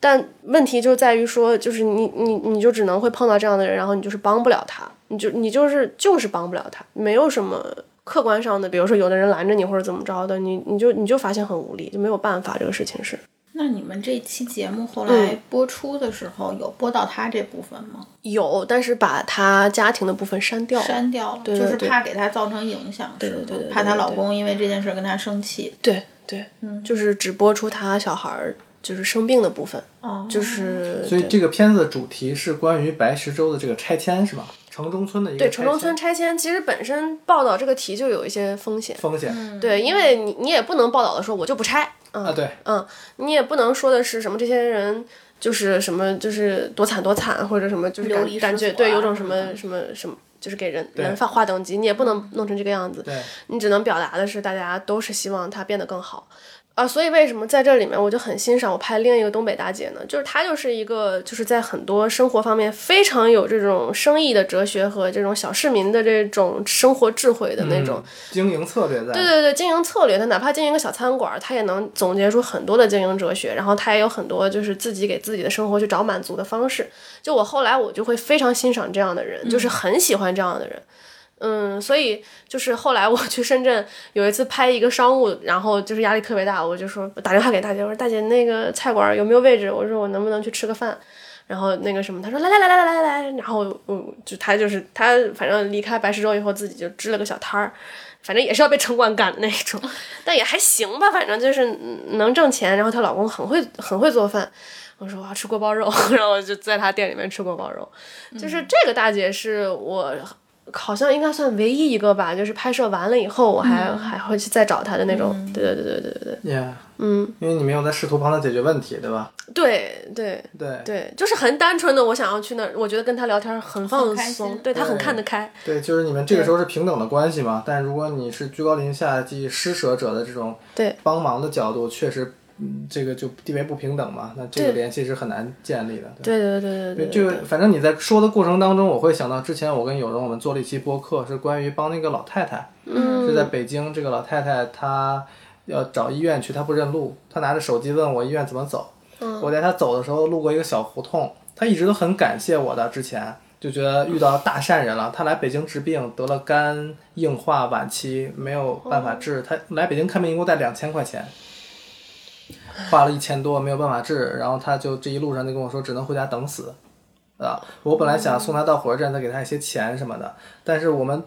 A: 但问题就在于说，就是你你你就只能会碰到这样的人，然后你就是帮不了他，你就你就是就是帮不了他，没有什么客观上的，比如说有的人拦着你或者怎么着的，你你就你就发现很无力，就没有办法这个事情是。
C: 那你们这期节目后来播出的时候，有播到他这部分吗？
A: 有，但是把他家庭的部分删掉了。
C: 删掉了，
A: 对
C: 就
A: 对
C: 是
A: 对
C: 怕给她造成影响，对
A: 对对对对
C: 怕她老
A: 对
C: 公因为这件事跟她生气，
A: 对对，嗯，就是只播出他小孩儿就是生病的部分，
C: 哦，
A: 就是
B: 所以
A: 对
B: 这个片子的主题是关于白石洲的这个拆迁是吧？城中村的一个
A: 对
B: 拆
A: 城中村
B: 迁
A: 拆迁，其实本身报道这个题就有一些风险，
B: 风险、
A: 对，因为你你也不能报道的说我就不拆，
B: 啊，对，
A: 嗯，你也不能说的是什么这些人就是什么就是多惨多惨，或者什么就是
C: 流离
A: 感
C: 失
A: 感觉
C: 所
A: 对
C: 啊
A: 有种什么
C: 嗯
A: 什么什么，就是给人
B: 对
A: 人发划等级，你也不能弄成这个样子。
B: 对
A: 你只能表达的是大家都是希望他变得更好。啊，所以为什么在这里面我就很欣赏我拍另一个东北大姐呢？就是她就是一个就是在很多生活方面非常有这种生意的哲学和这种小市民的这种生活智慧的那种。
B: 嗯经营策略在，
A: 对对对，经营策略，他哪怕经营个小餐馆儿，他也能总结出很多的经营哲学，然后他也有很多就是自己给自己的生活去找满足的方式。就我后来我就会非常欣赏这样的人，就是很喜欢这样的人。嗯，所以就是后来我去深圳有一次拍一个商务，然后就是压力特别大，我就说打电话给大姐，我说大姐那个菜馆儿有没有位置？我说我能不能去吃个饭？然后那个什么，他说来来来来来来来，然后嗯，就他就是他，反正离开白石洲以后，自己就支了个小摊儿，反正也是要被城管赶的那种，
C: 哦
A: 但也还行吧，反正就是嗯能挣钱。然后她老公很会很会做饭，我说我要吃锅包肉， 然后我就在她店里面吃锅包肉。
C: 嗯
A: 就是这个大姐是我好像应该算唯一一个吧，就是拍摄完了以后，我还、
C: 嗯
A: 还会去再找她的那种。对对对对对对
B: ，yeah,
A: 嗯，
B: 因为你没有在试图帮他解决问题，对吧？
A: 对对
B: 对
A: 对，就是很单纯的，我想要去那儿，我觉得跟她聊天很放
C: 很开
A: 松，
C: 心
A: 对她很
B: 对
A: 看得开。
B: 对，就是你们这个时候是平等的关系嘛，但如果你是居高临下、即施舍者的这种
A: 对
B: 帮忙的角度，确实，嗯，这个就地位不平等嘛，那这个
A: 对
B: 联系是很难建立的。对
A: 对对对对对对，
B: 这个反正你在说的过程当中，我会想到之前我跟有人我们做了一期播客，是关于帮那个老太太，
A: 嗯，
B: 是在北京，这个老太太她要找医院去，她不认路，她拿着手机问我医院怎么走。
A: 嗯
B: 我带她走的时候路过一个小胡同，她一直都很感谢我的，之前就觉得遇到大善人了。她来北京治病得了肝硬化晚期，没有办
A: 哦
B: 法治，她来北京看病一共带两千块钱。花了一千多没有办法治，然后她就这一路上就跟我说只能回家等死，啊，我本来想送她到火车站再给她一些钱什么的，但是我们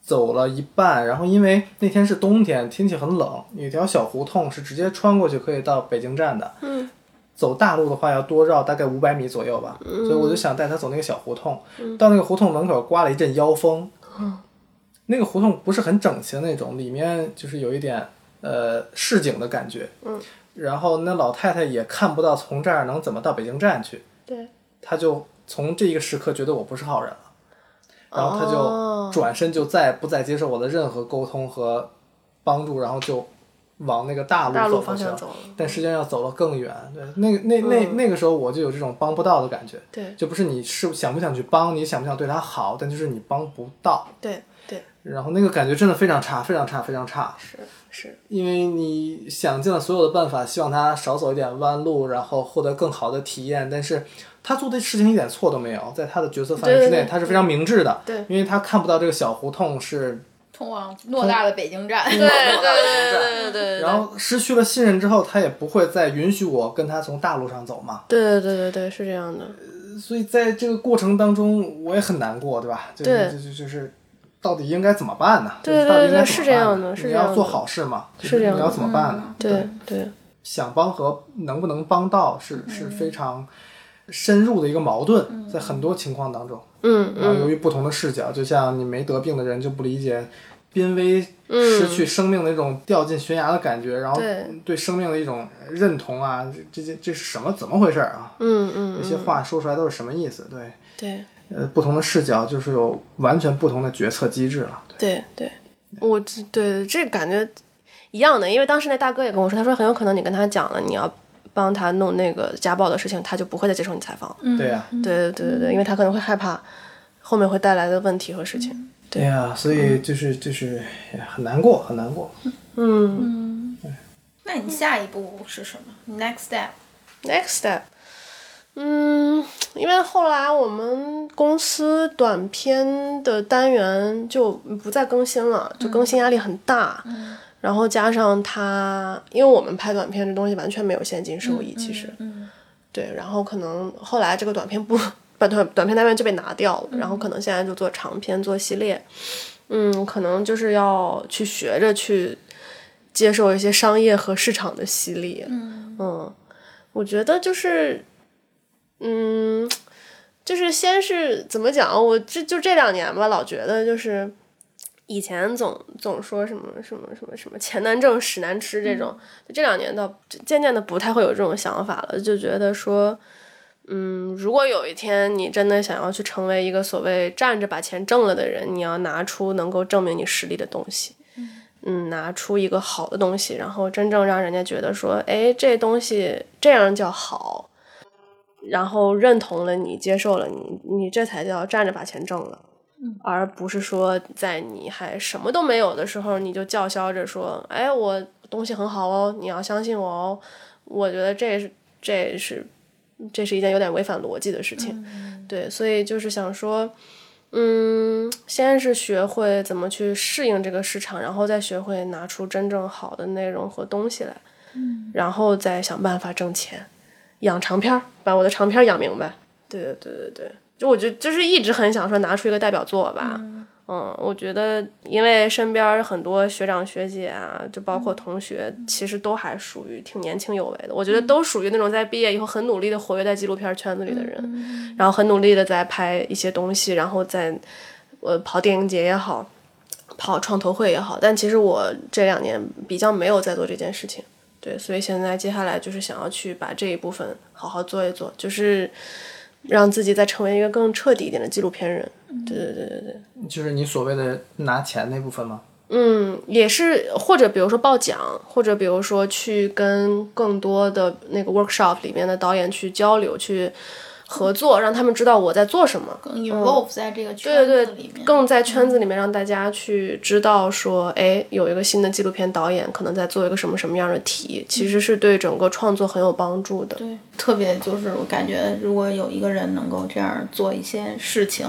B: 走了一半，然后因为那天是冬天，天气很冷，有一条小胡同是直接穿过去可以到北京站的。
A: 嗯，
B: 走大路的话要多绕大概五百米左右吧，所以我就想带他走那个小胡同。到那个胡同门口刮了一阵妖风，那个胡同不是很整齐的那种，里面就是有一点呃市井的感觉。嗯，然后那老太太也看不到从这儿能怎么到北京站去，
A: 对，
B: 她就从这一个时刻觉得我不是好人了。然后他
A: 哦
B: 就转身就再不再接受我的任何沟通和帮助，然后就往那个大
A: 大
B: 走
A: 陆
B: 过
A: 方
B: 去
A: 向
B: 了
A: 走嗯了。
B: 但实际上要走了更远。对，那个那那那个时候我就有这种帮不到的感觉，
A: 对
B: 就不是你是想不想去帮，你想不想对他好，但就是你帮不到。
A: 对对，
B: 然后那个感觉真的非常差，非常差，非常差。
A: 是是，
B: 因为你想尽了所有的办法，希望他少走一点弯路，然后获得更好的体验。但是他做的事情一点错都没有，在他的角色范围之
A: 对对
B: 内，
A: 对
B: 他是非常明智的。
A: 对
B: 因为他看不到这个小胡同是
C: 通往
A: 嗯
C: 偌大的北京站。
A: 对
B: 对
A: 对
B: 对
A: 对
B: 对
A: 对对对，
B: 然后失去了信任之后，他也不会再允许我跟他从大路上走嘛。
A: 对对对对对是这样的，
B: 所以在这个过程当中，我也很难过，对吧？就
A: 对
B: 就就就是，到底应该怎么办呢？
A: 对
B: 就是到底
A: 对
B: 应该
A: 对
B: 怎
A: 是
B: 么
A: 这样
B: 办呢
A: 的是
B: 你
A: 这样
B: 要
A: 的
B: 做好事嘛，就是
A: 这样
B: 你要
A: 的嗯
B: 怎么办呢？
A: 对对
B: 想帮和能不能帮到是是非常深入的一个矛盾，在很多情况当中，
A: 嗯
B: 然后
A: 嗯
B: 由于不同的视角，就像你没得病的人就不理解濒危失去生命的那种掉进悬崖的感觉，然后
A: 对
B: 对生命的一种认同啊，这这这是什么怎么回事儿啊？
A: 嗯嗯
B: 这些话说出来都是什么意思？对，
A: 对。
B: 呃，不同的视角就是有完全不同的决策机制了。
A: 对对，我这对这感觉一样的，因为当时那大哥也跟我说，他说很有可能你跟他讲了，你要帮他弄那个家暴的事情，他就不会再接受你采访了。
B: 对
C: 嗯
B: 啊对呀、
A: 嗯对对对对对，因为他可能会害怕后面会带来的问题和事情。
B: 对呀、所以就是就是哎很难过，很难过。
A: 嗯
D: 那你下一步是什么你？Next step？
A: ，next step，嗯，因为后来我们公司短片的单元就不再更新了，就
D: 嗯
A: 更新压力很大。然后加上他，因为我们拍短片这东西完全没有现金收益，其实，
D: 嗯，
A: 对，然后可能后来这个短片部短短短片单元就被拿掉了，然后可能现在就做长片做系列，嗯，可能就是要去学着去接受一些商业和市场的洗礼，嗯我觉得就是，嗯，就是先是怎么讲，我这就这两年吧，老觉得就是。以前总总说什么什么什么什么钱难挣屎难吃这种，这两年倒渐渐的不太会有这种想法了，就觉得说，嗯，如果有一天你真的想要去成为一个所谓站着把钱挣了的人，你要拿出能够证明你实力的东西，嗯，拿出一个好的东西，然后真正让人家觉得说，哎，这东西这样叫好，然后认同了你，接受了你，你这才叫站着把钱挣了。而不是说在你还什么都没有的时候，你就叫嚣着说：“哎，我东西很好哦，你要相信我哦。”我觉得这是这是这是一件有点违反逻辑的事情。对，所以就是想说，嗯，先是学会怎么去适应这个市场，然后再学会拿出真正好的内容和东西来，然后再想办法挣钱，养长片儿，把我的长片儿养明白。对对对对对，就我觉得就是一直很想说拿出一个代表作吧。嗯我觉得因为身边儿很多学长学姐啊，就包括同学，其实都还属于挺年轻有为的。我觉得都属于那种在毕业以后很努力的活跃在纪录片圈子里的人，然后很努力的在拍一些东西，然后在呃跑电影节也好，跑创投会也好。但其实我这两年比较没有在做这件事情。对，所以现在接下来就是想要去把这一部分好好做一做，就是让自己再成为一个更彻底一点的纪录片人。对对对对对，
B: 就是你所谓的拿钱那部分吗？
A: 嗯，也是或者比如说报奖，或者比如说去跟更多的那个 workshop 里面的导演去交流去。合作，让他们知道我在做什么。
D: 更 involve 在这个圈子
A: 对对
D: 里面，
A: 对，更在圈子里面让大家去知道说，哎，有一个新的纪录片导演可能在做一个什么什么样的题，其实是对整个创作很有帮助的。
D: 对，特别就是我感觉，如果有一个人能够这样做一些事情，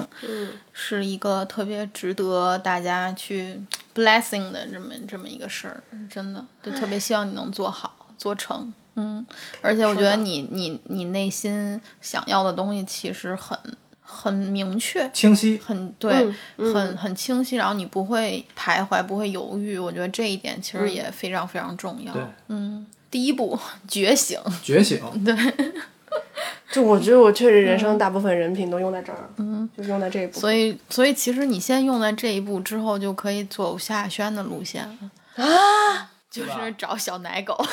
C: 是一个特别值得大家去 blessing 的这么这么一个事儿，真的，就特别希望你能做好做成。嗯，而且我觉得你你你内心想要的东西其实很很明确，
B: 清晰，
C: 很对，很很清晰，然后你不会徘徊，不会犹豫。我觉得这一点其实也非常非常重要。
B: 对
C: 嗯，第一步觉醒，
B: 觉 醒。
A: 就我觉得我确实人生大部分人品都用在这儿，嗯，就是用在这一步。
C: 所以所以其实你先用在这一步之后，就可以走夏轩的路线了啊，就是找小奶狗。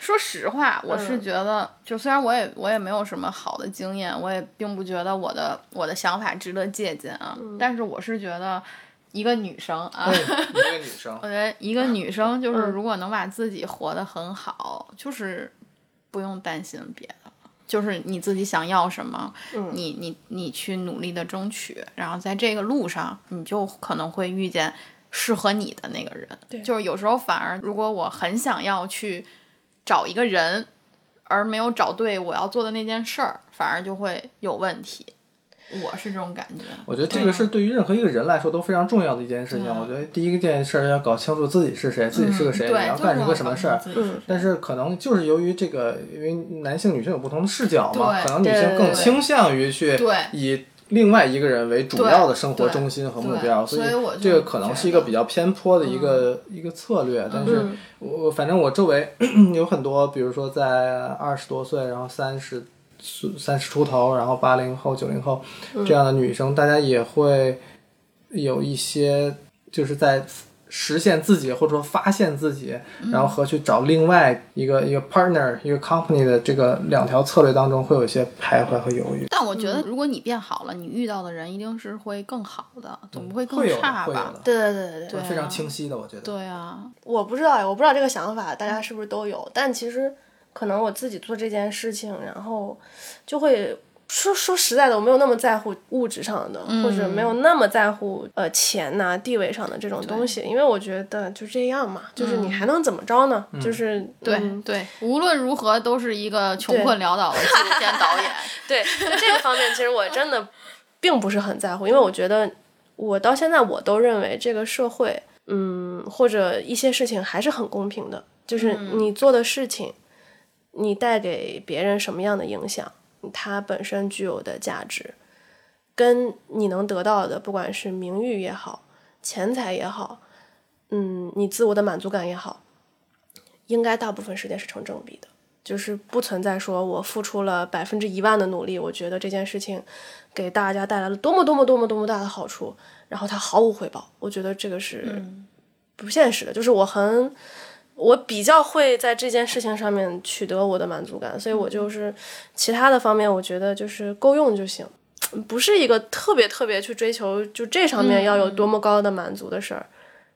C: 说实话，我是觉得，就虽然我也我也没有什么好的经嗯验，我也并不觉得我的我的想法值得借鉴啊，但是我是觉得。一个女生啊。
B: 一个女生
C: 我觉得一个女生就是如果能把自己活得很好，就是不用担心别的，就是你自己想要什么，你你你去努力的争取，然后在这个路上，你就可能会遇见适合你的那个人。
A: 对
C: 就是有时候反而如果我很想要去找一个人，而没有找对我要做的那件事儿，反而就会有问题。 我是这种感觉。啊
B: 我觉得这个是对于任何一个人来说都非常重要的一件事情。我觉得第一件事儿要搞清楚自己是谁，自己是个谁，
C: 嗯对
B: 你要
C: 就是
B: 干一
C: 要
B: 个什么
C: 搞
B: 事
C: 清
B: 儿
C: 自。己是
A: 嗯，
B: 但是可能就是由于这个，因为男性女性有不同的视角嘛，
C: 对
B: 可能女
A: 对
B: 性
A: 对
B: 更
A: 对
B: 倾向于去
C: 对
B: 以另外一个人为主
C: 对
B: 要的生活
C: 对
B: 中心和
C: 对
B: 目标，
C: 所以我就嗯
B: 这个可能是一个
C: 觉得
B: 比较偏颇的一个一个策略。但是
A: 嗯
B: 我反正我周围 有很多，比如说在二十多岁，然后三十岁、三十出头，然后八零后、九零后这样的女生，大家也会有一些就是在实现自己或者说发现自己，
A: 嗯
B: 然后和去找另外一个一个 partner 一个 company 的这个两条策略当中，会有一些徘徊和犹豫。
C: 但我觉
A: 嗯
C: 得，如果你变好了，你遇到的人一定是会更好的，总不会
B: 嗯
C: 更
B: 会有的
C: 差
B: 会有
C: 吧
B: 的？
A: 对对对对对
C: 对啊
B: 非常清晰的，我觉得。
C: 对啊，
A: 我不知道呀，我不知道这个想法大家是不是都有，但其实可能我自己做这件事情，然后就会说说实在的，我没有那么在乎物质上的，或者没有那么在乎呃钱呐、地位上的这种东西，因为我觉得就这样嘛，就是你还能怎么着呢？就是
C: 对、
A: 嗯
C: 对，无论如何都是一个穷困潦 倒的纪录片导演。
A: 对，就这个方面，其实我真的并不是很在乎，因为我觉得我到现在我都认为这个社会，嗯，或者一些事情还是很公平的，就是你做的事情，你带给别人什么样的影响，它本身具有的价值，跟你能得到的，不管是名誉也好，钱财也好，嗯，你自我的满足感也好，应该大部分时间是成正比的。就是不存在说我付出了百分之一万的努力，我觉得这件事情给大家带来了多么多么多么多么大的好处，然后它毫无回报，我觉得这个是不现实的。就是我很，我比较会在这件事情上面取得我的满足感，所以我就是其他的方面，我觉得就是够用就行，不是一个特别特别去追求就这上面要有多么高的满足的事儿。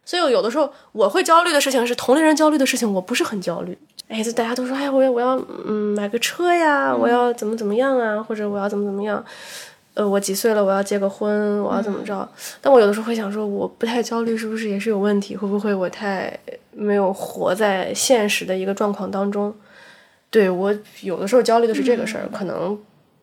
A: 所以有的时候我会焦虑的事情是同龄人焦虑的事情，我不是很焦虑。哎，就大家都说，哎，我要我要嗯买个车呀，我要怎么怎么样啊，或者我要怎么怎么样。呃，我几岁了，我要结个婚，我要怎
D: 嗯
A: 么着？但我有的时候会想说，我不太焦虑是不是也是有问题？会不会我太没有活在现实的一个状况当中？对我有的时候焦虑的是这个事儿，可能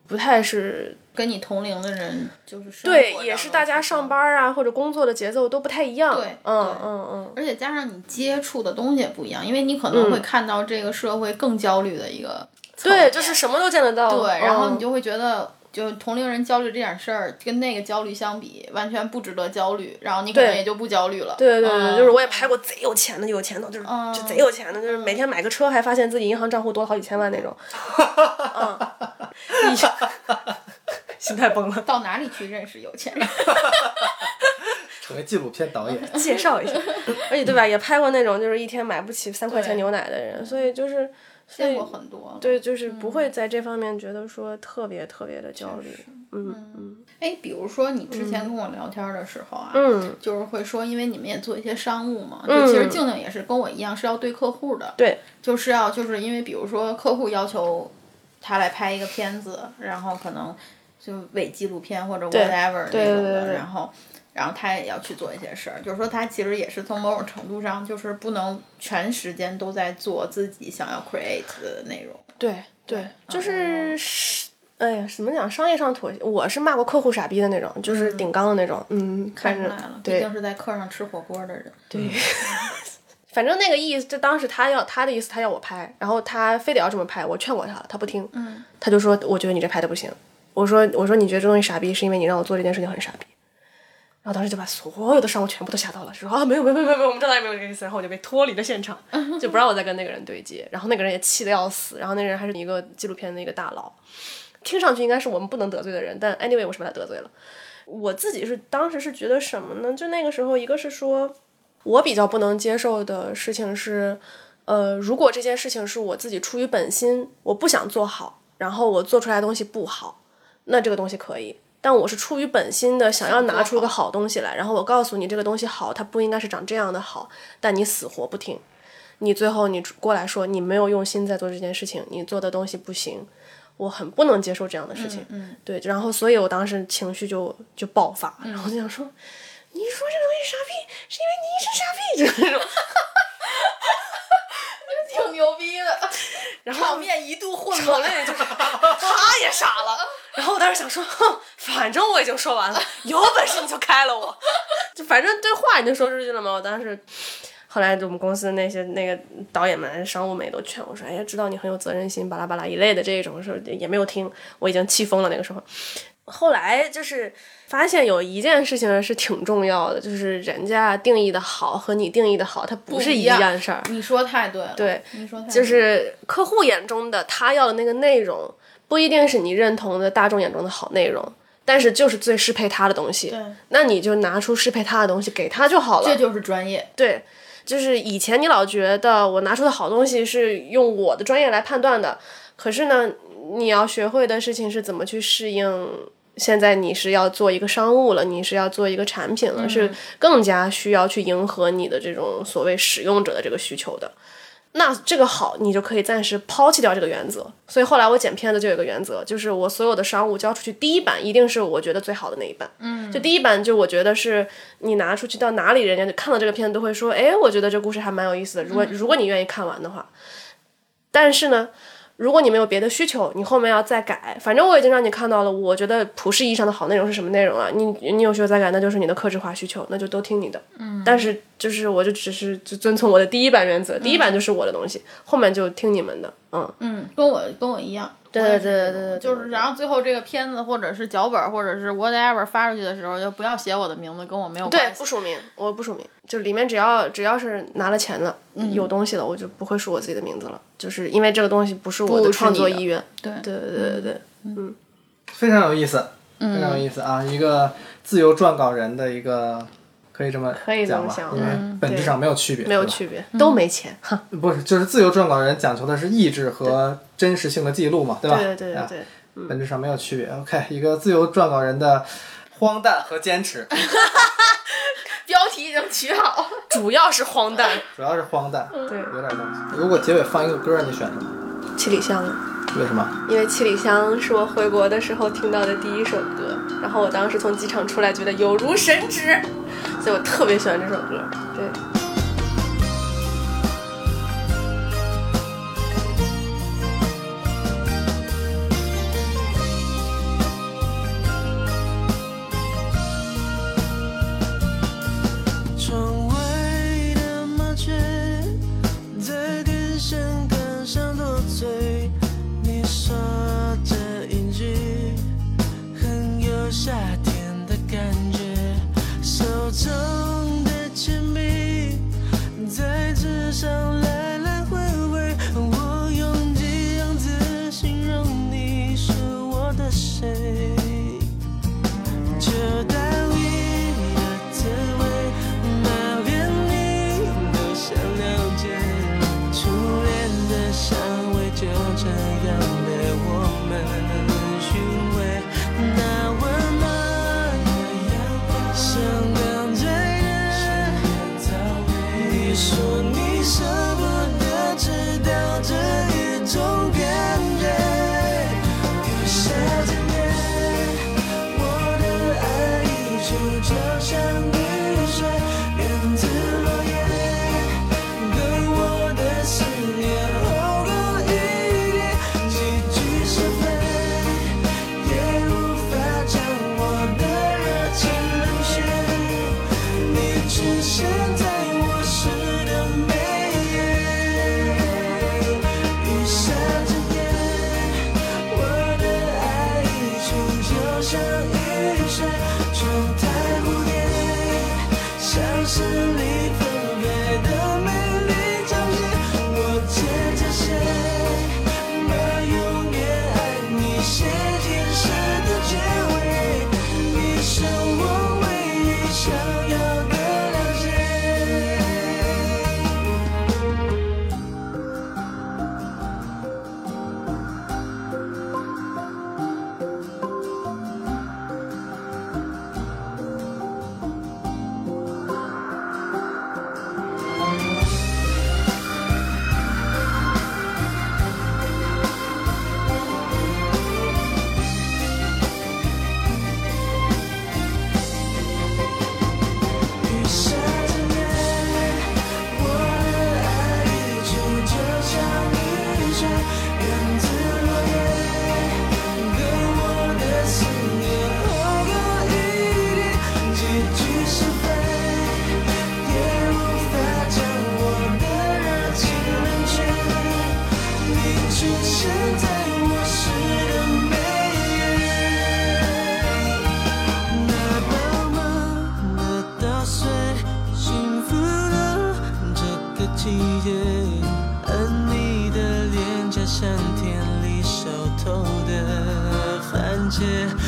A: 不太是
D: 嗯跟你同龄的人就是生
A: 对
D: 活，
A: 也
D: 当
A: 是
D: 中
A: 大家上，班啊或者工作的节奏都不太一样。
D: 对
A: 嗯
D: 对
A: 嗯嗯，
D: 而且加上你接触的东西也不一样，因为你可能会看到这个社会更焦虑的一个层面，
A: 对，就是什么都见得到。
D: 对，然后
A: 嗯
D: 你就会觉得，就同龄人焦虑这点事儿，跟那个焦虑相比，完全不值得焦虑，然后你可能
A: 对
D: 也就不焦虑了。
A: 对对对，
D: 嗯
A: 就是我也拍过贼有钱的，有钱的，就是、就贼有钱的，就是每天买个车还发现自己银行账户多了好几千万那 种。 嗯，心态崩了。
D: 到哪里去认识有钱 人？
B: 成为纪录片导演，
A: 介绍一下，而且对吧，也拍过那种就是一天买不起三块钱
D: 对
A: 牛奶的人，所以就是所
D: 见
A: 以
D: 过很多。
A: 对，就是不会在这方面觉得说特别特别的焦虑
D: 确实。
A: 嗯嗯
D: 哎，比如说你之前跟我聊天的时候啊，
A: 嗯，
D: 就是会说，因为你们也做一些商务嘛，
A: 嗯
D: 就其实静静也是跟我一样是要对客户的，
A: 对，
D: 就是要就是因为比如说客户要求他来拍一个片子，然后可能就伪纪录片或者
A: 对
D: whatever 那种的，
A: 对对对对
D: 然后然后他也要去做一些事儿，就是说他其实也是从某种程度上就是不能全时间都在做自己想要 create 的内容，
A: 对对，
D: 嗯
A: 就是是。哎呀，怎么讲？商业上妥协，我是骂过客户傻逼的那种，就是顶缸的那种。嗯，看
D: 出
A: 着
D: 来了，毕
A: 对
D: 竟是在课上吃火锅的人，
A: 对， 反正那个意思，就当时他要他的意思，他要我拍，然后他非得要这么拍，我劝过他了，他不听，
D: 嗯
A: 他就说我觉得你这拍的不行，我说我说你觉得这东西傻逼，是因为你让我做这件事情很傻逼。然后当时就把所有的商务全部都吓到了，说啊没有没有没有没有，我们这当然没有这个意思。然后我就被脱离了现场，就不让我再跟那个人对接。然后那个人也气得要死，然后那个人还是一个纪录片的一个大佬，听上去应该是我们不能得罪的人，但 anyway 我是把他得罪了。我自己是当时是觉得什么呢？就那个时候，一个是说我比较不能接受的事情是，呃，如果这件事情是我自己出于本心，我不想做好，然后我做出来的东西不好，那这个东西可以。但我是出于本心的想要拿出一个好东西来，然后我告诉你这个东西好，它不应该是长这样的好，但你死活不听，你最后你过来说你没有用心在做这件事情，你做的东西不行，我很不能接受这样的事情，
D: 嗯
A: 对，然后所以我当时情绪就就爆发，然后就想说，你说这个东西傻逼，是因为你是傻逼，就是这种。
D: 挺牛逼的，
A: 然后
D: 场面一度混
A: 我
D: 乱。
A: 泪就是， 他也傻了。然后我当时想说，哼，反正我已经说完了，有本事你就开了我， 就反正这话已经说出去了嘛。我当时，嗯后来就我们公司的那些那个导演们、商务们也都劝我说，哎呀，知道你很有责任心，巴拉巴拉一类的这种事也没有听，我已经气疯了那个时候。后来就是发现有一件事情是挺重要的，就是人家定义的好和你定义的好，它不是
D: 一
A: 一
D: 样
A: 样事儿。
D: 你说太对了，
A: 对
D: 你说太对了
A: 就是客户眼中的他要的那个内容，不一定是你认同的大众眼中的好内容，但是就是最适配他的东西
D: 对。，
A: 那你就拿出适配他的东西给他就好
D: 这
A: 了。
D: 就是专业。
A: 对，就是以前你老觉得我拿出的好东西是用我的专业来判断的，可是呢，你要学会的事情是怎么去适应。现在你是要做一个商务了，你是要做一个产品了，是更加需要去迎合你的这种所谓使用者的这个需求的。那这个好，你就可以暂时抛弃掉这个原则。所以后来我剪片子就有一个原则，就是我所有的商务交出去，第一版一定是我觉得最好的那一版。嗯，就第一版就我觉得是你拿出去到哪里，人家就看到这个片子都会说，哎，我觉得这故事还蛮有意思的。如果、如果你愿意看完的话，但是呢。如果你没有别的需求，你后面要再改。反正我已经让你看到了，我觉得普世意义上的好内容是什么内容啊？你你有需要再改，那就是你的克制化需求，那就都听你的。嗯。但是就是我就只是就遵从我的第一版原则，第一版就是我的东西，后面就听你们的。嗯，
D: 嗯，跟我跟我一样。
A: 对
D: 我也是
A: 对
D: 这种
A: 对对
D: 就是
C: 然后最后这个片子或者是脚本或者是 whatever 发出去的时候，就不要写我的名字，跟我没有
A: 对
C: 关，系。
A: 不署名，我不署名，就里面只要只要是拿了钱了，有东西了，我就不会署我自己的名字了，就是因为这个东西不是我
C: 不
A: 的嗯
C: 是
A: 创作
C: 你的
A: 意愿。
D: 对
A: 对对对对对。
B: 非常有意思，
A: 嗯
B: 非常有意思啊！一个自由撰稿人的一个，可以这么
A: 以这
B: 讲
A: 么
B: 吧，
A: 讲
B: 因为本质上没有区别，
A: 没有
B: 对吧
A: 区别，都没钱。嗯哈，
B: 不是，就是自由撰稿人讲求的是意志和真实性的记录嘛，对吧？
A: 对对对对
B: 啊
A: 对。
B: 本质上没有区别。OK，一个自由撰稿人的荒诞和坚持，
D: 标题已经取好了。
A: 主要是荒诞，
B: 主要是荒诞，
A: 对，
B: 有点东西。如果结尾放一个歌，你选什么？
A: 七里香，
B: 为什么？
A: 因为七里香是我回国的时候听到的第一首歌，然后我当时从机场出来觉得有如神指，所以我特别喜欢这首歌。对，
E: 窗外的麻雀在电线杆上多嘴，你说这一句很有夏天的感觉。手中的铅笔在纸上来来回回，我用几样字形容你是我的谁？秋大雨的滋味，麻烦你多想了解。初恋的香味就这样被我们寻味，那温暖的阳光像刚醉的早你说你舍不得，知道这一种感觉。雨下着夜，我的爱依旧就像雨水，源自落叶，跟我的思念厚厚一叠，几句是非也无法将我的热情冷却。你出现在我诗的每页，雨下着夜。我的爱依旧就像雨水冲淡蝴蝶，像是你分别的美丽章节。我借着写，把永远爱你写进诗的结尾。你是我唯一想要的了解。界